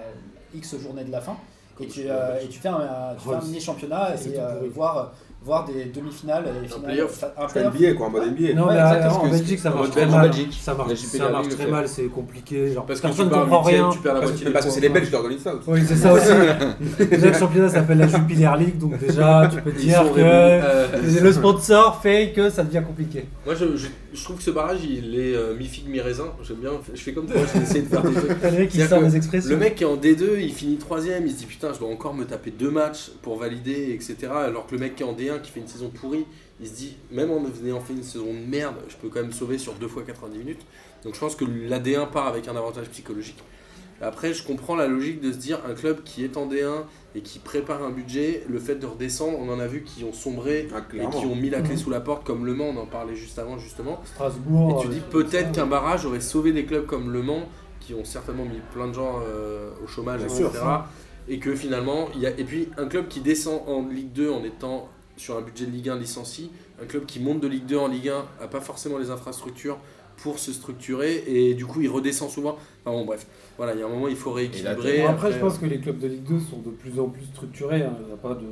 Speaker 3: X journée de la fin et tu, euh, et tu fais un, un- tu fais un
Speaker 5: Ouais,
Speaker 3: mini championnat
Speaker 5: c'est
Speaker 3: et
Speaker 5: tout
Speaker 3: euh,
Speaker 5: pourri.
Speaker 3: voir, voir des demi-finales et finales.
Speaker 1: playoff.
Speaker 3: Enfin, un
Speaker 2: Je fais NBA, quoi, en mode NBA.
Speaker 5: Non,
Speaker 3: Ouais,
Speaker 5: mais euh,
Speaker 4: exactement,
Speaker 5: en
Speaker 4: parce que
Speaker 5: Belgique, ça
Speaker 4: en
Speaker 5: marche très
Speaker 4: Belgique,
Speaker 5: mal.
Speaker 4: en Belgique,
Speaker 5: ça
Speaker 4: la
Speaker 5: marche,
Speaker 4: JPL
Speaker 5: ça marche
Speaker 4: le
Speaker 5: très
Speaker 4: fait.
Speaker 5: mal, c'est compliqué. Genre,
Speaker 1: Parce que tu
Speaker 5: personne ne
Speaker 1: parles
Speaker 5: comprend
Speaker 1: huitième,
Speaker 5: rien.
Speaker 1: tu perds la
Speaker 2: Parce,
Speaker 1: moitié
Speaker 2: que-
Speaker 1: des
Speaker 2: parce que
Speaker 1: points.
Speaker 2: c'est les Belges qui organisent ça. aussi.
Speaker 5: Oui, c'est ça aussi. déjà, le championnat s'appelle la Jupiler League, donc déjà, tu peux
Speaker 1: Ils
Speaker 5: dire
Speaker 1: sont
Speaker 5: que
Speaker 1: réunis. Euh,
Speaker 5: le sponsor fait que ça devient compliqué.
Speaker 1: Moi, je, je- je trouve que ce barrage, il est euh, mi-figue, mi-raisin. J'aime bien. Je fais comme toi, je vais essayer de faire des trucs.
Speaker 5: T'as le mec qui
Speaker 1: C'est-à-dire
Speaker 5: sort
Speaker 1: que
Speaker 5: des expressions.
Speaker 1: Le mec qui est en D2, il finit troisième, il se dit putain, je dois encore me taper deux matchs pour valider, etc. Alors que le mec qui est en D1, qui fait une saison pourrie, il se dit, même en ayant fait une saison de merde, je peux quand même sauver sur deux fois 90 minutes. Donc je pense que la D1 part avec un avantage psychologique. Après, je comprends la logique de se dire un club qui est en D1 et qui prépare un budget, le fait de redescendre, on en a vu qui ont sombré
Speaker 2: Ah,
Speaker 1: et qui
Speaker 2: clairement.
Speaker 1: ont mis la clé sous la porte, comme Le Mans, on en parlait juste avant, justement.
Speaker 5: Strasbourg.
Speaker 1: Et tu
Speaker 5: euh,
Speaker 1: dis
Speaker 5: tout
Speaker 1: peut-être
Speaker 5: ça.
Speaker 1: qu'un barrage aurait sauvé des clubs comme Le Mans, qui ont certainement mis plein de gens euh, au chômage,
Speaker 2: Bien
Speaker 1: etc.
Speaker 2: sûr.
Speaker 1: Et que finalement, il y a... et puis un club qui descend en Ligue 2 en étant sur un budget de Ligue 1 licencié, un club qui monte de Ligue 2 en Ligue 1 a pas forcément les infrastructures pour se structurer et du coup il redescend souvent. Enfin bon bref, voilà, il y a un moment il faut rééquilibrer.
Speaker 4: Et
Speaker 1: euh,
Speaker 5: Bon, après, je pense que les clubs de Ligue 2 sont de plus en plus structurés. hein. Il n'y a pas de.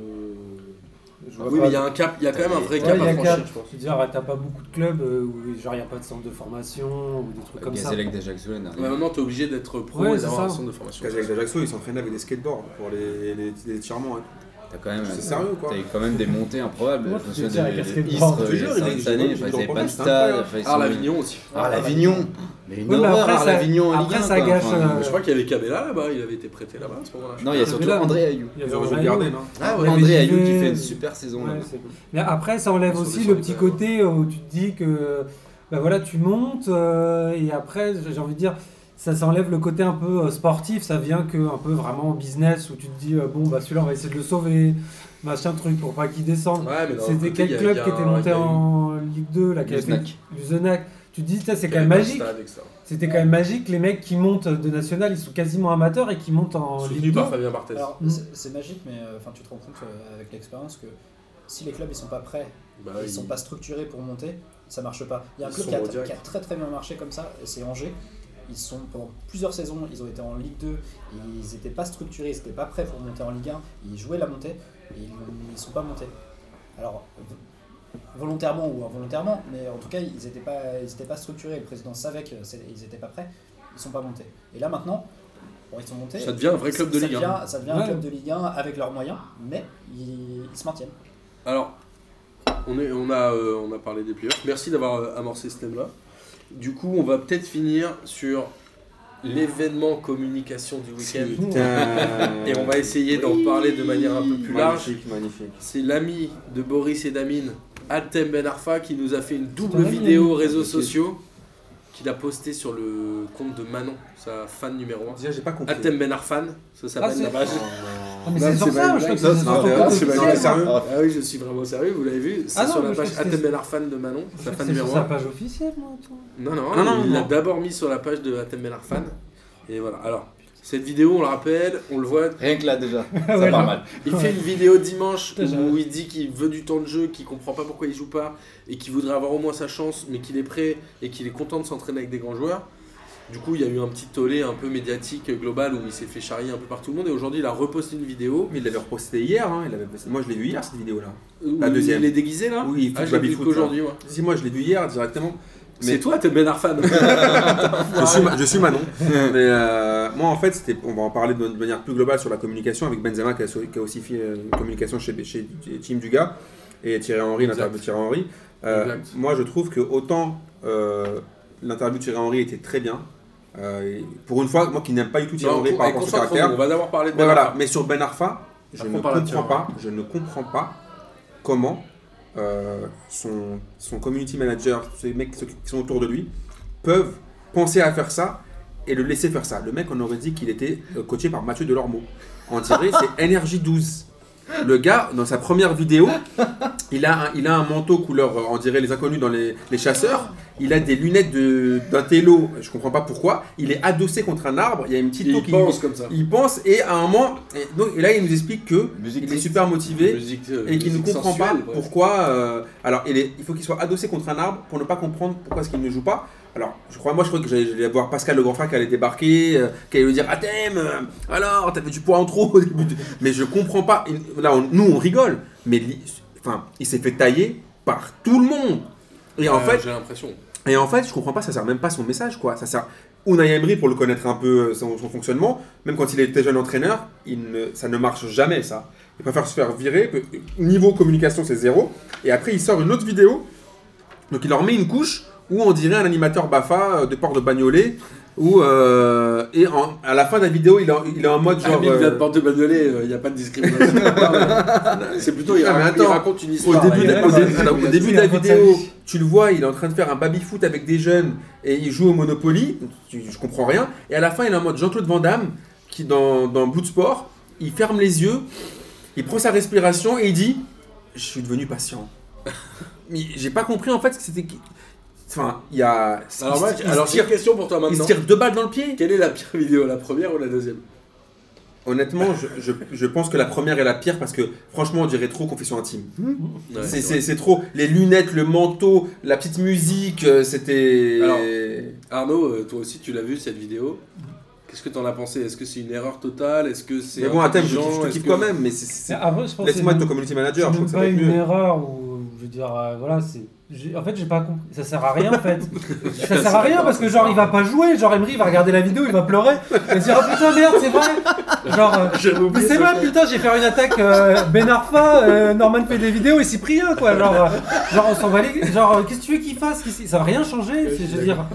Speaker 5: Je vois
Speaker 1: Ah euh, Oui,
Speaker 5: pas-
Speaker 1: mais il y a un cap, il y a quand même un vrai
Speaker 5: Ouais,
Speaker 1: cap
Speaker 5: il y a
Speaker 1: à
Speaker 5: un
Speaker 1: franchir,
Speaker 5: cap.
Speaker 1: je pense.
Speaker 5: Je veux dire, t'as pas beaucoup de clubs euh, où genre il n'y a pas de centre de formation ou des trucs comme ça.
Speaker 4: Gazellec d'Ajaccio l'année
Speaker 1: Mais
Speaker 4: dernière.
Speaker 1: maintenant, t'es obligé d'être pro
Speaker 5: Ouais,
Speaker 1: et
Speaker 5: c'est
Speaker 1: d'avoir un
Speaker 5: ça.
Speaker 1: centre de formation.
Speaker 2: Parce qu'avec l'Ajaccio, ils s'entraînaient avec des skateboards pour les, les, les étirements. hein.
Speaker 4: T'as quand même.
Speaker 2: C'est sérieux quoi.
Speaker 4: T'as eu quand même des montées improbables.
Speaker 5: Moi,
Speaker 4: Je me
Speaker 5: je
Speaker 4: souviens
Speaker 5: tiens à
Speaker 4: de
Speaker 5: la casquette
Speaker 4: Istres euh,
Speaker 5: blanche.
Speaker 2: Je te jure, les mecs,
Speaker 4: cette année.
Speaker 2: j'ai
Speaker 4: Ils
Speaker 2: pas
Speaker 4: avaient
Speaker 2: compris,
Speaker 4: pas de
Speaker 2: c'est
Speaker 4: stade.
Speaker 2: incroyable.
Speaker 4: enfin, ils
Speaker 1: Ah,
Speaker 4: sont-
Speaker 1: l'Avignon aussi.
Speaker 4: Ah, l'Avignon Mais une
Speaker 5: Oui, mais
Speaker 4: horreur,
Speaker 5: après, ça-
Speaker 4: l'Avignon en Ligue
Speaker 5: après,
Speaker 4: 1,
Speaker 5: ça
Speaker 4: quoi.
Speaker 5: gâche,
Speaker 4: Enfin,
Speaker 5: euh,
Speaker 1: Je crois qu'il y avait Cabella là-bas, il avait été prêté là-bas à ce moment-là.
Speaker 4: Non, il y a surtout
Speaker 5: Cabella.
Speaker 4: André Ayou.
Speaker 5: Il y avait
Speaker 2: Ils ont
Speaker 5: André
Speaker 2: regardé,
Speaker 5: Ayou.
Speaker 2: non
Speaker 1: Ah
Speaker 5: ouais.
Speaker 4: André
Speaker 5: mais
Speaker 4: Ayou qui
Speaker 5: j'y vais.
Speaker 4: fait une super saison.
Speaker 5: Ouais,
Speaker 4: là.
Speaker 5: c'est- Mais après, ça enlève
Speaker 1: Ils sont
Speaker 5: aussi le
Speaker 1: descendus,
Speaker 5: petit
Speaker 1: ouais.
Speaker 5: côté où tu te dis que bah voilà, tu montes euh, et après, j'ai envie de dire, ça s'enlève le côté un peu euh, sportif, ça vient que un peu vraiment business où tu te dis euh, bon bah celui-là on va essayer de le sauver, machin truc pour pas qu'il descende.
Speaker 1: Ouais, mais d'un
Speaker 5: C'était
Speaker 1: côté, il y
Speaker 5: quel
Speaker 1: a- il y
Speaker 5: club
Speaker 1: a
Speaker 5: qui était
Speaker 1: un- il y
Speaker 5: monté
Speaker 1: a eu-
Speaker 5: en Ligue 2 la
Speaker 4: Luzenac.
Speaker 5: Luzenac. Tu te dis, putain, c'est
Speaker 1: il y
Speaker 5: quand même
Speaker 1: avait pas de
Speaker 5: magique.
Speaker 1: stade, etc.
Speaker 5: C'était quand même magique. Les mecs qui montent de national, ils sont quasiment amateurs et qui montent en
Speaker 1: Soutenu
Speaker 5: Ligue 2.
Speaker 1: par Fabien Barthez.
Speaker 3: Alors,
Speaker 5: Mm.
Speaker 3: c'est- c'est magique, mais euh, enfin, tu te rends compte euh, avec l'expérience que si les clubs ils sont pas prêts,
Speaker 1: Bah,
Speaker 3: ils
Speaker 1: il-
Speaker 3: sont pas structurés pour monter, ça marche pas. Il y a un
Speaker 1: Ils
Speaker 3: club
Speaker 1: sont
Speaker 3: qui a,
Speaker 1: au direct.
Speaker 3: qui a très très bien marché comme ça, c'est Angers. Ils sont pendant plusieurs saisons, ils ont été en Ligue 2, ils n'étaient pas structurés, ils n'étaient pas prêts pour monter en Ligue 1, ils jouaient la montée et ils ne sont pas montés. Alors, v- volontairement ou involontairement, mais en tout cas, ils n'étaient pas, ils étaient pas structurés, le président savait qu'ils n'étaient pas prêts, ils sont pas montés. Et là maintenant, bon, ils sont montés.
Speaker 1: Ça devient un vrai club de
Speaker 3: Ça
Speaker 1: Ligue 1.
Speaker 3: devient- Ça devient un
Speaker 5: Ouais.
Speaker 3: club de Ligue 1 avec leurs moyens, mais ils, ils se maintiennent.
Speaker 1: Alors, on, est, on, a, euh, on a parlé des playoffs. Merci d'avoir euh, amorcé ce thème-là. Du coup, on va peut-être finir sur l'événement communication du week-end. Et on va essayer d'en parler de manière un peu plus large.
Speaker 2: Magnifique, magnifique.
Speaker 1: C'est l'ami de Boris et d'Amine, Altem Ben Arfa, qui nous a fait une double
Speaker 5: C'est un ami,
Speaker 1: vidéo réseaux
Speaker 2: Ok.
Speaker 1: sociaux qu'il a postée sur le compte de Manon, sa fan numéro 1.
Speaker 2: Déjà, j'ai pas compris.
Speaker 1: Altem Ben Arfan, ça
Speaker 5: Ah,
Speaker 1: s'appelle
Speaker 5: c'est-
Speaker 1: la page.
Speaker 5: Ah, mais
Speaker 1: Non,
Speaker 5: c'est sur
Speaker 1: c'est pas
Speaker 2: hein,
Speaker 5: ça,
Speaker 1: une
Speaker 5: je crois
Speaker 1: blague,
Speaker 5: que c'est
Speaker 1: ça,
Speaker 5: sur
Speaker 1: c'est
Speaker 5: ton
Speaker 1: vrai,
Speaker 5: compte
Speaker 1: c'est vrai.
Speaker 5: officiel.
Speaker 2: Sérieux
Speaker 1: Ah oui, je suis vraiment sérieux, vous l'avez vu. C'est
Speaker 5: Ah non,
Speaker 1: sur la
Speaker 5: mais je
Speaker 1: page
Speaker 5: crois que
Speaker 1: Atem
Speaker 5: c'était-
Speaker 1: Ben Arfan de Manon, sa fan
Speaker 5: C'est sur
Speaker 1: numéro
Speaker 5: sa
Speaker 1: 1.
Speaker 5: page officielle, moi. tu vois.
Speaker 1: Non, non,
Speaker 2: Ah non,
Speaker 1: il
Speaker 2: non,
Speaker 1: l'a
Speaker 2: non.
Speaker 1: d'abord mis sur la page de Atem Ben Arfan. Et voilà, alors, cette vidéo, on le rappelle, on le voit,
Speaker 4: Rien que là déjà, ça
Speaker 5: Ouais,
Speaker 4: part
Speaker 5: non.
Speaker 4: mal.
Speaker 1: il fait une vidéo dimanche
Speaker 5: Putain, j'avais-
Speaker 1: où il dit qu'il veut du temps de jeu, qu'il comprend pas pourquoi il joue pas et qu'il voudrait avoir au moins sa chance, mais qu'il est prêt et qu'il est content de s'entraîner avec des grands joueurs. Du coup, il y a eu un petit tollé un peu médiatique euh, global où il s'est fait charrier un peu par tout le monde et aujourd'hui, il a reposté une vidéo.
Speaker 2: Mais il l'avait reposté hier, hein. il avait... moi je l'ai vu hier cette vidéo là.
Speaker 1: où
Speaker 2: La deuxième.
Speaker 1: Il est déguisé là
Speaker 2: Oui, il
Speaker 1: Ah,
Speaker 2: foot,
Speaker 1: je l'ai
Speaker 2: baby
Speaker 1: vu
Speaker 2: foot,
Speaker 1: qu'aujourd'hui, moi.
Speaker 2: hein. Si, moi je l'ai vu hier directement.
Speaker 1: C'est toi, t'es Ben Arfan.
Speaker 2: Je suis, Ma- je suis Manon. Mais euh, moi, en fait, c'était, on va en parler de, de manière plus globale sur la communication avec Benzema qui a, so- qui a aussi fait euh, une communication chez, chez Team Duga et Thierry Henry,
Speaker 1: Exact.
Speaker 2: l'interview de Thierry Henry. Euh,
Speaker 1: Exact.
Speaker 2: moi, je trouve que autant euh, l'interview de Thierry Henry était très bien. euh, et pour une fois, moi qui n'aime pas du tout Thierry
Speaker 1: Non,
Speaker 2: Henry
Speaker 1: con-
Speaker 2: par
Speaker 1: eh,
Speaker 2: rapport à son
Speaker 1: concentrons-nous,
Speaker 2: caractère.
Speaker 1: On va d'abord parler de
Speaker 2: Ouais,
Speaker 1: Ben
Speaker 2: voilà.
Speaker 1: Arfa.
Speaker 2: Mais sur Ben Arfa, je
Speaker 1: Après,
Speaker 2: ne
Speaker 1: on parle
Speaker 2: comprends
Speaker 1: là-dessus,
Speaker 2: pas. Je ne comprends pas comment euh, son, son community manager, ces mecs qui s'occupent- qui sont autour de lui, peuvent penser à faire ça et le laisser faire ça. Le mec, on aurait dit qu'il était euh, coaché par Mathieu Delormeau. En tiré, c'est NRJ12. Le gars, dans sa première vidéo, il a un, il a un manteau couleur, euh, on dirait les inconnus dans les, les chasseurs. Il a des lunettes de- d'un télo, je comprends pas pourquoi. Il est adossé contre un arbre, il y a une petite
Speaker 1: Il
Speaker 2: eau qui-
Speaker 1: pense comme ça.
Speaker 2: il pense et à un moment, et, donc, et là il nous explique que
Speaker 4: Musique
Speaker 2: il est
Speaker 4: triste.
Speaker 2: super motivé
Speaker 1: Musique, euh,
Speaker 2: et qu'il ne
Speaker 1: musique
Speaker 2: comprend pas
Speaker 1: sensuelle, ouais.
Speaker 2: pourquoi. euh, alors il, est- il faut qu'il soit adossé contre un arbre pour ne pas comprendre pourquoi est-ce qu'il ne joue pas. Alors je crois, moi je crois que j'allais j'allais voir Pascal le grand frère qui allait débarquer, euh, qui allait lui dire Ah t'aimes, euh, alors t'avais du poids en trop au début. de- Mais je comprends pas. Il- Là on- nous on rigole, mais li- enfin il s'est fait tailler par tout le monde. Et en
Speaker 1: Euh,
Speaker 2: fait,
Speaker 1: j'ai l'impression.
Speaker 2: et en fait, je comprends pas, ça sert même pas son message, quoi. Ça sert. Unai Emery, pour le connaître un peu euh, son, son fonctionnement, même quand il était jeune entraîneur, il ne- ça ne marche jamais, ça. Il préfère se faire virer. que- Niveau communication, c'est zéro. Et après, il sort une autre vidéo. Donc, il leur met une couche où on dirait un animateur Bafa euh, de Port de Bagnolet. Où, euh, et en- à la fin de la vidéo, il est en, il est en mode genre.
Speaker 1: Genre, Ah, il vient
Speaker 2: euh,
Speaker 1: de Porte de Bagnolet, il n'y a pas de discrimination. c'est plutôt, il,
Speaker 2: Ah, mais
Speaker 1: raconte- il
Speaker 2: attends,
Speaker 1: raconte une
Speaker 2: Au
Speaker 1: histoire. là,
Speaker 2: début, de,
Speaker 1: il y a
Speaker 2: au
Speaker 1: pas
Speaker 2: début- alors, au début de la
Speaker 5: Il raconte sa
Speaker 2: vidéo,
Speaker 5: vie.
Speaker 2: tu le vois, il est en train de faire un baby-foot avec des jeunes et il joue au Monopoly. Tu- je comprends rien. Et à la fin, il est en mode Jean-Claude Van Damme, qui dans, dans Bloodsport, il ferme les yeux, il prend sa respiration et il dit Je suis devenu patient. Mais j'ai pas compris en fait ce que c'était. qui- Enfin, il y a.
Speaker 1: Alors,
Speaker 2: il,
Speaker 1: moi,
Speaker 2: se- il
Speaker 1: alors
Speaker 2: se
Speaker 1: j'ai une
Speaker 2: tire,
Speaker 1: question pour toi
Speaker 2: il se
Speaker 1: maintenant.
Speaker 2: tire deux balles dans le pied.
Speaker 1: Quelle est la pire vidéo, la première ou la deuxième
Speaker 2: Honnêtement, je, je- je pense que la première est la pire parce que franchement, on dirait trop confession intime.
Speaker 1: Ouais, c'est
Speaker 2: C'est-
Speaker 1: vrai.
Speaker 2: C'est c'est trop. Les lunettes, le manteau, la petite musique, euh, c'était.
Speaker 1: Alors- Arnaud, euh, toi aussi, tu l'as vu cette vidéo. Qu'est-ce Qu'est-ce que t'en as pensé Est-ce que c'est une erreur totale Est-ce que c'est
Speaker 2: Mais bon, à thème, je, je
Speaker 1: intelligent
Speaker 2: te
Speaker 1: Est-ce
Speaker 2: kiffe
Speaker 1: que-
Speaker 2: quand même, mais c'est- c'est-
Speaker 5: Après, Ah, je pense que c'est
Speaker 2: laisse-moi être
Speaker 5: même-
Speaker 2: ton community
Speaker 5: c'est
Speaker 2: manager, je
Speaker 5: même
Speaker 2: trouve que ça
Speaker 5: pas
Speaker 2: va être
Speaker 5: une
Speaker 2: mieux.
Speaker 5: erreur ou je veux dire euh, voilà c'est j'ai- en fait j'ai pas compris ça sert à rien en fait ça
Speaker 1: c'est
Speaker 5: sert à rien
Speaker 1: pas-
Speaker 5: parce que
Speaker 1: c'est
Speaker 5: genre
Speaker 1: pas-
Speaker 5: il va pas jouer genre Emery il va regarder la vidéo il va pleurer il va se dire oh putain merde c'est vrai genre euh,
Speaker 1: J'avais
Speaker 5: mais
Speaker 1: oublié
Speaker 5: c'est
Speaker 1: ce
Speaker 5: vrai
Speaker 1: fait.
Speaker 5: putain j'ai fait une attaque euh, Ben Arfa euh, Norman fait des vidéos et Cyprien quoi genre euh, genre on s'en va les... genre euh, qu'est-ce que tu veux qu'il fasse Qu'est-ce qui- ça va rien changer c'est- je veux dire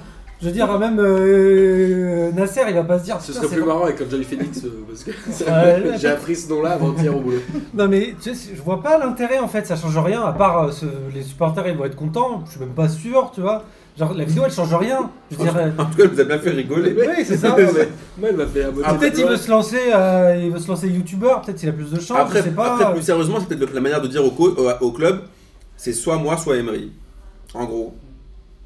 Speaker 5: je veux dire même euh, Nasser il va pas se dire
Speaker 1: Ce
Speaker 5: putain,
Speaker 1: serait
Speaker 5: c'est
Speaker 1: plus
Speaker 5: vrai.
Speaker 1: marrant avec Johnny Phoenix euh, parce que
Speaker 5: Ouais,
Speaker 1: j'ai appris ce nom-là avant de dire au boulot.
Speaker 5: Non mais tu sais, je vois pas l'intérêt en fait, ça change rien, à part euh, ce- les supporters ils vont être contents, je suis même pas sûr, tu vois. Genre la vidéo elle change rien, je dirais.
Speaker 2: En tout cas, elle vous a bien fait rigoler.
Speaker 5: Oui, c'est ça.
Speaker 1: Mais- Moi, elle m'a fait un
Speaker 5: Ah, peut-être il veut se lancer, euh, il veut se lancer youtubeur, peut-être il a plus de chance,
Speaker 2: Après,
Speaker 5: je sais pas.
Speaker 2: après, plus sérieusement, c'est peut-être la manière de dire au, co- euh, au- au club c'est soit moi, soit Emery. En gros.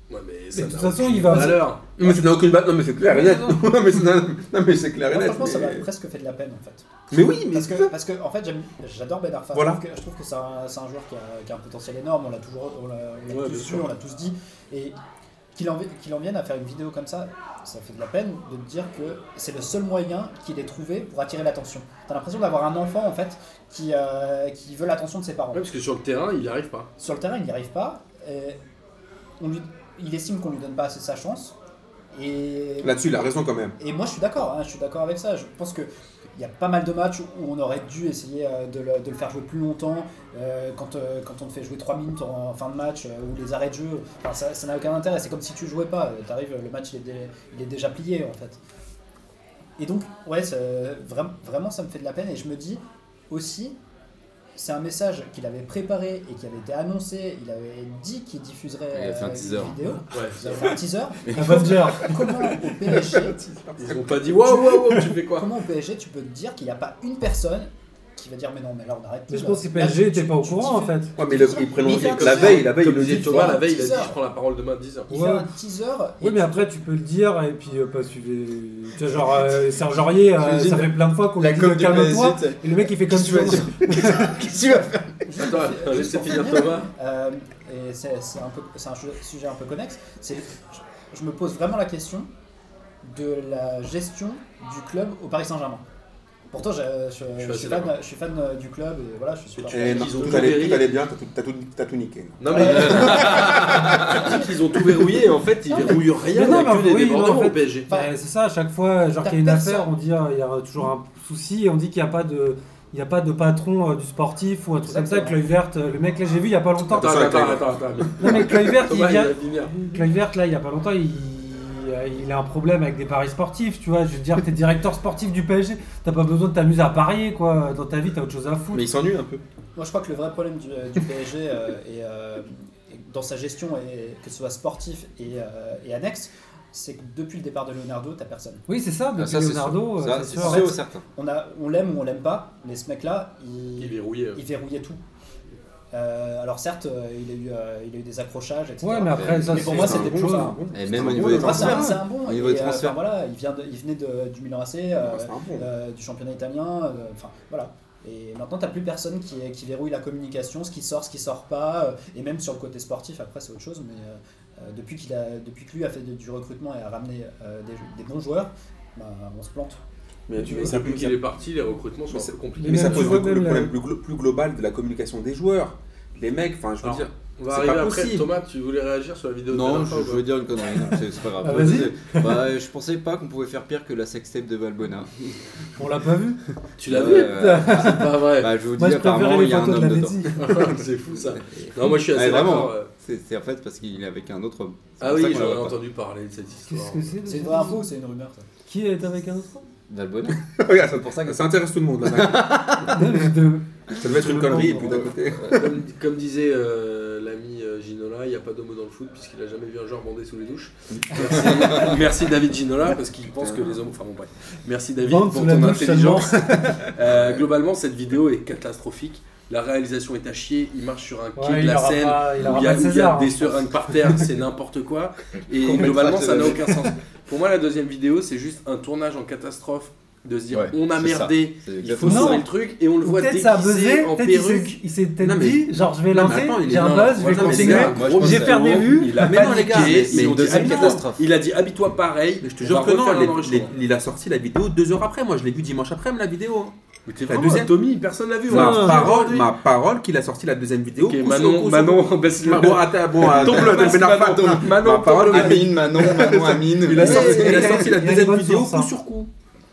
Speaker 1: Ouais, mais
Speaker 5: Mais
Speaker 1: ça
Speaker 5: de
Speaker 1: n'a
Speaker 5: toute façon,
Speaker 1: aucune
Speaker 5: il va-
Speaker 1: valeur.
Speaker 2: Non, mais ça n'a aucune ba- Non, mais c'est clair et net. Non, mais, c'est- non, mais c'est clair et
Speaker 3: Moi,
Speaker 2: net.
Speaker 3: franchement, ça m'a
Speaker 2: mais-
Speaker 3: presque fait de la peine en fait.
Speaker 2: Mais oui, mais
Speaker 3: Parce
Speaker 2: c'est
Speaker 3: que,
Speaker 2: ça.
Speaker 3: parce que en fait, j'aime- j'adore Ben Arfa.
Speaker 2: Voilà.
Speaker 3: Je trouve que, je trouve que c'est un, c'est un joueur qui a, qui a un potentiel énorme. On l'a toujours, on l'a on l'a
Speaker 1: Ouais, bien
Speaker 3: tous vu,
Speaker 1: sûr.
Speaker 3: on l'a tous dit. Et qu'il en, qu'il en vienne à faire une vidéo comme ça, ça fait de la peine de me dire que c'est le seul moyen qu'il ait trouvé pour attirer l'attention. T'as l'impression d'avoir un enfant en fait qui, euh, qui veut l'attention de ses parents.
Speaker 1: Ouais, parce que sur le terrain, il n'y arrive pas.
Speaker 3: Sur le terrain, il n'y arrive pas. et on lui- il estime qu'on lui donne pas assez sa chance. Et
Speaker 2: Là-dessus, il a raison quand même.
Speaker 3: et moi, je suis d'accord, hein, je suis d'accord avec ça. Je pense que il y a pas mal de matchs où on aurait dû essayer euh, de le, de le faire jouer plus longtemps. euh, quand, euh, quand on te fait jouer 3 minutes en, en fin de match euh, ou les arrêts de jeu, enfin, ça ça n'a aucun intérêt. C'est comme si tu jouais pas. Euh, T'arrives, le match il est, dé- il est déjà plié en fait. Et donc, ouais, ça- vra- vraiment, ça me fait de la peine. Et je me dis aussi, c'est un message qu'il avait préparé et qui avait été annoncé. Il avait dit qu'il diffuserait
Speaker 4: Il a fait un
Speaker 3: euh,
Speaker 4: teaser.
Speaker 3: une vidéo.
Speaker 1: Ouais.
Speaker 3: Vous avez fait un teaser.
Speaker 5: Avenger.
Speaker 3: Comment au PSG
Speaker 1: Ils n'ont pas dit waouh, waouh, waouh, tu fais quoi
Speaker 3: Comment au PSG tu peux te dire qu'il n'y a pas une personne qui va dire mais non mais là on arrête
Speaker 5: Mais
Speaker 3: tout
Speaker 5: je
Speaker 3: là.
Speaker 5: pense que
Speaker 3: Là,
Speaker 5: PSG
Speaker 3: tu-
Speaker 5: était pas au
Speaker 3: tu
Speaker 5: courant en
Speaker 3: diffuses-
Speaker 5: fait.
Speaker 2: Ouais, mais le, il
Speaker 3: Mais
Speaker 2: prénom,
Speaker 3: il fait un
Speaker 2: la
Speaker 3: teaser.
Speaker 2: veille, la veille,
Speaker 1: Comme
Speaker 2: il le
Speaker 1: disait
Speaker 2: dit. tu
Speaker 1: Thomas,
Speaker 2: vois.
Speaker 1: la veille, il a
Speaker 3: Teaser.
Speaker 1: dit je prends la parole demain à 10h.
Speaker 3: Tu
Speaker 5: Ouais.
Speaker 3: fais un teaser et
Speaker 5: Oui mais après tu peux le dire et puis euh, pas suivre les- Tu vois genre euh, Serge Aurier, euh,
Speaker 4: J'imagine
Speaker 5: ça fait plein de fois qu'on
Speaker 4: la
Speaker 5: lui dit
Speaker 4: com du
Speaker 5: calme-toi
Speaker 4: PSG,
Speaker 5: et le mec il fait comme
Speaker 4: Qu'est-ce que tu vas
Speaker 5: ça.
Speaker 4: Qu'est-ce que tu vas faire
Speaker 3: tu-
Speaker 1: Attends,
Speaker 3: juste
Speaker 1: attends,
Speaker 3: pour
Speaker 1: laissez
Speaker 3: finir,
Speaker 1: finir Thomas.
Speaker 3: euh, et c'est c'est un peu c'est un che- sujet un peu connexe c'est je, je me pose vraiment la question de la gestion du club au Paris Saint-Germain. Pourtant je, je- je
Speaker 1: assez
Speaker 3: suis fan
Speaker 1: d'accord.
Speaker 3: je suis fan euh, du club et voilà je suis super.
Speaker 2: Eh,
Speaker 1: Ils
Speaker 2: non,
Speaker 1: ont
Speaker 2: tout
Speaker 1: tout
Speaker 2: allait
Speaker 1: verrouillé.
Speaker 2: tout allait bien, t'as tout- t'as tout t'as tout niqué. là.
Speaker 1: Non, mais. Tu dis qu'ils ont tout verrouillé, en fait, ils
Speaker 3: Non, mais-
Speaker 1: verrouillent rien,
Speaker 5: Mais
Speaker 1: il n'y a
Speaker 5: non, mais
Speaker 1: que des
Speaker 5: oui,
Speaker 1: débordements
Speaker 5: non, en fait-
Speaker 1: au PSG.
Speaker 3: Enfin,
Speaker 5: Ouais, Ben, c'est ça, à chaque fois, genre
Speaker 3: t'as
Speaker 5: qu'il y a une
Speaker 3: personne.
Speaker 5: affaire, on dit euh, il y a toujours un souci et on dit qu'il n'y a pas de. Il n'y a pas de patron euh, du sportif ou un truc comme ça,
Speaker 3: Exactement.
Speaker 5: Cloy Vert, euh, le mec là j'ai vu il n'y a pas longtemps.
Speaker 1: Attends,
Speaker 2: Attention avec
Speaker 1: attends,
Speaker 2: la-
Speaker 1: attends, attends.
Speaker 5: Non mais Cloy Vert, il
Speaker 1: Thomas, il hein.
Speaker 5: vient-
Speaker 1: va finir.
Speaker 5: Cloy Vert, là il n'y a pas longtemps, il... il a un problème avec des paris sportifs, tu vois. Je veux dire, t'es directeur sportif du PSG, t'as pas besoin de t'amuser à parier quoi. Dans ta vie, t'as autre chose à foutre.
Speaker 2: Mais il s'ennuie un peu.
Speaker 3: Moi, je crois que le vrai problème du, du PSG euh, est, euh, est dans sa gestion, et, que ce soit sportif et, euh, et annexe, c'est que depuis le départ de Leonardo, t'as personne.
Speaker 5: Oui, c'est ça,
Speaker 4: Ah,
Speaker 5: depuis
Speaker 4: ça, c'est
Speaker 5: Leonardo,
Speaker 4: sûr.
Speaker 5: euh,
Speaker 4: Ça,
Speaker 5: c'est
Speaker 4: c'est
Speaker 5: sûr.
Speaker 4: sûr et certain.
Speaker 3: On, a- on l'aime ou on l'aime pas, mais ce mec-là, il,
Speaker 1: Il verrouillait.
Speaker 3: il verrouillait tout. Euh, alors certes, euh, il, a eu, euh, il a eu des accrochages, etc.
Speaker 5: Ouais, mais après, ça,
Speaker 3: Mais pour moi, c'était
Speaker 2: un bon,
Speaker 3: plus
Speaker 2: c'est
Speaker 3: un-
Speaker 2: un bon.
Speaker 4: Et
Speaker 2: C'est
Speaker 4: même
Speaker 2: un
Speaker 4: au niveau
Speaker 2: bon,
Speaker 4: des
Speaker 2: c'est
Speaker 3: Pour moi, c'est
Speaker 4: transferts.
Speaker 3: un, c'est un bon.
Speaker 4: Au niveau
Speaker 3: Et,
Speaker 4: des
Speaker 3: euh,
Speaker 4: transferts.
Speaker 3: enfin, voilà, il, vient de- il venait de- du Milan AC, euh,
Speaker 2: Ouais, c'est un bon.
Speaker 3: euh, du championnat italien, euh, enfin voilà. Et maintenant, t'as plus personne qui, qui verrouille la communication, ce qui sort, ce qui sort pas, euh, et même sur le côté sportif, après c'est autre chose, mais euh, euh, depuis, qu'il a, depuis que lui a fait de- du recrutement et a ramené euh, des, des bons joueurs, bah, on se plante.
Speaker 2: Mais
Speaker 1: Tu
Speaker 2: tu
Speaker 1: vois,
Speaker 2: ça peut-
Speaker 1: depuis qu'il est parti, les recrutements sont
Speaker 2: Mais
Speaker 1: un
Speaker 2: c'est-
Speaker 1: peu compliqués.
Speaker 2: Mais ça
Speaker 5: même,
Speaker 2: pose
Speaker 5: tu
Speaker 2: le
Speaker 5: vois,
Speaker 2: le
Speaker 5: même
Speaker 2: problème
Speaker 5: la-
Speaker 2: plus glo- plus global de la communication des joueurs. Les mecs, enfin, je veux
Speaker 1: Alors,
Speaker 2: dire.
Speaker 1: On va
Speaker 2: c'est
Speaker 1: arriver
Speaker 2: pas
Speaker 1: après.
Speaker 2: possible.
Speaker 1: Thomas, tu voulais réagir sur la vidéo de
Speaker 4: Non,
Speaker 1: Benarfa
Speaker 4: je,
Speaker 1: ou
Speaker 4: je
Speaker 1: pas
Speaker 4: voulais dire une connerie, non, c'est c'est pas grave.
Speaker 5: Ah, vas-y.
Speaker 4: Bah, je pensais pas qu'on pouvait faire pire que la sextape de Valbuena.
Speaker 5: On l'a pas vu.
Speaker 1: Tu l'as vu
Speaker 4: Euh,
Speaker 1: C'est pas vrai.
Speaker 4: Bah, je vous
Speaker 5: Moi,
Speaker 4: dis,
Speaker 5: je préférais
Speaker 4: apparemment,
Speaker 5: les
Speaker 4: il y a un
Speaker 5: photos de
Speaker 4: homme
Speaker 5: la
Speaker 4: dedans.
Speaker 5: Vétsie.
Speaker 1: C'est fou ça. Non, moi je suis assez
Speaker 4: Ouais, vraiment.
Speaker 1: d'accord. euh.
Speaker 4: C'est c'est en fait parce qu'il est avec un autre homme. C'est
Speaker 1: Ah
Speaker 4: pour ça
Speaker 1: oui,
Speaker 4: qu'on
Speaker 1: j'en
Speaker 4: la
Speaker 1: ai
Speaker 4: voit pas.
Speaker 1: entendu parler de cette histoire.
Speaker 5: Qu'est-ce que c'est
Speaker 3: C'est une vraie info ou c'est une rumeur ça
Speaker 5: Qui est avec un autre
Speaker 4: Valbuena.
Speaker 2: Regarde, c'est pour ça que ça intéresse tout le monde. Là,
Speaker 5: Non, mais de-
Speaker 2: ça devait être une connerie, et puis d'un côté.
Speaker 1: comme, comme disait euh, l'ami euh, Ginola, il n'y a pas d'homo dans le foot puisqu'il a jamais vu un joueur bander sous les douches. Merci, merci David Ginola parce qu'il pense que les hommes. Enfin bon, bref. Merci David
Speaker 5: Bande
Speaker 1: pour
Speaker 5: sous la
Speaker 1: ton
Speaker 5: douche
Speaker 1: intelligence. Euh, globalement, cette vidéo est catastrophique. La réalisation est à chier. Il marche sur un quai
Speaker 5: Ouais,
Speaker 1: de
Speaker 5: il
Speaker 1: la
Speaker 5: aura
Speaker 1: Seine.
Speaker 5: pas- il aura
Speaker 1: où Il y a,
Speaker 5: pas de
Speaker 1: où il y a
Speaker 5: César, hein,
Speaker 1: des
Speaker 5: je pense.
Speaker 1: seringues par terre, c'est n'importe quoi. Et globalement, ça n'a aucun sens. Pour moi, la deuxième vidéo, c'est juste un tournage en catastrophe de se dire
Speaker 4: Ouais,
Speaker 1: on a
Speaker 4: c'est ça.
Speaker 1: merdé,
Speaker 4: C'est
Speaker 1: il faut
Speaker 4: exactement
Speaker 5: Non.
Speaker 1: sauver le truc et on le
Speaker 5: Ou
Speaker 1: voit
Speaker 5: Peut-être ça a buzzé,
Speaker 1: déguisé en
Speaker 5: peut-être il s'est-
Speaker 1: perruque.
Speaker 5: il s'est peut-être
Speaker 2: Non, mais-
Speaker 5: dit, genre je vais
Speaker 2: Non, mais
Speaker 5: lancer,
Speaker 2: attends, il est
Speaker 5: j'ai un
Speaker 2: dans-
Speaker 5: buzz, je
Speaker 1: Moi,
Speaker 5: vais
Speaker 1: non, mais les
Speaker 5: continuer.
Speaker 1: gars,
Speaker 4: Moi, je
Speaker 1: gros,
Speaker 4: pense
Speaker 5: J'ai
Speaker 1: bisous.
Speaker 4: que-
Speaker 5: perdu des vues,
Speaker 4: Il a
Speaker 1: Mais non,
Speaker 4: pas
Speaker 1: les
Speaker 4: niqué,
Speaker 1: gars,
Speaker 4: mais
Speaker 1: si on
Speaker 4: une
Speaker 1: dit
Speaker 4: deuxième
Speaker 1: habille-toi-
Speaker 4: catastrophe.
Speaker 1: Il a dit habille-toi pareil.
Speaker 2: Mais je te
Speaker 1: on
Speaker 2: jure
Speaker 1: va
Speaker 2: que non, hein,
Speaker 1: refaire un
Speaker 2: les-
Speaker 1: enregistrement.
Speaker 2: les- il a sorti la vidéo deux heures après. Moi, je l'ai vu dimanche après, la vidéo.
Speaker 1: Mais t'es
Speaker 2: La
Speaker 1: vraiment
Speaker 2: deuxième-
Speaker 1: Tommy, personne l'a vu. hein.
Speaker 2: Ma
Speaker 1: on l'a
Speaker 2: parole,
Speaker 1: aujourd'hui.
Speaker 2: ma parole qu'il a sorti la deuxième vidéo.
Speaker 1: Ok,
Speaker 2: Cousou,
Speaker 1: Manon,
Speaker 2: cousou.
Speaker 1: Manon, on baisse le-
Speaker 2: Ma- Bon, attends, bon, attends,
Speaker 1: Tombe le-
Speaker 2: Ben
Speaker 1: tombe
Speaker 2: Arfa,
Speaker 1: Manon,
Speaker 2: tombe.
Speaker 1: Manon,
Speaker 2: Ma parole,
Speaker 1: tombe le-
Speaker 2: il
Speaker 4: Amine, Manon, Manon, Amine.
Speaker 2: il a sorti, il a
Speaker 5: Ouais.
Speaker 2: sorti la
Speaker 5: Il y a des
Speaker 2: deuxième
Speaker 5: bonnes
Speaker 2: vidéo
Speaker 5: sources, hein.
Speaker 2: coup sur coup.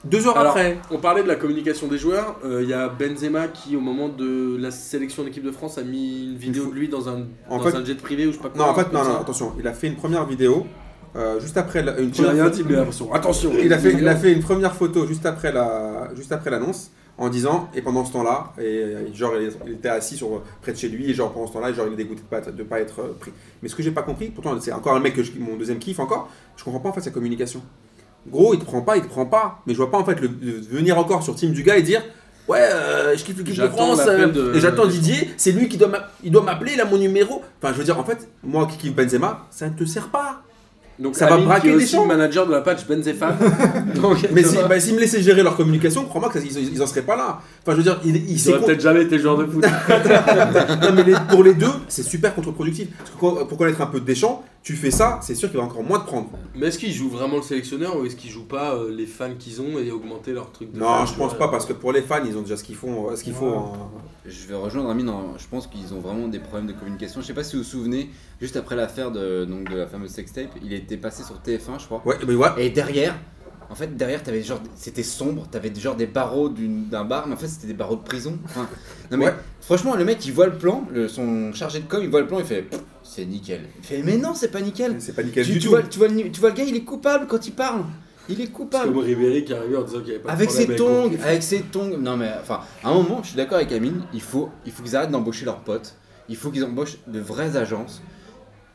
Speaker 2: Deux heures
Speaker 1: Alors,
Speaker 2: après.
Speaker 1: On parlait de la communication des joueurs. Euh, Il y a Benzema qui, au moment de la sélection de l'équipe de France, a mis une vidéo
Speaker 2: faut-
Speaker 1: de lui dans un,
Speaker 2: En
Speaker 1: dans
Speaker 2: fait-
Speaker 1: un jet privé ou je sais pas quoi.
Speaker 2: Non, en
Speaker 1: un
Speaker 2: fait,
Speaker 1: truc
Speaker 2: non,
Speaker 1: comme
Speaker 2: non,
Speaker 1: ça.
Speaker 2: attention. Il a fait une première vidéo euh, juste après la- une
Speaker 1: J'ai
Speaker 2: première
Speaker 1: rien
Speaker 2: photo-
Speaker 1: dit, mais attention, attention.
Speaker 2: Il a, fait, il a fait une première photo juste après la juste après l'annonce en disant et pendant ce temps-là et euh, genre il- il était assis sur près de chez lui et genre pendant ce temps-là genre il est dégoûté de pas de pas être euh, pris. Mais ce que j'ai pas compris pourtant c'est encore un mec que je- mon deuxième kiff encore je comprends pas en fait sa communication. Gros il te prend pas il te prend pas mais je vois pas en fait le, le- venir encore sur team du gars et dire ouais euh, je kiffe l'équipe de
Speaker 1: J'attends
Speaker 2: France
Speaker 1: l'appel
Speaker 2: euh,
Speaker 1: de-
Speaker 2: et j'attends
Speaker 1: de-
Speaker 2: Didier c'est lui qui doit m'a- il doit m'appeler il a mon numéro enfin je veux dire en fait moi qui kiffe Benzema ça ne te sert pas
Speaker 1: Donc
Speaker 2: Ça va
Speaker 1: Amine,
Speaker 2: braquer
Speaker 1: qui est
Speaker 2: des
Speaker 1: aussi
Speaker 2: gens.
Speaker 1: le manager de la patch Benzema. Donc,
Speaker 2: Mais
Speaker 1: ça
Speaker 2: si,
Speaker 1: va.
Speaker 2: bah, s'ils me laissaient gérer leur communication, crois-moi qu'ils ils en seraient pas là. Enfin, je veux dire, ils, ils
Speaker 1: il aurait
Speaker 2: s'écoutent.
Speaker 1: peut-être jamais été joueur de foot.
Speaker 2: Non, mais les- pour les deux, c'est super contre-productif. Parce que quand- pour connaître un peu de Deschamps, tu fais ça, c'est sûr qu'il va encore moins te prendre.
Speaker 1: mais est-ce qu'il joue vraiment le sélectionneur ou est-ce qu'il joue pas euh, les fans qu'ils ont et augmenter leur truc de euh,
Speaker 2: Non,
Speaker 1: fan,
Speaker 2: je
Speaker 1: tu
Speaker 2: pense
Speaker 1: vois.
Speaker 2: pas, parce que pour les fans, ils ont déjà ce qu'ils font. euh, Ce qu'il faut
Speaker 5: Ouais.
Speaker 2: en-
Speaker 4: Je vais rejoindre Amine, en- je pense qu'ils ont vraiment des problèmes de communication. Je sais pas si vous vous souvenez, juste après l'affaire de, donc, de la fameuse sextape, il était passé sur TF1, je crois.
Speaker 2: Ouais, mais ouais.
Speaker 4: Et derrière, en fait, derrière, t'avais genre, c'était sombre, t'avais genre des barreaux d'une- d'un bar, mais en fait, c'était des barreaux de prison. Enfin, non mais,
Speaker 2: Ouais.
Speaker 4: franchement, le mec, il voit le plan, le- son chargé de com, il voit le plan, il fait, Pff, c'est nickel. Il fait, mais non, c'est pas nickel.
Speaker 2: C'est pas nickel
Speaker 4: Tu,
Speaker 2: du
Speaker 4: tu
Speaker 2: tout.
Speaker 4: vois, tu, vois le, tu vois le gars, il est coupable quand il parle. Il est
Speaker 1: C'est
Speaker 4: coupable.
Speaker 1: comme Ribéry qui est arrivé en disant qu'il n'y avait pas de
Speaker 4: Avec
Speaker 1: problème
Speaker 4: ses
Speaker 1: avec
Speaker 4: tongs, avec ses tongs. Non mais enfin, à un moment, je suis d'accord avec Amine, il faut, il faut qu'ils arrêtent d'embaucher leurs potes. Il faut qu'ils embauchent de vraies agences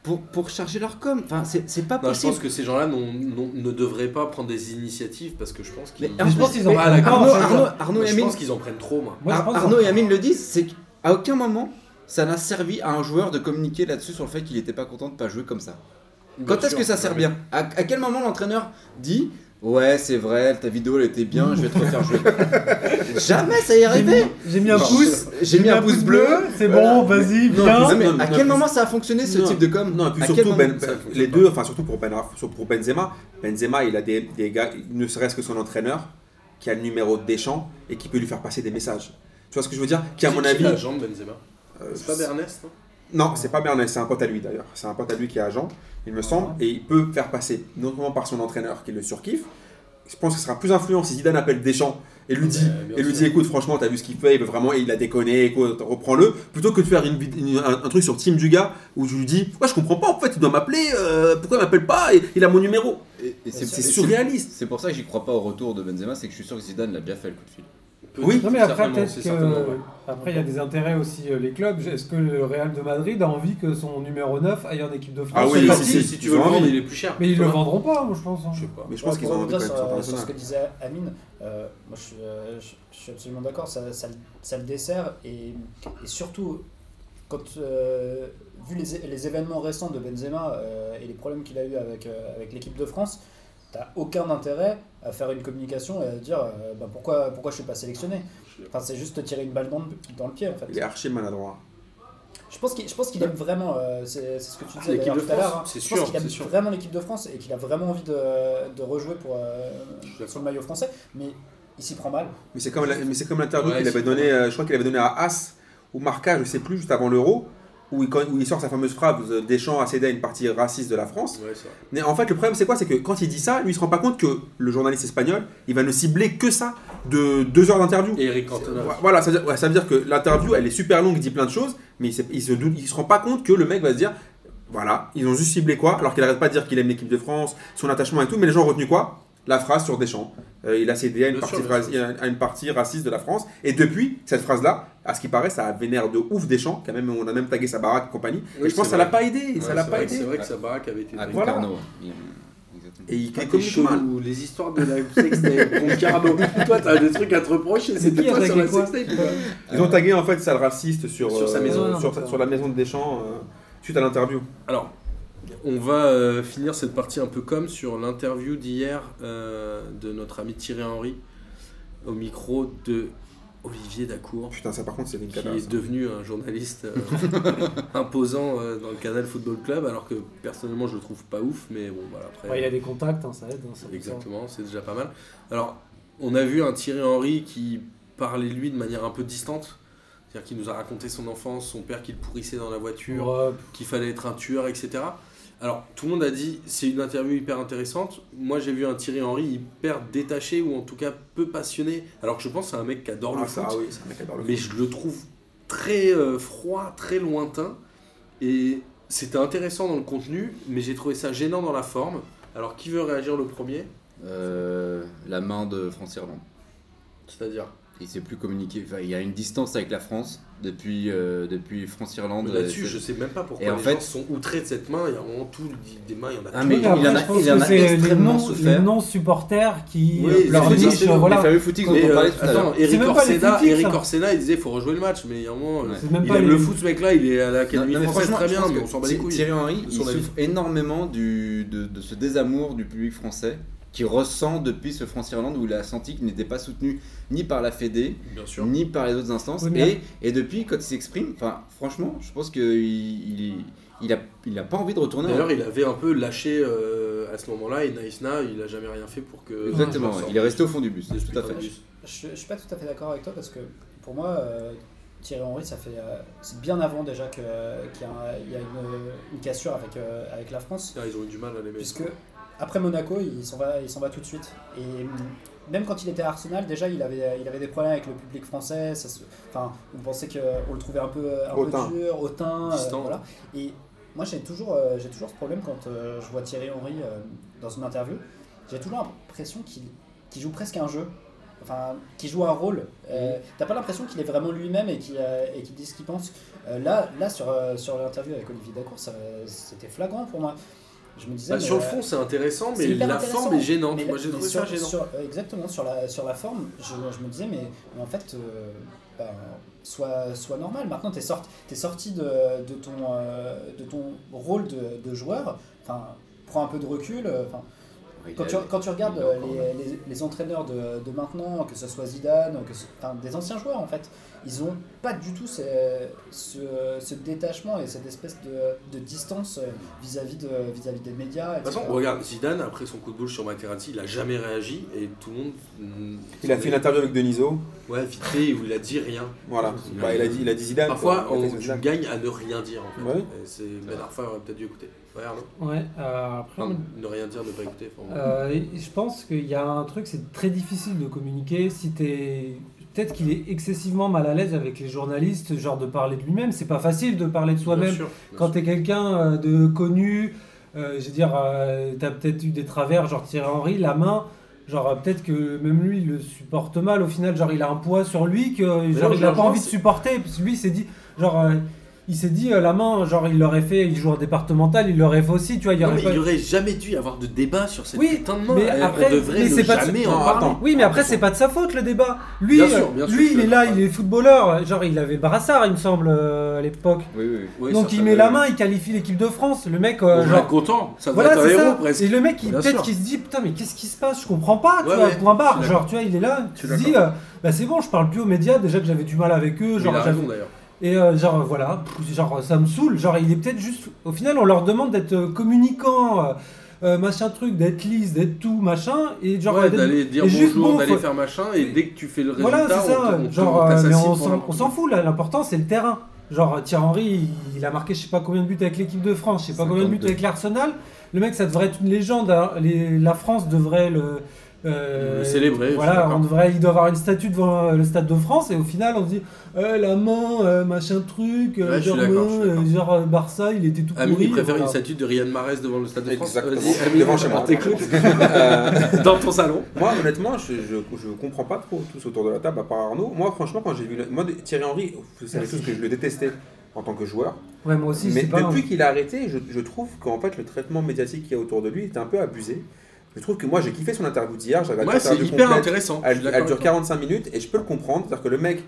Speaker 4: pour, pour charger leur com. Enfin, c'est c'est pas
Speaker 1: Non, Bah, je
Speaker 4: possible.
Speaker 1: pense que ces gens-là n'ont- n'ont- ne devraient pas prendre des initiatives parce que je pense qu'ils.
Speaker 4: Mais en
Speaker 5: Je pense
Speaker 4: plus,
Speaker 5: qu'ils en
Speaker 4: mais
Speaker 5: parlent à la
Speaker 4: Arnaud,
Speaker 5: gorge.
Speaker 4: Arnaud, Arnaud
Speaker 1: Moi,
Speaker 4: et
Speaker 1: je
Speaker 4: Amine,
Speaker 1: pense qu'ils en prennent trop, moi.
Speaker 5: Moi, je
Speaker 4: Ar-
Speaker 5: pense
Speaker 4: Arnaud
Speaker 5: en-
Speaker 4: et Amine le disent, c'est qu'à aucun moment ça n'a servi à un joueur de communiquer là-dessus sur le fait qu'il n'était pas content de pas jouer comme ça. Quand
Speaker 1: Bien
Speaker 4: est-ce
Speaker 1: sûr.
Speaker 4: que ça sert bien à, à quel moment l'entraîneur dit Ouais, c'est vrai, ta vidéo elle était bien, je vais te refaire jouer Jamais ça y est
Speaker 5: J'ai
Speaker 4: arrivé
Speaker 5: mis- J'ai mis un
Speaker 4: Non.
Speaker 5: pouce,
Speaker 4: J'ai mis un pouce bleu.
Speaker 5: c'est
Speaker 4: Voilà.
Speaker 5: bon, vas-y,
Speaker 2: Non,
Speaker 5: viens.
Speaker 4: Non, mais
Speaker 2: Non, non,
Speaker 4: à quel
Speaker 2: non,
Speaker 4: moment ça a fonctionné ce
Speaker 2: non.
Speaker 4: type de com
Speaker 2: Non, et puis
Speaker 4: À
Speaker 2: surtout,
Speaker 4: quel
Speaker 2: Ben- Ben-
Speaker 4: moment-
Speaker 1: ça fonctionne
Speaker 2: les
Speaker 1: pas.
Speaker 2: deux, enfin surtout pour, ben, Arfa- sur- pour Benzema, Benzema, il a des, des gars, ne serait-ce que son entraîneur, qui a le numéro de Deschamps et qui peut lui faire passer des messages. Tu vois ce que je veux dire Qui, à
Speaker 1: C'est
Speaker 2: mon
Speaker 1: qui
Speaker 2: avis.
Speaker 1: l'agent de Benzema.
Speaker 2: euh,
Speaker 1: C'est pas Bernest. hein
Speaker 2: Non, c'est pas Bernal, c'est un pote à lui d'ailleurs. C'est un pote à lui qui est agent, il me semble, et il peut faire passer, notamment par son entraîneur qui le surkiffe. Je pense que ce sera plus influent si Zidane appelle Deschamps et lui dit,
Speaker 1: bien
Speaker 2: et lui
Speaker 1: sûr.
Speaker 2: dit écoute, franchement, t'as vu ce qu'il fait, il veut vraiment, il a déconné, écoute, reprends-le, plutôt que de faire une, vid- une- un, un truc sur Team du gars où je lui dis ouais, je comprends pas, en fait, il doit m'appeler, euh, pourquoi il m'appelle pas, il, il a mon numéro.
Speaker 4: Et- et c'est-
Speaker 2: C'est
Speaker 4: c'est-
Speaker 2: surréaliste.
Speaker 4: C'est pour ça que j'y crois pas au retour de Benzema, c'est que je suis sûr que Zidane l'a bien fait le coup de fil.
Speaker 2: Oui.
Speaker 5: Non mais après
Speaker 1: Certainement,
Speaker 5: peut-être
Speaker 1: c'est
Speaker 5: que
Speaker 1: certainement vrai.
Speaker 5: après il y a des intérêts aussi euh, les clubs. Est-ce que le Real de Madrid a envie que son numéro 9 aille en équipe de France
Speaker 2: Ah oui,
Speaker 5: C'est
Speaker 1: si,
Speaker 5: facile,
Speaker 1: si,
Speaker 2: si,
Speaker 1: si tu
Speaker 2: ils
Speaker 1: veux
Speaker 2: ont
Speaker 1: le vendre,
Speaker 2: envie.
Speaker 1: il est plus cher.
Speaker 5: mais ils le
Speaker 1: Thomas.
Speaker 5: vendront pas, moi je pense. hein.
Speaker 1: Je sais pas.
Speaker 2: Mais je pense
Speaker 3: Ouais,
Speaker 2: qu'ils
Speaker 3: pour
Speaker 2: ont envie
Speaker 3: rebondir
Speaker 2: quand même sur
Speaker 3: sur, sur ce que
Speaker 2: international.
Speaker 3: disait Amine, euh, moi je suis, euh, je- je suis absolument d'accord, ça, ça le- ça le dessert et, et surtout, quand, euh, vu les, é- les événements récents de Benzema euh, et les problèmes qu'il a eu avec, euh, avec l'équipe de France, t'as aucun intérêt à faire une communication et à dire euh, ben pourquoi, pourquoi je suis pas sélectionné. Enfin, c'est juste te tirer une balle dans le, dans le pied en fait.
Speaker 2: Il est archi maladroit.
Speaker 3: Je pense qu'il je pense qu'il aime vraiment, euh, c'est c'est ce que tu
Speaker 1: Ah,
Speaker 3: disais
Speaker 1: l'équipe
Speaker 3: d'ailleurs
Speaker 1: de
Speaker 3: tout à l'heure,
Speaker 1: France,
Speaker 3: hein.
Speaker 1: c'est
Speaker 3: je
Speaker 1: sûr,
Speaker 3: pense qu'il
Speaker 1: c'est
Speaker 3: aime
Speaker 1: sûr.
Speaker 3: vraiment l'équipe de France et qu'il a vraiment envie de, de rejouer pour, euh,
Speaker 1: suis d'accord.
Speaker 3: sur le maillot français, mais il s'y prend mal.
Speaker 2: Mais c'est comme la- mais c'est comme l'interview
Speaker 1: Ouais,
Speaker 2: qu'il
Speaker 1: c'est
Speaker 2: avait donné,
Speaker 1: vrai.
Speaker 2: euh, je crois qu'il avait donné à As ou Marca, je sais plus, juste avant l'Euro, où il, quand- où il sort sa fameuse phrase euh, Deschamps a cédé à une partie raciste de la France.
Speaker 1: Ouais, c'est vrai.
Speaker 2: Mais en fait, le problème c'est quoi C'est que quand il dit ça, lui il se rend pas compte que le journaliste espagnol, il va ne cibler que ça de deux heures d'interview.
Speaker 1: Et Eric Cantona.
Speaker 2: Ouais, Voilà, ça veut, dire, ouais, ça veut dire que l'interview, elle est super longue, il dit plein de choses, mais il, sait- il se doute- il se rend pas compte que le mec va se dire, voilà, ils ont juste ciblé quoi, alors qu'il arrête pas de dire qu'il aime l'équipe de France, son attachement et tout, mais les gens ont retenu quoi La phrase sur Deschamps. Euh, il a cédé à une,
Speaker 1: Bien
Speaker 2: partie
Speaker 1: sûr, bien
Speaker 2: raci- à une partie raciste de la France, et depuis, cette phrase-là, à ce qui paraît, ça vénère de ouf Deschamps, quand même, on a même tagué sa baraque et compagnie,
Speaker 1: Oui,
Speaker 2: et je pense
Speaker 1: c'est
Speaker 2: que ça l'a
Speaker 1: vrai.
Speaker 2: pas aidé,
Speaker 1: Ouais,
Speaker 2: ça l'a
Speaker 1: c'est
Speaker 2: pas
Speaker 1: vrai-
Speaker 2: aidé.
Speaker 1: C'est vrai que sa baraque avait été.
Speaker 4: À
Speaker 2: Voilà.
Speaker 4: Concarneau, ouais. Il- exactement.
Speaker 2: Et il
Speaker 1: Toi, Ah, t'es
Speaker 2: communique mal.
Speaker 1: chelou, les histoires de la sextape, Concarneau. Toi, t'as des trucs à te reprocher, c'était
Speaker 5: qui
Speaker 1: toi
Speaker 5: a
Speaker 1: sur
Speaker 5: tagué
Speaker 1: la
Speaker 5: quoi
Speaker 1: sextape. quoi.
Speaker 2: Ils ont tagué en fait sale raciste sur,
Speaker 1: Sur sa
Speaker 2: euh,
Speaker 1: maison.
Speaker 2: sur, sa- sur la maison de Deschamps, euh, suite à l'interview.
Speaker 1: Alors, on va euh, finir cette partie un peu comme sur l'interview d'hier euh, de notre ami Thierry Henry au micro de Olivier Dacour,
Speaker 2: Putain, ça par contre, c'est une
Speaker 1: qui
Speaker 2: cata.
Speaker 1: est
Speaker 2: ça.
Speaker 1: devenu un journaliste euh, imposant euh, dans le Canal Football Club, alors que personnellement je le trouve pas ouf, mais bon voilà après.
Speaker 5: Ouais, il a des contacts, hein, ça aide. hein, ça-
Speaker 1: Exactement, c'est déjà pas mal. Alors, on a vu un Thierry Henry qui parlait de lui de manière un peu distante. C'est-à-dire qu'il nous a raconté son enfance, son père qu'il pourrissait dans la voiture,
Speaker 5: Ouais,
Speaker 1: qu'il fallait être un tueur, etc. Alors, tout le monde a dit, c'est une interview hyper intéressante. Moi, j'ai vu un Thierry Henry hyper détaché ou en tout cas peu passionné. Alors que je pense que c'est un mec qui adore le
Speaker 2: Ah,
Speaker 1: foot
Speaker 2: ça, ah oui, c'est un mec qui adore le
Speaker 1: mais
Speaker 2: foot.
Speaker 1: je le trouve très euh, froid, très lointain. Et c'était intéressant dans le contenu, mais j'ai trouvé ça gênant dans la forme. Alors, qui veut réagir le premier
Speaker 4: Euh, la main de France-Irlande.
Speaker 1: C'est-à-dire
Speaker 4: Il s'est plus communiqué. Enfin, il y a une distance avec la France depuis, euh, depuis France-Irlande.
Speaker 1: Mais Là-dessus,
Speaker 4: Euh,
Speaker 1: je sais même pas pourquoi
Speaker 4: Et en
Speaker 1: les
Speaker 4: fait-
Speaker 1: gens sont outrés de cette main. Il y a vraiment tout, des mains, il y en a
Speaker 4: Ah,
Speaker 1: tout.
Speaker 4: mais
Speaker 5: Oui,
Speaker 4: il en a-
Speaker 5: je pense
Speaker 4: il en
Speaker 5: que
Speaker 4: a
Speaker 5: c'est les
Speaker 4: extrêmement
Speaker 5: non-
Speaker 4: souffert.
Speaker 5: Les non-supporters qui
Speaker 1: Oui,
Speaker 5: euh,
Speaker 1: ils
Speaker 5: leur
Speaker 1: ont dit,
Speaker 5: disent,
Speaker 1: c'est
Speaker 5: euh,
Speaker 1: le-
Speaker 4: Les
Speaker 5: voilà.
Speaker 4: fameux footings dont
Speaker 1: Mais,
Speaker 4: on
Speaker 1: euh,
Speaker 4: parlait tout à l'heure.
Speaker 1: attends, Eric
Speaker 5: même pas les
Speaker 1: Orsena,
Speaker 5: footings,
Speaker 1: Eric
Speaker 5: ça.
Speaker 1: Orsena, il disait faut rejouer le match, mais il y a un moment, euh,
Speaker 4: Ouais.
Speaker 5: C'est même
Speaker 1: il
Speaker 5: pas
Speaker 1: aime
Speaker 5: les-
Speaker 1: le foot ce mec-là, il est à
Speaker 4: Non,
Speaker 1: l'Académie
Speaker 4: non, mais
Speaker 1: française
Speaker 4: franchement,
Speaker 1: très
Speaker 4: je
Speaker 1: bien,
Speaker 4: pense
Speaker 1: mais
Speaker 4: que
Speaker 1: on s'en bat les
Speaker 4: Thi-
Speaker 1: couilles.
Speaker 4: Thierry Henry, il
Speaker 1: Son avis.
Speaker 4: souffre énormément du, de, de ce désamour du public français qu'il ressent depuis ce France-Irlande où il a senti qu'il n'était pas soutenu ni par la Fédé,
Speaker 1: Bien sûr.
Speaker 4: ni par les autres instances.
Speaker 5: Oui, mais-
Speaker 4: et, et depuis, quand il s'exprime, enfin, franchement, je pense qu'il il, il a, il a pas envie de retourner.
Speaker 1: D'ailleurs, il avait un peu lâché euh, à ce moment-là, et Naïsna, il a jamais rien fait pour que.
Speaker 4: Exactement, ouais. il est resté au fond du bus,
Speaker 1: Des
Speaker 4: tout à fait.
Speaker 1: spectateurs.
Speaker 3: Je, je suis pas tout à fait d'accord avec toi parce que pour moi, euh, Thierry Henry, ça fait euh, c'est bien avant déjà que, euh, qu'il y a, un- il y a une, une cassure avec, euh, avec la France.
Speaker 1: Ils ont eu du mal à les mettre.
Speaker 3: Puisque après Monaco, il s'en va, il s'en va tout de suite. Et hum, même quand il était à Arsenal, déjà, il avait, il avait des problèmes avec le public français. ça se- enfin, on pensait qu'on le trouvait un peu, un peu
Speaker 2: Hautain.
Speaker 3: dur, hautain. euh,
Speaker 1: Distant.
Speaker 3: voilà. Et moi, j'ai toujours, euh, j'ai toujours ce problème quand euh, je vois Thierry Henry euh, dans une interview. J'ai toujours l'impression qu'il qu'il joue presque un jeu. Enfin, qui joue un rôle. Euh, T'as pas l'impression qu'il est vraiment lui-même et qu'il euh, et qu'il dit ce qu'il pense. Euh, là, là, sur, euh, sur l'interview avec Olivier Dacour, ça, c'était flagrant pour moi. Je me disais.
Speaker 1: Bah,
Speaker 3: mais,
Speaker 1: sur le
Speaker 3: euh,
Speaker 1: fond, c'est intéressant, mais
Speaker 3: c'est hyper
Speaker 1: la
Speaker 3: intéressant.
Speaker 1: forme est gênante.
Speaker 3: Mais-
Speaker 1: Moi, j'ai
Speaker 3: mais
Speaker 1: trouvé
Speaker 3: sur-
Speaker 1: ça gênant.
Speaker 3: sur- euh, exactement, sur la, sur la forme, je, je me disais, mais, mais en fait, euh, ben, sois, sois normal. Maintenant, tu es, sorti de, de ton, euh, de ton rôle de, de joueur. Enfin, prends un peu de recul. euh, enfin,
Speaker 4: Il
Speaker 3: quand,
Speaker 4: a-
Speaker 3: tu, quand tu regardes
Speaker 4: il a
Speaker 3: euh,
Speaker 4: encore
Speaker 3: les, les- les entraîneurs de, de maintenant, que ce soit Zidane, que ce- enfin, des anciens joueurs en fait, ils ont pas du tout ces- ce, ce détachement et cette espèce de, de distance euh, vis-à-vis de, vis-à-vis des médias.
Speaker 1: De toute façon, regarde, Zidane, après son coup de bouche sur Materazzi, il a jamais réagi et tout le monde. mm,
Speaker 2: Il a fait une interview avec Deniso.
Speaker 1: Ouais, vite fait, où il a dit rien.
Speaker 2: Voilà. Bah, il, a dit, il a dit Zidane.
Speaker 1: Parfois,
Speaker 2: quoi. Il a fait
Speaker 1: on,
Speaker 2: son
Speaker 1: tu
Speaker 2: Zidane.
Speaker 1: gagnes à ne rien dire en fait.
Speaker 2: Ouais.
Speaker 1: Et C'est Ben Arfa aurait peut-être dû écouter. Ouais, Arnaud
Speaker 5: Ouais, euh, après,
Speaker 1: Enfin, ne rien dire, ne pas écouter. enfin,
Speaker 5: Euh, et je pense qu'il y a un truc, c'est très difficile de communiquer si t'es. Peut-être qu'il est excessivement mal à l'aise avec les journalistes, genre de parler de lui-même. C'est pas facile de parler de
Speaker 1: bien
Speaker 5: soi-même
Speaker 1: sûr, bien
Speaker 5: quand
Speaker 1: sûr.
Speaker 5: t'es quelqu'un euh, de connu. euh, je veux dire, euh, t'as peut-être eu des travers, genre Thierry Henry, la main. Genre euh, peut-être que même lui il le supporte mal au final, genre il a un poids sur lui que euh, genre,
Speaker 1: non,
Speaker 5: il
Speaker 1: je
Speaker 5: a pas
Speaker 1: rejoins,
Speaker 5: envie de
Speaker 1: c'est-
Speaker 5: supporter. Parce que lui il s'est dit, genre euh, il s'est dit euh, la main, genre il l'aurait fait, il joue en départemental, il l'aurait fait aussi, tu vois, il y
Speaker 1: Non,
Speaker 5: aurait
Speaker 1: mais
Speaker 5: pas-
Speaker 1: il n'y aurait jamais dû y avoir de débat sur cette
Speaker 5: Oui,
Speaker 1: putain de main.
Speaker 5: mais
Speaker 1: Et
Speaker 5: après-
Speaker 1: on devrait
Speaker 5: mais
Speaker 1: ne
Speaker 5: c'est pas de-
Speaker 1: jamais
Speaker 2: Non,
Speaker 1: en parler.
Speaker 2: attends.
Speaker 5: Oui, mais après, c'est pas de sa faute le débat. Lui, euh,
Speaker 1: Bien sûr, bien sûr,
Speaker 5: lui
Speaker 1: je
Speaker 5: il est
Speaker 1: suis
Speaker 5: là,
Speaker 1: d'accord.
Speaker 5: il est footballeur. Genre, il avait brassard, il me semble, euh, à l'époque.
Speaker 4: Oui, oui, oui.
Speaker 1: Oui,
Speaker 5: Donc, il met
Speaker 1: certainement.
Speaker 5: la main, il qualifie l'équipe de France. Le mec, euh,
Speaker 1: On va être
Speaker 5: genre.
Speaker 1: content, ça doit
Speaker 5: Voilà,
Speaker 1: être un
Speaker 5: c'est
Speaker 1: héros
Speaker 5: ça.
Speaker 1: presque.
Speaker 5: Et le mec, il
Speaker 1: Bien
Speaker 5: peut-être
Speaker 1: sûr.
Speaker 5: qu'il se dit Putain, mais qu'est-ce qui se passe Je comprends pas, tu
Speaker 1: Ouais,
Speaker 5: vois,
Speaker 1: ouais,
Speaker 5: point barre.
Speaker 1: je suis d'accord.
Speaker 5: Genre, tu vois, il est là,
Speaker 1: Je
Speaker 5: tu
Speaker 1: suis
Speaker 5: te dis euh, Bah, c'est bon, je parle plus aux médias. Déjà que j'avais du mal avec eux.
Speaker 1: Mais
Speaker 5: Genre,
Speaker 1: il a
Speaker 5: j'avais-
Speaker 1: raison, d'ailleurs.
Speaker 5: et euh, genre euh, voilà, pff, genre euh, ça me saoule, genre il est peut-être juste au final on leur demande d'être euh, communicants, euh, euh, machin truc, d'être lisse, d'être tout, machin et genre
Speaker 1: Ouais,
Speaker 5: euh, d'être-
Speaker 1: d'aller dire
Speaker 5: et juste,
Speaker 1: bonjour,
Speaker 5: bon,
Speaker 1: d'aller
Speaker 5: faut-
Speaker 1: faire machin, et dès que tu fais le résultat,
Speaker 5: Voilà, c'est ça,
Speaker 1: on te- on te-
Speaker 5: genre euh, mais
Speaker 1: t'assassine
Speaker 5: on
Speaker 1: pour
Speaker 5: s'en- on
Speaker 1: n'importe
Speaker 5: s'en
Speaker 1: quoi.
Speaker 5: fout là, l'important c'est le terrain. Genre Thierry Henry, il a marqué je sais pas combien de buts avec l'équipe de France, je sais pas combien de buts
Speaker 4: 52.
Speaker 5: avec l'Arsenal. Le mec ça devrait être une légende, hein. Les- la France devrait le euh,
Speaker 1: Le célébrer, je suis
Speaker 5: Voilà,
Speaker 1: d'accord.
Speaker 5: on devrait, il doit avoir une statue devant euh, le stade de France et au final on se dit euh, la main, euh, machin truc, euh,
Speaker 1: Ouais, je suis
Speaker 5: genre,
Speaker 1: d'accord,
Speaker 5: euh,
Speaker 1: je suis d'accord.
Speaker 5: genre, euh, Barça, il était tout pourri.
Speaker 1: Amine, il préfère
Speaker 5: voilà.
Speaker 1: une statue de Riyad Mahrez devant le stade de France.
Speaker 2: Exactement.
Speaker 1: Vas-y, Amine,
Speaker 2: Devant chez moi.
Speaker 1: on t'écoute.
Speaker 2: Euh,
Speaker 1: Dans ton salon.
Speaker 2: Moi, honnêtement, je, je, je comprends pas trop tous autour de la table, à part Arnaud. Moi, franchement, quand j'ai vu. le- Moi, Thierry Henry, vous savez tous que je le détestais en tant que joueur.
Speaker 5: Ouais, moi aussi,
Speaker 2: mais
Speaker 5: c'est pas.
Speaker 2: depuis qu'il a arrêté, je, je trouve qu'en fait, le traitement médiatique qu'il y a autour de lui était un peu abusé. Je trouve que moi, j'ai kiffé son interview d'hier. J'avais
Speaker 1: Ouais, c'est hyper intéressant. je suis
Speaker 2: Elle, elle
Speaker 1: d'accord
Speaker 2: dure
Speaker 1: avec toi.
Speaker 2: 45 minutes et je peux le comprendre. C'est-à-dire que le mec,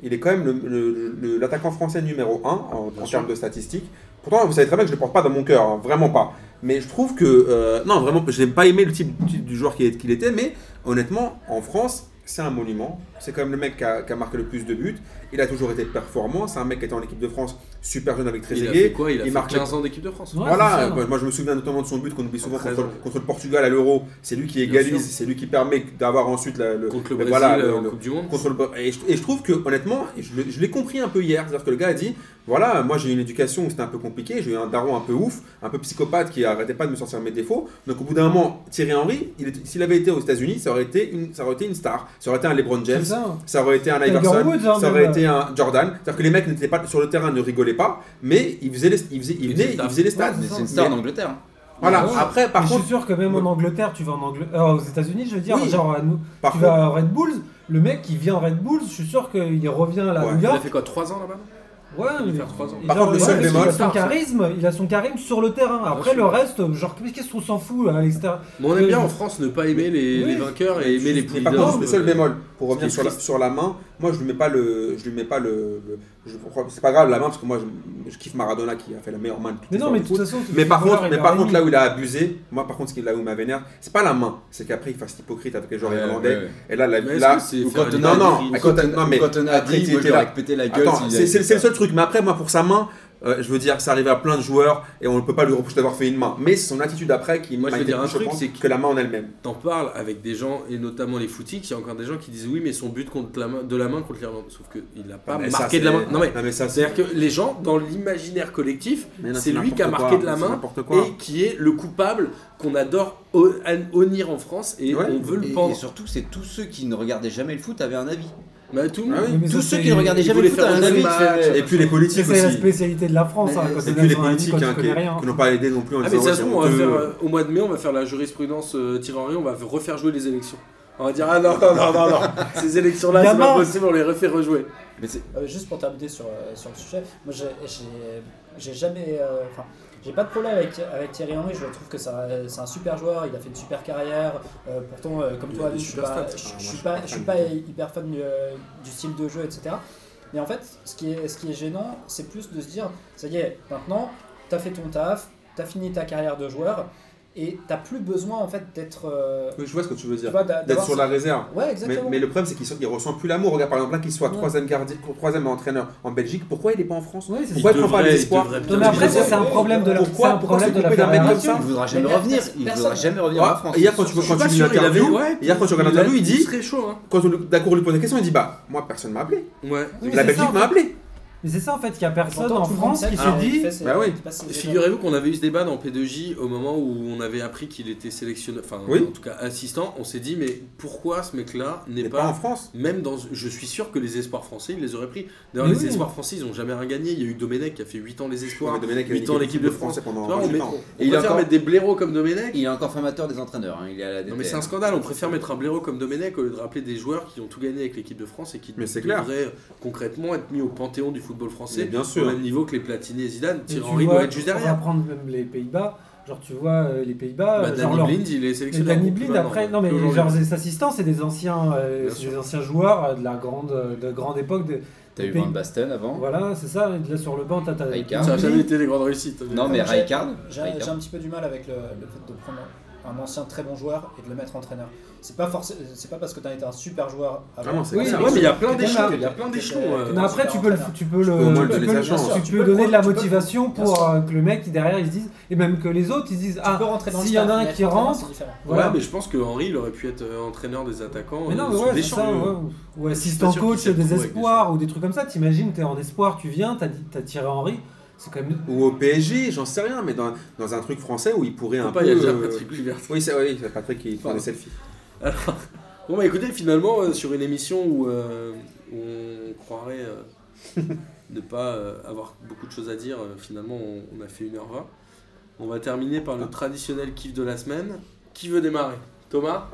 Speaker 2: il est quand même l'attaquant le, le- l'attaquant français numéro 1 en, en termes de statistiques. Pourtant, vous savez très bien que je ne le porte pas dans mon cœur, hein, vraiment pas. Mais je trouve que. euh, non, vraiment, je n'ai pas aimé le type du, du joueur qu'il est- qu'il était, mais honnêtement, en France, c'est un monument. C'est quand même le mec qui a, qui a marqué le plus de buts. Il a toujours été performant. C'est un mec qui était en équipe de France super jeune avec
Speaker 1: Il a fait
Speaker 2: Trezeguet.
Speaker 1: quoi Il a
Speaker 2: il
Speaker 1: fait
Speaker 2: marque
Speaker 1: 15 ans d'équipe de France.
Speaker 5: Ouais, c'est
Speaker 2: voilà,
Speaker 5: ça.
Speaker 2: moi, moi, je me souviens notamment de son but qu'on oublie souvent
Speaker 1: Très
Speaker 2: contre,
Speaker 1: bon.
Speaker 2: contre le Portugal à l'Euro. C'est lui qui
Speaker 1: Bien
Speaker 2: égalise,
Speaker 1: sûr.
Speaker 2: c'est lui qui permet d'avoir ensuite la- le,
Speaker 1: Contre le
Speaker 2: le-
Speaker 1: Brésil
Speaker 2: voilà,
Speaker 1: euh,
Speaker 2: le-
Speaker 1: en
Speaker 2: le-
Speaker 1: Coupe du Monde.
Speaker 2: contre le Br- et, je, et je trouve que honnêtement, je, le- je l'ai compris un peu hier, c'est-à-dire que le gars a dit voilà, moi j'ai eu une éducation où c'était un peu compliqué, j'ai eu un daron un peu ouf, un peu psychopathe qui arrêtait pas de me sortir mes défauts. Donc au bout d'un moment, Thierry Henry, il est- s'il avait été aux États-Unis, ça aurait été une, ça aurait été une star, ça aurait été un LeBron
Speaker 5: C'est
Speaker 2: James,
Speaker 5: ça.
Speaker 2: ça aurait été un
Speaker 5: Tiger
Speaker 2: Iverson,
Speaker 5: Woods, hein,
Speaker 2: ça
Speaker 5: même.
Speaker 2: aurait été un Jordan. C'est-à-dire que les mecs n'étaient pas sur le terrain, ne rigolaient pas, mais ils faisaient les, ils faisaient, ils
Speaker 1: Ils
Speaker 2: venaient,
Speaker 1: faisaient le
Speaker 2: ils faisaient les stats.
Speaker 5: taf.
Speaker 4: Mais c'est une
Speaker 5: ça.
Speaker 4: star
Speaker 2: Mais-
Speaker 4: d'Angleterre. hein.
Speaker 2: Voilà.
Speaker 5: Ouais.
Speaker 2: Après, par
Speaker 5: Mais
Speaker 2: contre,
Speaker 5: je suis sûr que même en Angleterre, tu vas en Angleterre, aux États-Unis, je veux dire,
Speaker 2: Oui.
Speaker 5: genre à nous,
Speaker 2: par
Speaker 5: tu
Speaker 2: contre,
Speaker 5: vas à Red Bulls, le mec qui vient à Red Bulls, je suis sûr qu'il revient à la
Speaker 2: Ouais,
Speaker 5: New
Speaker 1: Il a
Speaker 5: York.
Speaker 1: fait quoi 3 ans là-bas non
Speaker 5: Ouais,
Speaker 1: Il
Speaker 5: mais-
Speaker 1: va faire 3 ans.
Speaker 5: Et
Speaker 2: Par
Speaker 5: genre,
Speaker 2: contre, le
Speaker 5: ouais,
Speaker 2: seul
Speaker 5: parce qu'il
Speaker 2: bémol-
Speaker 5: a son charisme, il a son charisme sur le terrain. Après
Speaker 1: sûr.
Speaker 5: le reste, genre qu'est-ce qu'on s'en fout à l'extérieur
Speaker 1: Mais on aime bien en France ne pas aimer les,
Speaker 5: Oui.
Speaker 1: les vainqueurs et aimer les
Speaker 2: Mais
Speaker 1: poules
Speaker 2: par contre,
Speaker 1: d'or.
Speaker 2: le seul bémol, pour
Speaker 1: ce
Speaker 2: revenir
Speaker 1: qui est
Speaker 2: sur la,
Speaker 1: triste.
Speaker 2: sur la main, moi je lui mets pas le. Je lui mets pas le. le- je- c'est pas grave la main parce que moi je, je kiffe Maradona qui a fait la meilleure main de toute
Speaker 5: Mais
Speaker 2: l'histoire
Speaker 5: non, mais
Speaker 2: du
Speaker 5: de
Speaker 2: foot.
Speaker 5: toute façon.
Speaker 2: Mais par
Speaker 5: Müller,
Speaker 2: contre,
Speaker 5: il
Speaker 2: mais
Speaker 5: a
Speaker 2: par
Speaker 5: rien
Speaker 2: contre
Speaker 5: mis.
Speaker 2: là où il a abusé, moi par contre ce qui là où il m'a vénère, c'est pas la main, c'est qu'après il fasse l'hypocrite avec les joueurs
Speaker 4: Ouais,
Speaker 2: irlandais.
Speaker 4: ouais.
Speaker 2: Et là, la,
Speaker 1: Mais est-ce
Speaker 2: là
Speaker 1: que c'est
Speaker 4: Euh, Ou Ah,
Speaker 1: faire une
Speaker 4: quand on
Speaker 2: non,
Speaker 4: a
Speaker 2: non,
Speaker 4: dit-
Speaker 2: à quand-
Speaker 4: quand-
Speaker 2: non, mais
Speaker 4: quand on a
Speaker 2: après,
Speaker 4: dit,
Speaker 2: il
Speaker 4: moi
Speaker 2: était
Speaker 4: je leur
Speaker 2: là.
Speaker 4: ai pété la gueule.
Speaker 2: Attends,
Speaker 4: s'il
Speaker 2: c'est
Speaker 4: avait
Speaker 2: c'est le
Speaker 4: fait
Speaker 2: c'est le
Speaker 4: ça.
Speaker 2: seul truc. Mais après, moi, pour sa main, euh, je veux dire, ça arrive à plein de joueurs et on ne peut pas lui reprocher d'avoir fait une main. Mais c'est son attitude après qui
Speaker 1: Moi, je
Speaker 2: m'a
Speaker 1: vais
Speaker 2: été
Speaker 1: dire un
Speaker 2: plus, je
Speaker 1: truc,
Speaker 2: pense,
Speaker 1: c'est que-
Speaker 2: que la main en elle-même.
Speaker 1: T'en parles avec des gens, et notamment les footies, il y a encore des gens qui disent oui, mais son but contre la main, de la main contre l'Irlande. Sauf qu'il n'a pas
Speaker 2: Ah, Mais ça,
Speaker 1: marqué de la
Speaker 2: c'est-
Speaker 1: main. Non mais,
Speaker 2: non mais ça, c'est
Speaker 1: c'est-à-dire que les gens, dans l'imaginaire collectif,
Speaker 2: Mais non,
Speaker 1: c'est lui qui a
Speaker 2: n'importe
Speaker 1: marqué
Speaker 2: quoi,
Speaker 1: de la
Speaker 2: c'est
Speaker 1: main
Speaker 2: n'importe quoi.
Speaker 1: et qui est le coupable qu'on adore o- an- honnir en France et
Speaker 2: Ouais.
Speaker 1: on veut le
Speaker 4: Et- Et
Speaker 1: pendre.
Speaker 4: surtout, c'est tous ceux qui ne regardaient jamais le foot avaient un avis.
Speaker 1: Bah, tout le
Speaker 2: Ah
Speaker 1: monde.
Speaker 2: oui.
Speaker 5: Mais ça,
Speaker 4: Tous ceux
Speaker 5: c'est-
Speaker 4: qui ne regardaient
Speaker 1: ils
Speaker 4: jamais
Speaker 1: voulaient
Speaker 4: le foot
Speaker 1: faire
Speaker 4: avaient un
Speaker 1: des
Speaker 4: avis.
Speaker 1: matchs,
Speaker 4: tu fais-
Speaker 2: Et puis les
Speaker 5: Ça,
Speaker 2: politiques
Speaker 5: C'est la
Speaker 2: aussi.
Speaker 5: spécialité de la France.
Speaker 4: Mais-
Speaker 5: hein, quand
Speaker 2: Et puis
Speaker 5: on est
Speaker 2: les
Speaker 5: dans un pays,
Speaker 2: politiques
Speaker 5: quand
Speaker 2: hein,
Speaker 5: tu
Speaker 2: qui,
Speaker 5: connais rien.
Speaker 2: qui n'ont pas aidé non plus en
Speaker 1: Ah mais
Speaker 2: disant
Speaker 1: de toute
Speaker 2: ouais,
Speaker 1: façon,
Speaker 2: c'est
Speaker 1: on va
Speaker 2: honteux.
Speaker 1: faire, euh, au mois de mai, on va faire la jurisprudence euh, Thierry Henry, on va refaire jouer les élections. On va dire ah non non non non, non. ces élections là
Speaker 5: La
Speaker 1: c'est pas
Speaker 5: main.
Speaker 1: possible on les refait rejouer.
Speaker 4: Mais c'est-
Speaker 3: Euh, juste pour terminer sur, euh, sur le sujet, moi j'ai- j'ai- j'ai jamais. euh, Enfin, j'ai pas de problème avec, avec Thierry Henry, je trouve que c'est un, c'est un super joueur, il a fait une super carrière. euh, pourtant, euh, comme
Speaker 2: Il
Speaker 3: toi,
Speaker 2: a des
Speaker 3: je suis
Speaker 2: super
Speaker 3: pas,
Speaker 2: stats.
Speaker 3: je-
Speaker 2: Ah, moi,
Speaker 3: je
Speaker 2: je
Speaker 3: suis
Speaker 2: suis
Speaker 3: pas,
Speaker 2: pas
Speaker 3: je suis
Speaker 2: fan
Speaker 3: pas
Speaker 2: du
Speaker 3: hyper fan du, euh, du style de jeu, etc. Mais en fait, ce qui est, ce qui est gênant, c'est plus de se dire ça y est, maintenant, t'as fait ton taf, t'as fini ta carrière de joueur, et t'as plus besoin en fait d'être. euh,
Speaker 2: Oui, je vois ce que tu veux
Speaker 3: tu
Speaker 2: dire.
Speaker 3: vois, d'a-
Speaker 2: D'être
Speaker 3: d'avoir
Speaker 2: sur
Speaker 3: ce-
Speaker 2: la réserve.
Speaker 3: Ouais,
Speaker 2: Mais,
Speaker 3: exactement.
Speaker 2: mais le problème, c'est qu'il sort- il ressent plus l'amour. Regarde, par exemple, là, qu'il soit
Speaker 3: Ouais.
Speaker 2: troisième, gardi- troisième entraîneur en Belgique, pourquoi il n'est pas en France
Speaker 5: Oui, c'est
Speaker 2: Pourquoi il
Speaker 1: Il
Speaker 2: prend pas
Speaker 1: devrait-
Speaker 2: les
Speaker 1: il
Speaker 2: espoirs
Speaker 1: devrait bien
Speaker 5: Non, mais
Speaker 1: le
Speaker 5: après, ça,
Speaker 1: faire.
Speaker 5: c'est un problème de la
Speaker 2: Pourquoi-
Speaker 5: c'est un
Speaker 2: pourquoi
Speaker 5: problème de
Speaker 2: s'occuper
Speaker 5: la
Speaker 2: d'un mec comme
Speaker 5: fédération.
Speaker 2: ça
Speaker 4: Il ne voudra jamais
Speaker 3: Mais là,
Speaker 4: revenir. Il ne
Speaker 3: personne-
Speaker 4: voudra jamais revenir en
Speaker 2: Ah,
Speaker 4: France.
Speaker 2: et hier, quand tu
Speaker 1: Je suis
Speaker 2: quand
Speaker 1: pas
Speaker 2: tu lis
Speaker 1: sûr, il avait-
Speaker 2: l'interview,
Speaker 1: ouais,
Speaker 2: hier, quand tu regardes
Speaker 1: il a-
Speaker 2: l'interview, il dit
Speaker 1: serait chaud hein.
Speaker 2: quand on- Dacour lui pose la question, il dit Bah, moi, personne m'a appelé.
Speaker 1: Ouais.
Speaker 5: Oui,
Speaker 2: La
Speaker 5: c'est
Speaker 2: Belgique
Speaker 5: ça, en
Speaker 2: m'a
Speaker 5: fait.
Speaker 2: appelé.
Speaker 5: Mais c'est ça en fait, qu'il y a personne
Speaker 3: Pourtant,
Speaker 5: en
Speaker 3: tout le
Speaker 5: France
Speaker 3: monde
Speaker 5: qui
Speaker 3: sait
Speaker 5: se
Speaker 3: qu'il
Speaker 5: dit.
Speaker 3: fait ses-
Speaker 2: bah oui.
Speaker 3: qu'il passe ses
Speaker 1: Figurez-vous qu'on avait eu ce débat dans P2J au moment où on avait appris qu'il était sélectionneur, enfin
Speaker 2: Oui.
Speaker 1: en tout cas assistant, on s'est dit mais pourquoi ce mec-là
Speaker 2: Il
Speaker 1: n'est
Speaker 2: n'est pas en
Speaker 1: pas
Speaker 2: France.
Speaker 1: même dans je suis sûr que les espoirs français, ils les auraient pris. D'ailleurs
Speaker 5: Mais
Speaker 1: les
Speaker 5: oui.
Speaker 1: espoirs français, ils ont jamais rien gagné, il y a eu Domenech qui a fait 8 ans les espoirs.
Speaker 2: Ouais, Domenech avait
Speaker 1: Huit ans
Speaker 2: une
Speaker 1: l'équipe de France.
Speaker 2: pendant
Speaker 1: Tu vois, on
Speaker 2: 28
Speaker 1: met-
Speaker 2: ans.
Speaker 1: on
Speaker 4: Et il a
Speaker 1: préfère
Speaker 4: encore-
Speaker 1: mettre des blaireaux comme Domenech
Speaker 4: Il est encore formateur des entraîneurs. hein, Il est à la
Speaker 1: Non
Speaker 4: DTN.
Speaker 1: mais c'est un scandale, on préfère mettre un blaireau comme Domenech au lieu de rappeler des joueurs qui ont tout gagné avec l'équipe de France et qui
Speaker 2: Mais c'est
Speaker 1: devraient concrètement être mis au panthéon du football
Speaker 2: Mais
Speaker 1: français
Speaker 2: bien
Speaker 1: au
Speaker 2: sûr.
Speaker 1: même niveau que les Platini et Zidane.
Speaker 5: Mais tu
Speaker 1: Thierry Henry
Speaker 5: vois,
Speaker 1: doit être juste
Speaker 5: On va
Speaker 1: derrière.
Speaker 5: prendre même les Pays-Bas. Genre, tu vois, euh, les Pays-Bas.
Speaker 1: Bah,
Speaker 5: euh, genre
Speaker 1: Danny
Speaker 5: leur-
Speaker 1: Blind, il est
Speaker 5: Et
Speaker 1: sélectionné.
Speaker 5: Danny Blind après, non mais genre
Speaker 1: euh, aujourd'hui.
Speaker 5: les assistants c'est des anciens, euh,
Speaker 1: Bien
Speaker 5: c'est
Speaker 1: sûr.
Speaker 5: des anciens joueurs euh, de la grande, euh, de grande époque. de-
Speaker 4: T'as
Speaker 5: des
Speaker 4: eu
Speaker 5: pays-
Speaker 4: Van Basten avant.
Speaker 5: Voilà, c'est ça. et Là sur le banc, t'as t'as-
Speaker 4: Rijkaard.
Speaker 1: ça n'a jamais
Speaker 5: Blind.
Speaker 1: été des grandes réussites.
Speaker 4: Non mais Rijkaard.
Speaker 3: J'ai
Speaker 4: Rijkaard.
Speaker 3: j'ai un petit peu du mal avec le, le fait de prendre un ancien très bon joueur et de le mettre entraîneur. C'est pas forcément, c'est pas parce que t'as été un super joueur avant.
Speaker 2: Ah non, c'est
Speaker 5: Oui,
Speaker 2: vrai, c'est
Speaker 5: ouais,
Speaker 2: vrai.
Speaker 1: mais il y a plein
Speaker 3: que t'es
Speaker 1: d'échelons,
Speaker 3: que
Speaker 1: il y a
Speaker 3: t'es-
Speaker 1: plein
Speaker 3: que
Speaker 1: d'échelons,
Speaker 3: t'es-
Speaker 1: euh,
Speaker 3: que t'es
Speaker 5: Mais après
Speaker 3: un
Speaker 5: tu peux, le,
Speaker 3: entraîneur.
Speaker 5: tu peux
Speaker 2: peux au moins
Speaker 5: le,
Speaker 2: le
Speaker 5: tu
Speaker 2: donner
Speaker 5: peux
Speaker 2: sa
Speaker 5: le-
Speaker 2: chance.
Speaker 5: tu
Speaker 3: Tu
Speaker 5: peux
Speaker 3: peux
Speaker 5: donner
Speaker 3: le-
Speaker 5: de la
Speaker 3: tu peux-
Speaker 5: motivation
Speaker 3: bien
Speaker 5: pour
Speaker 3: sûr.
Speaker 5: euh, que le mec qui derrière ils se disent et même que les autres ils se disent
Speaker 3: Tu
Speaker 5: ah
Speaker 3: peux rentrer dans le
Speaker 5: s'il y en a
Speaker 3: staff,
Speaker 5: un
Speaker 3: mais
Speaker 5: qui
Speaker 3: être entraîneur,
Speaker 5: rentre,
Speaker 3: c'est différent.
Speaker 5: voilà.
Speaker 1: Ouais, mais je pense que Henry, il aurait pu être euh, entraîneur des attaquants.
Speaker 5: Mais
Speaker 1: euh,
Speaker 5: non, mais
Speaker 1: sous
Speaker 5: ouais, c'est
Speaker 1: Deschamps,
Speaker 5: ça,
Speaker 1: euh,
Speaker 5: ouais. Ou
Speaker 1: pas
Speaker 5: assistant
Speaker 1: sûr qu'il
Speaker 5: coach
Speaker 1: s'est retrouvé
Speaker 5: des
Speaker 1: avec
Speaker 5: espoirs ou des trucs comme ça. T'imagines, t'es en espoir, tu viens, t'as, dit- t'as tiré Henri. C'est quand même.
Speaker 2: Ou au PSG, j'en sais rien, mais dans, dans un truc français où il pourrait un
Speaker 1: Pas,
Speaker 2: peu.
Speaker 1: il y a déjà
Speaker 2: euh,
Speaker 1: Patrick Kluivert.
Speaker 2: Oui, c'est oui, c'est Patrick qui prend
Speaker 1: Pardon.
Speaker 2: des selfies.
Speaker 1: Alors, bon bah écoutez, finalement, euh, sur une émission où, euh, où on croirait euh, ne pas euh, avoir beaucoup de choses à dire, euh, finalement on, on a fait 1h20. On va terminer par le traditionnel kiff de la semaine. Qui veut démarrer Thomas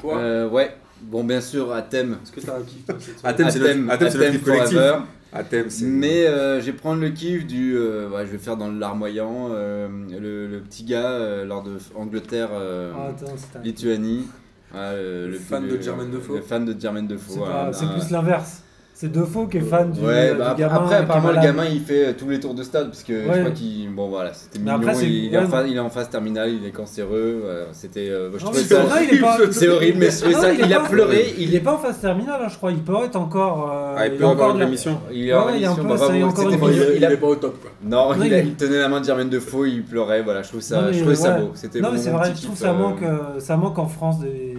Speaker 1: Toi
Speaker 4: Euh, ouais. Bon bien sûr à thème.
Speaker 1: Est-ce que t'as un kiff toi, cette semaine
Speaker 2: Athènes, c'est le, Athènes, c'est le
Speaker 4: Athènes
Speaker 2: clip collectif.
Speaker 4: forever.
Speaker 2: Athènes, c'est.
Speaker 4: Mais euh, je vais prendre le kiff du. euh, ouais, je vais faire dans le larmoyant. euh, le, le petit gars euh, lors de Angleterre, euh,
Speaker 5: Ah, attends, c'est un-
Speaker 4: Lituanie. Ouais, euh,
Speaker 1: Le fan de Jermaine Defoe.
Speaker 4: Le fan de Germaine Defoe.
Speaker 5: c'est
Speaker 4: ouais,
Speaker 5: pas-
Speaker 4: un-
Speaker 5: c'est plus l'inverse. C'est Defoe qui est fan du, euh,
Speaker 4: ouais,
Speaker 5: du
Speaker 4: bah,
Speaker 5: gamin.
Speaker 4: après,
Speaker 5: qui est
Speaker 4: apparemment, le
Speaker 5: malade.
Speaker 4: gamin il fait euh, tous les tours de stade parce que je
Speaker 5: Ouais.
Speaker 4: crois qu'il. Bon, voilà, c'était
Speaker 5: Mais
Speaker 4: mignon.
Speaker 5: après, c'est-
Speaker 4: il, est en
Speaker 5: ouais.
Speaker 4: phase, il est en phase terminale, il est cancéreux. euh, c'était. euh, je
Speaker 5: Non,
Speaker 4: trouvais
Speaker 5: mais c'est
Speaker 4: ça.
Speaker 5: vrai, il est pas-
Speaker 4: C'est horrible, mais je trouvais
Speaker 5: Non,
Speaker 4: ça.
Speaker 5: il est
Speaker 4: Il a
Speaker 5: pas-
Speaker 4: pleuré,
Speaker 5: Il est pas en phase terminale, hein, je crois. Il peut être encore. euh,
Speaker 2: Ah, il
Speaker 5: est
Speaker 2: peut avoir
Speaker 5: encore
Speaker 2: une
Speaker 5: là.
Speaker 2: émission.
Speaker 4: Il est en
Speaker 5: Ouais, ouais, il y a un
Speaker 4: émission,
Speaker 5: peu,
Speaker 4: bah,
Speaker 5: ça y est,
Speaker 4: bravo,
Speaker 5: encore
Speaker 4: c'était
Speaker 5: une
Speaker 1: Enfin, il,
Speaker 4: mignon,
Speaker 1: est-
Speaker 4: il a-
Speaker 1: il est pas au top quoi.
Speaker 4: Non,
Speaker 5: Non,
Speaker 4: il, a-
Speaker 5: il-
Speaker 4: il tenait la main de Germaine Defoe, il pleurait, voilà, je trouve
Speaker 5: Non,
Speaker 4: ça,
Speaker 5: mais
Speaker 4: je trouvais ça
Speaker 5: ouais.
Speaker 4: beau. C'était
Speaker 5: Non,
Speaker 4: mon
Speaker 5: mais c'est
Speaker 4: petit
Speaker 5: vrai, je
Speaker 4: kiff,
Speaker 5: trouve que ça
Speaker 4: euh,
Speaker 5: manque, euh, ça manque en France des.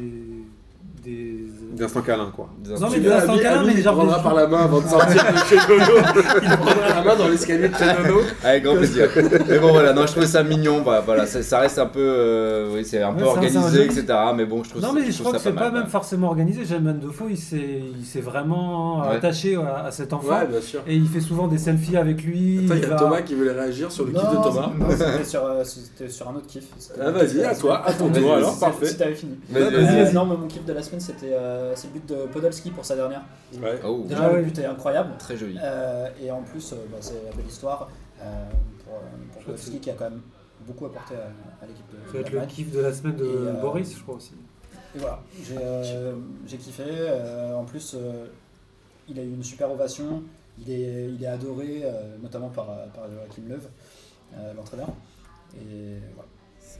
Speaker 5: des...
Speaker 2: D'instant câlin, quoi.
Speaker 4: des
Speaker 5: Non, mais
Speaker 4: instants.
Speaker 5: de l'instant
Speaker 1: Ami-
Speaker 5: câlin,
Speaker 1: Ami,
Speaker 5: mais
Speaker 1: il
Speaker 5: genre des
Speaker 1: prendra
Speaker 5: gens-
Speaker 1: par la main avant de sortir de chez Dodo. Il prendra la main dans l'escalier de chez Dodo.
Speaker 4: Avec grand plaisir. mais bon, voilà, non, je trouvais ça mignon, bah, voilà, ça, ça reste un peu. euh, oui, c'est un
Speaker 5: Ouais,
Speaker 4: peu
Speaker 5: c'est un- c'est
Speaker 4: organisé,
Speaker 5: un joli-
Speaker 4: etc. Mais bon, je trouve
Speaker 5: Non,
Speaker 4: ça.
Speaker 5: mais je
Speaker 4: trouve
Speaker 5: crois que
Speaker 4: ça
Speaker 5: c'est pas,
Speaker 4: mal,
Speaker 5: même
Speaker 4: ouais.
Speaker 5: forcément organisé. Germaine Defoe, il s'est il s'est vraiment
Speaker 4: Ouais.
Speaker 5: attaché à, à cet enfant.
Speaker 1: Ouais, bien sûr.
Speaker 5: Et il fait souvent des selfies avec lui.
Speaker 1: Attends, il y a
Speaker 5: va-
Speaker 1: Thomas qui voulait réagir sur le kiff de
Speaker 3: Non,
Speaker 1: Thomas.
Speaker 3: non, c'était sur, euh, c'était sur un autre kiff. C'était
Speaker 1: Ah,
Speaker 3: mon kiff
Speaker 1: vas-y,
Speaker 3: de la
Speaker 1: à toi, à ton
Speaker 3: semaine.
Speaker 1: tour
Speaker 4: Vas-y,
Speaker 1: alors,
Speaker 3: Si-
Speaker 1: parfait.
Speaker 3: Si t'avais fini.
Speaker 4: Vas-y,
Speaker 5: Vas-y,
Speaker 3: Euh,
Speaker 5: vas-y.
Speaker 3: Non, mais mon kiff de la semaine, c'était euh, c'est le but de Podolski pour sa dernière.
Speaker 1: Ouais.
Speaker 4: Oh,
Speaker 3: Déjà,
Speaker 5: Ah
Speaker 3: le
Speaker 5: ouais.
Speaker 3: but est incroyable.
Speaker 4: très joli.
Speaker 3: Euh, et en plus, euh, bah, c'est la belle histoire euh, pour, euh, pour
Speaker 5: Je crois que
Speaker 3: Podolski qui a quand même beaucoup apporté à, à l'équipe de,
Speaker 5: Ça
Speaker 3: de
Speaker 5: va être le
Speaker 3: l'Allemagne.
Speaker 5: kiff de la semaine de
Speaker 3: Et, euh,
Speaker 5: Boris, je crois aussi.
Speaker 3: Et voilà, j'ai euh, j'ai kiffé. euh, en plus, euh, il a eu une super ovation. Il est, il est adoré, euh, notamment par, par Joachim Löw, euh, l'entraîneur. Et voilà.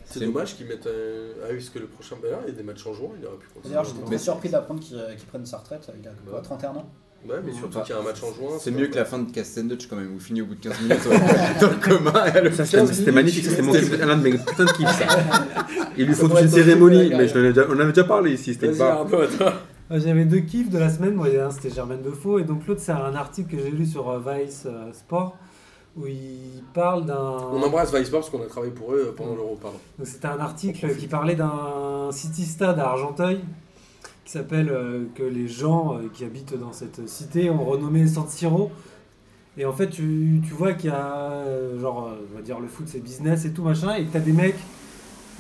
Speaker 1: C'est dommage qu'ils mettent. euh, Ah oui, parce que le prochain Bernard, il y a des matchs en juin, il aurait pu continuer.
Speaker 3: D'ailleurs, j'étais très
Speaker 1: Ouais,
Speaker 3: surpris d'apprendre qu'il euh, qu'il prenne sa retraite. Il a quoi, 31 ans
Speaker 1: mais surtout qu'il y a un match en juin.
Speaker 4: C'est mieux que la fin de Castenduch quand même, vous finissez au bout de 15 minutes ouais, dans le coma. et le-
Speaker 2: C'était c'était magnifique, c'était mon kiff, l'un de mes putains de kiffs, ça. Il lui faut toute
Speaker 3: pourrait
Speaker 2: une
Speaker 3: être un
Speaker 2: cérémonie,
Speaker 3: truc de la
Speaker 2: mais je l'en ai déjà- on en avait déjà parlé ici, c'était
Speaker 1: Vas-y,
Speaker 2: pas.
Speaker 1: Arnaud, à toi.
Speaker 5: Euh, J'avais deux kiffs de la semaine, moi, il y en a un c'était Germaine Defoe, et donc l'autre c'est un article que j'ai lu sur euh, Vice euh, Sport, où il parle
Speaker 1: On
Speaker 5: d'un...
Speaker 1: embrasse Viceport parce qu'on a travaillé pour eux pendant l'Euro, pardon.
Speaker 5: donc C'était un article qui parlait d'un city stade à Argenteuil, qui s'appelle euh, que les gens euh, qui habitent dans cette cité ont renommé San Siro. Et en fait, tu, tu vois qu'il y a, euh, genre, euh, on va dire, le foot c'est business et tout machin, et que t'as des mecs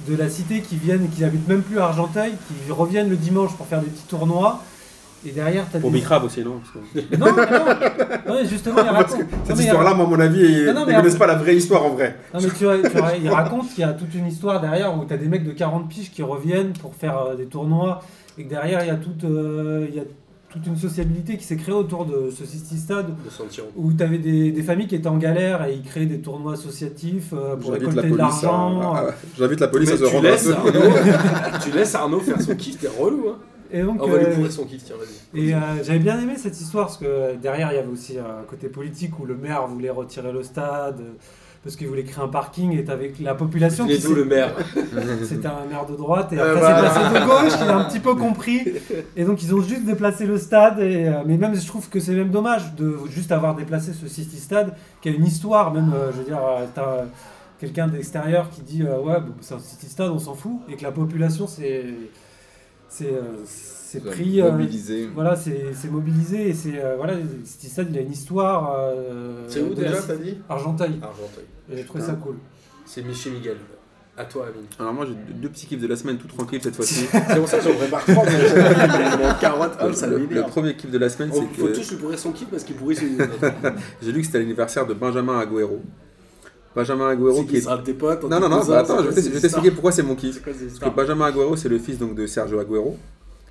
Speaker 5: de la cité qui viennent, qui habitent même plus à Argenteuil, qui reviennent le dimanche pour faire des petits tournois. Et derrière, t'as
Speaker 2: Pour
Speaker 5: des
Speaker 2: Bicrave aussi, non parce que-
Speaker 5: Non, mais non, non, mais justement, il
Speaker 2: Parce
Speaker 5: raconte.
Speaker 2: que
Speaker 5: Non,
Speaker 2: cette
Speaker 5: mais il
Speaker 2: histoire-là,
Speaker 5: raconte-
Speaker 2: moi, à mon avis,
Speaker 5: Non, non,
Speaker 2: ils
Speaker 5: mais
Speaker 2: ne connaissent
Speaker 5: après-
Speaker 2: pas la vraie histoire en vrai.
Speaker 5: Non, mais tu vois, tu vois, il raconte qu'il y a toute une histoire derrière où t'as des mecs de 40 piges qui reviennent pour faire euh, des tournois et que derrière, il y a toute, euh, il y a toute une sociabilité qui s'est créée autour de ce City Stade
Speaker 1: De sentir.
Speaker 5: où t'avais des, des familles qui étaient en galère et ils créaient des tournois associatifs euh, pour
Speaker 2: J'invite la
Speaker 5: récolter de
Speaker 2: police à-
Speaker 5: l'argent.
Speaker 2: à- à- J'invite la police à se
Speaker 1: tu,
Speaker 2: rendre à
Speaker 1: laisses
Speaker 2: ce
Speaker 1: Arnaud, tu laisses Arnaud faire son kiff, t'es relou. Hein.
Speaker 5: Et donc,
Speaker 1: On va lui
Speaker 5: euh,
Speaker 1: bourrer son kiff, tiens, vas-y.
Speaker 5: Et euh, j'avais bien aimé cette histoire parce que derrière il y avait aussi euh, un côté politique où le maire voulait retirer le stade euh, parce qu'il voulait créer un parking et avec la population
Speaker 1: Il est
Speaker 5: qui
Speaker 1: d'où le
Speaker 5: s'est-
Speaker 1: maire
Speaker 5: c'était un maire de droite et
Speaker 1: Ah
Speaker 5: après
Speaker 1: bah.
Speaker 5: c'est passé de gauche il a un petit peu compris et donc ils ont juste déplacé le stade et, euh, mais même je trouve que c'est même dommage de juste avoir déplacé ce City Stade qui a une histoire même euh, je veux dire euh, t'as euh, quelqu'un d'extérieur qui dit euh, ouais bon, c'est un City Stade on s'en fout et que la population c'est c'est euh, c'est pris euh,
Speaker 4: Mobilisé.
Speaker 5: voilà, c'est c'est mobilisé et c'est euh, voilà, City Stade il a une histoire. euh,
Speaker 1: C'est où
Speaker 5: de la
Speaker 1: déjà,
Speaker 5: cité-
Speaker 1: t'as dit
Speaker 5: Argenteuil.
Speaker 1: Argenteuil.
Speaker 5: Et J'ai trouvé ça cool.
Speaker 1: C'est Michel Miguel. À toi, Amine.
Speaker 2: Alors, moi, j'ai deux deux petits kiffs de la semaine, tout tranquille cette fois-ci.
Speaker 1: C'est pour ça que j'en prépare trois, mais j'ai mon carotte, hop, Ah, ça
Speaker 2: Le-
Speaker 1: le
Speaker 2: le,
Speaker 1: libère.
Speaker 2: premier kiff de la semaine,
Speaker 1: Il
Speaker 2: c'est
Speaker 1: faut
Speaker 2: que
Speaker 1: tous lui bourrer son kiff parce qu'il pourrit son
Speaker 2: j'ai lu que c'était l'anniversaire de Benjamin Agüero. Benjamin Agüero
Speaker 1: C'est
Speaker 2: qui
Speaker 1: qui
Speaker 2: est.
Speaker 1: sera de tes potes.
Speaker 2: Non, non, non, bah, attends, je vais t'ex- je vais t'expliquer pourquoi c'est mon kiff.
Speaker 1: C'est quoi ces
Speaker 2: Parce
Speaker 1: histoires
Speaker 2: que Benjamin Agüero, c'est le fils donc, de Sergio Agüero.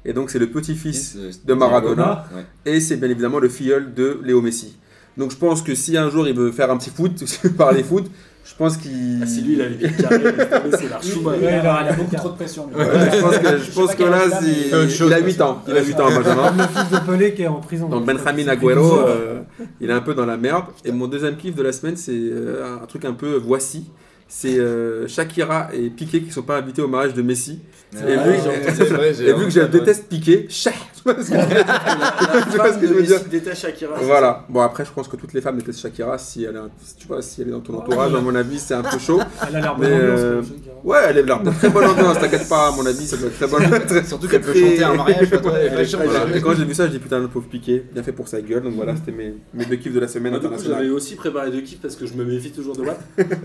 Speaker 2: Et donc, c'est le petit-fils
Speaker 4: De
Speaker 2: de Maradona.
Speaker 4: euh, Ouais.
Speaker 2: Et c'est bien évidemment le filleul de Léo Messi. Donc, je pense que si un jour il veut faire un petit foot, parler foot, je pense qu'il.
Speaker 1: Ah, si lui, il a les pieds carrés, laisse tomber, c'est la
Speaker 3: il,
Speaker 1: Ah, Schumacher.
Speaker 3: il a,
Speaker 5: Ouais, alors,
Speaker 3: il a beaucoup trop de pression. lui.
Speaker 2: Ouais, je pense que, je
Speaker 3: sais
Speaker 2: pense
Speaker 3: pas
Speaker 2: que
Speaker 3: quel âge il
Speaker 2: là,
Speaker 3: a,
Speaker 2: c'est-
Speaker 3: mais-
Speaker 4: fait autre chose,
Speaker 2: il a 8 ans. Il a 8 ans, Benjamin.
Speaker 5: Le fils de Pelé qui est en prison.
Speaker 2: Donc Benjamin
Speaker 5: C'est plus
Speaker 2: Agüero,
Speaker 5: bizarre.
Speaker 2: euh, il est un peu dans la merde. Et mon deuxième kiff de la semaine, c'est euh, un truc un peu voici. C'est euh, Shakira et Piqué qui sont pas invités au mariage de Messi.
Speaker 4: Ouais,
Speaker 2: vu que-
Speaker 4: ouais, c'est vrai, Ah, j'ai
Speaker 2: Et vu que je
Speaker 4: entendu ça,
Speaker 2: déteste Piqué, Shak-
Speaker 1: Tu
Speaker 2: vois ce que je veux dire
Speaker 1: Détache Shakira.
Speaker 2: Voilà. Bon après, je pense que toutes les femmes détestent Shakira si elle, est un- si tu vois, si elle est dans ton entourage. À mon avis, c'est un peu chaud.
Speaker 5: Elle a l'air
Speaker 2: Mais,
Speaker 5: bonne ambiance,
Speaker 2: euh,
Speaker 5: comme je dirais.
Speaker 2: Ouais, elle est là. Très bonne ambiance, t'inquiète pas. À mon avis, ça doit être très bonne.
Speaker 4: ouais. Surtout qu'elle peut
Speaker 2: Très-
Speaker 4: chanter un mariage. quoi, toi,
Speaker 2: Ouais,
Speaker 4: elle
Speaker 2: elle est
Speaker 4: chante,
Speaker 2: très
Speaker 4: voilà.
Speaker 2: jolie. Et quand j'ai vu ça, j'ai dit putain, le pauvre Piqué, bien fait pour sa gueule. Donc voilà, c'était mes, mes deux kiffs de la semaine
Speaker 1: Moi, Ah, du coup,
Speaker 2: internationale.
Speaker 1: j'avais aussi préparé deux kiffs parce que je me méfie toujours de Watt.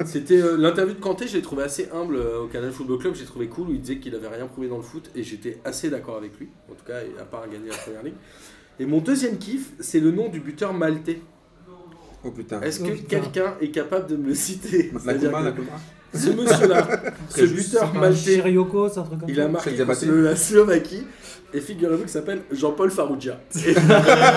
Speaker 1: C'était euh, l'interview de Kanté, je l'ai trouvé assez humble euh, au Canal Football Club. J'ai trouvé cool où il disait qu'il avait rien prouvé dans le foot et j'étais assez d'accord avec lui. En tout cas, à part gagner la première ligue. Et mon deuxième kiff, c'est le nom du buteur maltais.
Speaker 2: Oh putain.
Speaker 1: Est-ce que
Speaker 5: Oh, putain.
Speaker 1: quelqu'un est capable de me le citer C'est-à-dire
Speaker 2: Nakuma,
Speaker 1: que
Speaker 2: Nakuma
Speaker 1: Ce monsieur-là, ce buteur
Speaker 5: Ah,
Speaker 1: maltais,
Speaker 5: Chirioko, c'est un truc comme
Speaker 1: il
Speaker 5: ça.
Speaker 1: a marqué
Speaker 2: C'est le
Speaker 1: contre
Speaker 2: Diabaté.
Speaker 1: le- la Slovaquie. Et figurez-vous qu'il s'appelle Jean-Paul Farougia. Et, et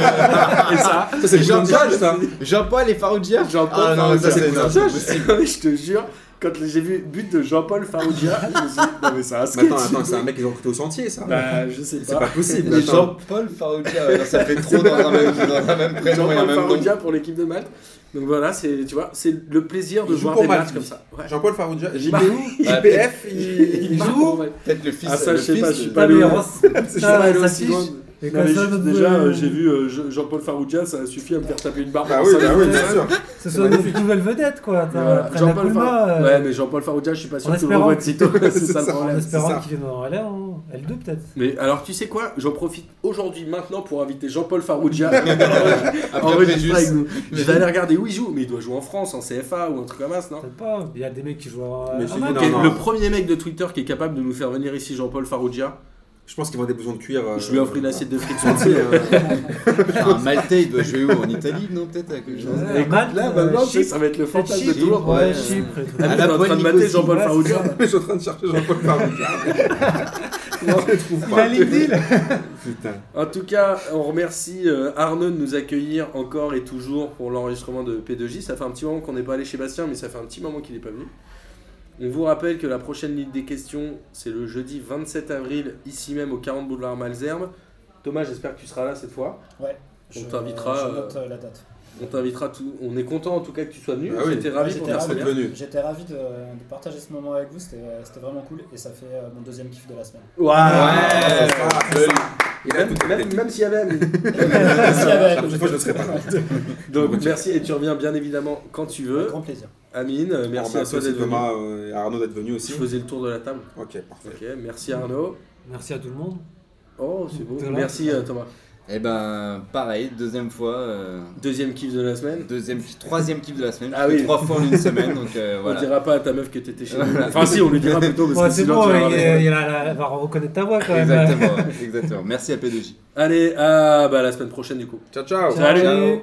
Speaker 1: ça,
Speaker 2: Ça, c'est le
Speaker 4: Jean-Paul,
Speaker 2: cousin de Jacques, ça.
Speaker 4: Jean-Paul et Faroudia
Speaker 1: Jean-Paul
Speaker 4: Ah non, mais
Speaker 1: Farougia.
Speaker 4: ça, c'est
Speaker 1: Non,
Speaker 4: énorme.
Speaker 1: mais je te jure, quand j'ai vu but de Jean-Paul Farougia, je me suis dit, non mais c'est un
Speaker 2: Mais
Speaker 1: skate.
Speaker 2: attends, attends, c'est un mec qu'ils ont recruté au sentier, ça.
Speaker 1: Bah, je sais
Speaker 2: C'est
Speaker 1: pas.
Speaker 2: pas possible.
Speaker 4: Et
Speaker 2: attends.
Speaker 4: Jean-Paul Faroudia, ouais, non, ça fait trop dans un même, dans un même prénom et un
Speaker 1: Jean-Paul
Speaker 4: même nom.
Speaker 1: Farougia pour l'équipe de Malte. Donc voilà, c'est tu vois, c'est le plaisir de
Speaker 2: Il joue
Speaker 1: voir
Speaker 2: pour
Speaker 1: des
Speaker 2: Malte,
Speaker 1: matchs
Speaker 2: lui.
Speaker 1: comme ça. Ouais.
Speaker 2: Jean-Paul Faroudia,
Speaker 1: Bah,
Speaker 2: JPO, JPF, il
Speaker 1: il
Speaker 2: il
Speaker 1: marque
Speaker 2: joue.
Speaker 1: pour Malte.
Speaker 4: Peut-être le fils.
Speaker 1: Ah, ça,
Speaker 4: le
Speaker 1: je sais
Speaker 4: fils
Speaker 1: pas, je suis
Speaker 4: de-
Speaker 1: pas
Speaker 5: mais
Speaker 1: le-
Speaker 5: on-
Speaker 1: Je suis
Speaker 5: ça,
Speaker 1: pas allé
Speaker 5: ça
Speaker 1: aussi
Speaker 5: fiche.
Speaker 1: loin.
Speaker 5: Et
Speaker 1: Non,
Speaker 5: comme
Speaker 1: mais
Speaker 5: ça,
Speaker 1: juste,
Speaker 5: notre-
Speaker 1: déjà, euh, j'ai vu euh, Je- Jean-Paul Farougia, ça a suffi à me faire taper une barre.
Speaker 2: Bah
Speaker 1: pendant
Speaker 2: oui,
Speaker 1: cinq
Speaker 2: bah oui,
Speaker 1: minutes.
Speaker 2: bien sûr.
Speaker 5: Ce sont nos nouvelles vedettes, quoi.
Speaker 1: Mais
Speaker 5: T'as-
Speaker 1: voilà,
Speaker 5: Après
Speaker 1: Euh, Jean-Paul
Speaker 5: Nakuma,
Speaker 1: Farougia.
Speaker 5: euh,
Speaker 1: Ouais, mais Jean-Paul Farougia, je suis pas sûr
Speaker 5: en
Speaker 1: que tu le
Speaker 5: espérant.
Speaker 1: revoies de sitôt. C'est
Speaker 2: C'est
Speaker 1: ça le
Speaker 2: ça.
Speaker 5: en
Speaker 1: problème.
Speaker 2: c'est
Speaker 5: espérant
Speaker 2: ça.
Speaker 5: qu'il vienne en L1, hein. L2 peut-être.
Speaker 1: Mais alors, tu sais quoi J'en profite aujourd'hui, maintenant, pour inviter Jean-Paul Farougia à
Speaker 4: Après
Speaker 1: enregistrer avec
Speaker 4: Préjus.
Speaker 1: nous. Je vais aller regarder où il joue, mais il doit jouer en France, en CFA ou un truc comme ça, non
Speaker 5: Peut-être pas. Il y a des mecs qui jouent en
Speaker 2: Mais
Speaker 5: en
Speaker 2: j'ai dit
Speaker 5: Mac.
Speaker 2: non.
Speaker 1: Quel- Le premier mec de Twitter qui est capable de nous faire venir ici Jean-Paul Farougia,
Speaker 2: Je pense qu'ils vont avoir des besoins de cuir. euh,
Speaker 1: je lui offre une
Speaker 2: euh,
Speaker 1: assiette de frites
Speaker 2: Tu sais, euh,
Speaker 4: Un Ah, Maltais, il doit jouer où En Italie, non Peut-être à quelque chose.
Speaker 5: Ouais, Malte,
Speaker 1: Là,
Speaker 5: euh,
Speaker 1: maintenant, tu sais,
Speaker 5: Chypre,
Speaker 1: ça va être le fantasme de
Speaker 5: Chypre,
Speaker 1: tout le monde.
Speaker 4: ouais.
Speaker 5: ouais, Chypre et tout.
Speaker 1: Ah, mais je suis en train de mater Jean-Paul
Speaker 5: Ouais, c'est
Speaker 1: Farougia.
Speaker 2: Je suis en train de chercher Jean-Paul Faroudia. Non, je le trouve pas. Putain.
Speaker 1: En tout cas, on remercie euh, Arnaud de nous accueillir encore et toujours pour l'enregistrement de P2J. Ça fait un petit moment qu'on n'est pas allé chez Bastien, mais ça fait un petit moment qu'il n'est pas venu. On vous rappelle que la prochaine ligne des questions, c'est le jeudi 27 avril, ici même au 40 boulevard Malzerbe. Thomas, j'espère que tu seras là cette fois.
Speaker 3: Ouais.
Speaker 1: On
Speaker 3: je-
Speaker 1: t'invitera,
Speaker 3: Je
Speaker 1: euh,
Speaker 3: note euh, la date.
Speaker 1: On t'invitera tout. On est content en tout cas que tu sois venu.
Speaker 2: Ah oui.
Speaker 1: J'étais ravi
Speaker 3: Ouais,
Speaker 1: pour
Speaker 3: j'étais
Speaker 1: ta
Speaker 3: ravi.
Speaker 1: première.
Speaker 2: Bienvenue.
Speaker 3: J'étais ravi de, de partager ce moment avec vous, c'était euh, c'était vraiment cool et ça fait euh, mon deuxième kiff de la semaine.
Speaker 2: Ouais, c'est
Speaker 4: Ouais.
Speaker 2: ça, c'est ça. Il a
Speaker 1: Même,
Speaker 2: tout
Speaker 1: même- même s'il y avait.
Speaker 3: Merci
Speaker 2: La
Speaker 3: Abel.
Speaker 2: prochaine fois, je ne serai pas là.
Speaker 1: Donc merci et tu reviens bien évidemment quand tu
Speaker 3: Avec
Speaker 1: veux.
Speaker 3: grand plaisir.
Speaker 1: Amine, euh, merci
Speaker 2: On
Speaker 1: à toi
Speaker 2: remercie
Speaker 1: d'être venu.
Speaker 2: bah, Thomas euh, et Arnaud d'être venu
Speaker 1: Je
Speaker 2: aussi.
Speaker 1: faisais le tour de la table.
Speaker 2: Ok, parfait.
Speaker 1: Ok, merci Arnaud.
Speaker 5: Merci à tout le monde.
Speaker 1: Oh, c'est beau.
Speaker 5: Voilà.
Speaker 1: Merci euh, Thomas.
Speaker 4: Eh ben, pareil, deuxième fois. euh,
Speaker 1: Deuxième kiff de la semaine.
Speaker 4: Deuxième, troisième kiff de la semaine.
Speaker 1: Ah
Speaker 4: Ah oui.
Speaker 1: oui.
Speaker 4: Trois fois en une semaine, donc euh,
Speaker 1: On
Speaker 4: voilà.
Speaker 1: dira pas à ta meuf que t'étais chez nous. Enfin, si, on lui dira plutôt parce
Speaker 5: Ouais,
Speaker 1: que
Speaker 5: c'est
Speaker 1: sinon
Speaker 5: bon,
Speaker 1: tu vas
Speaker 5: il,
Speaker 1: avoir
Speaker 5: il-
Speaker 1: des-
Speaker 5: il a- il va reconnaître ta voix quand même. euh,
Speaker 4: Exactement, exactement. Merci à P2J.
Speaker 1: Allez, à bah, la semaine prochaine du coup.
Speaker 2: Ciao, ciao.
Speaker 5: Salut.
Speaker 1: Ciao.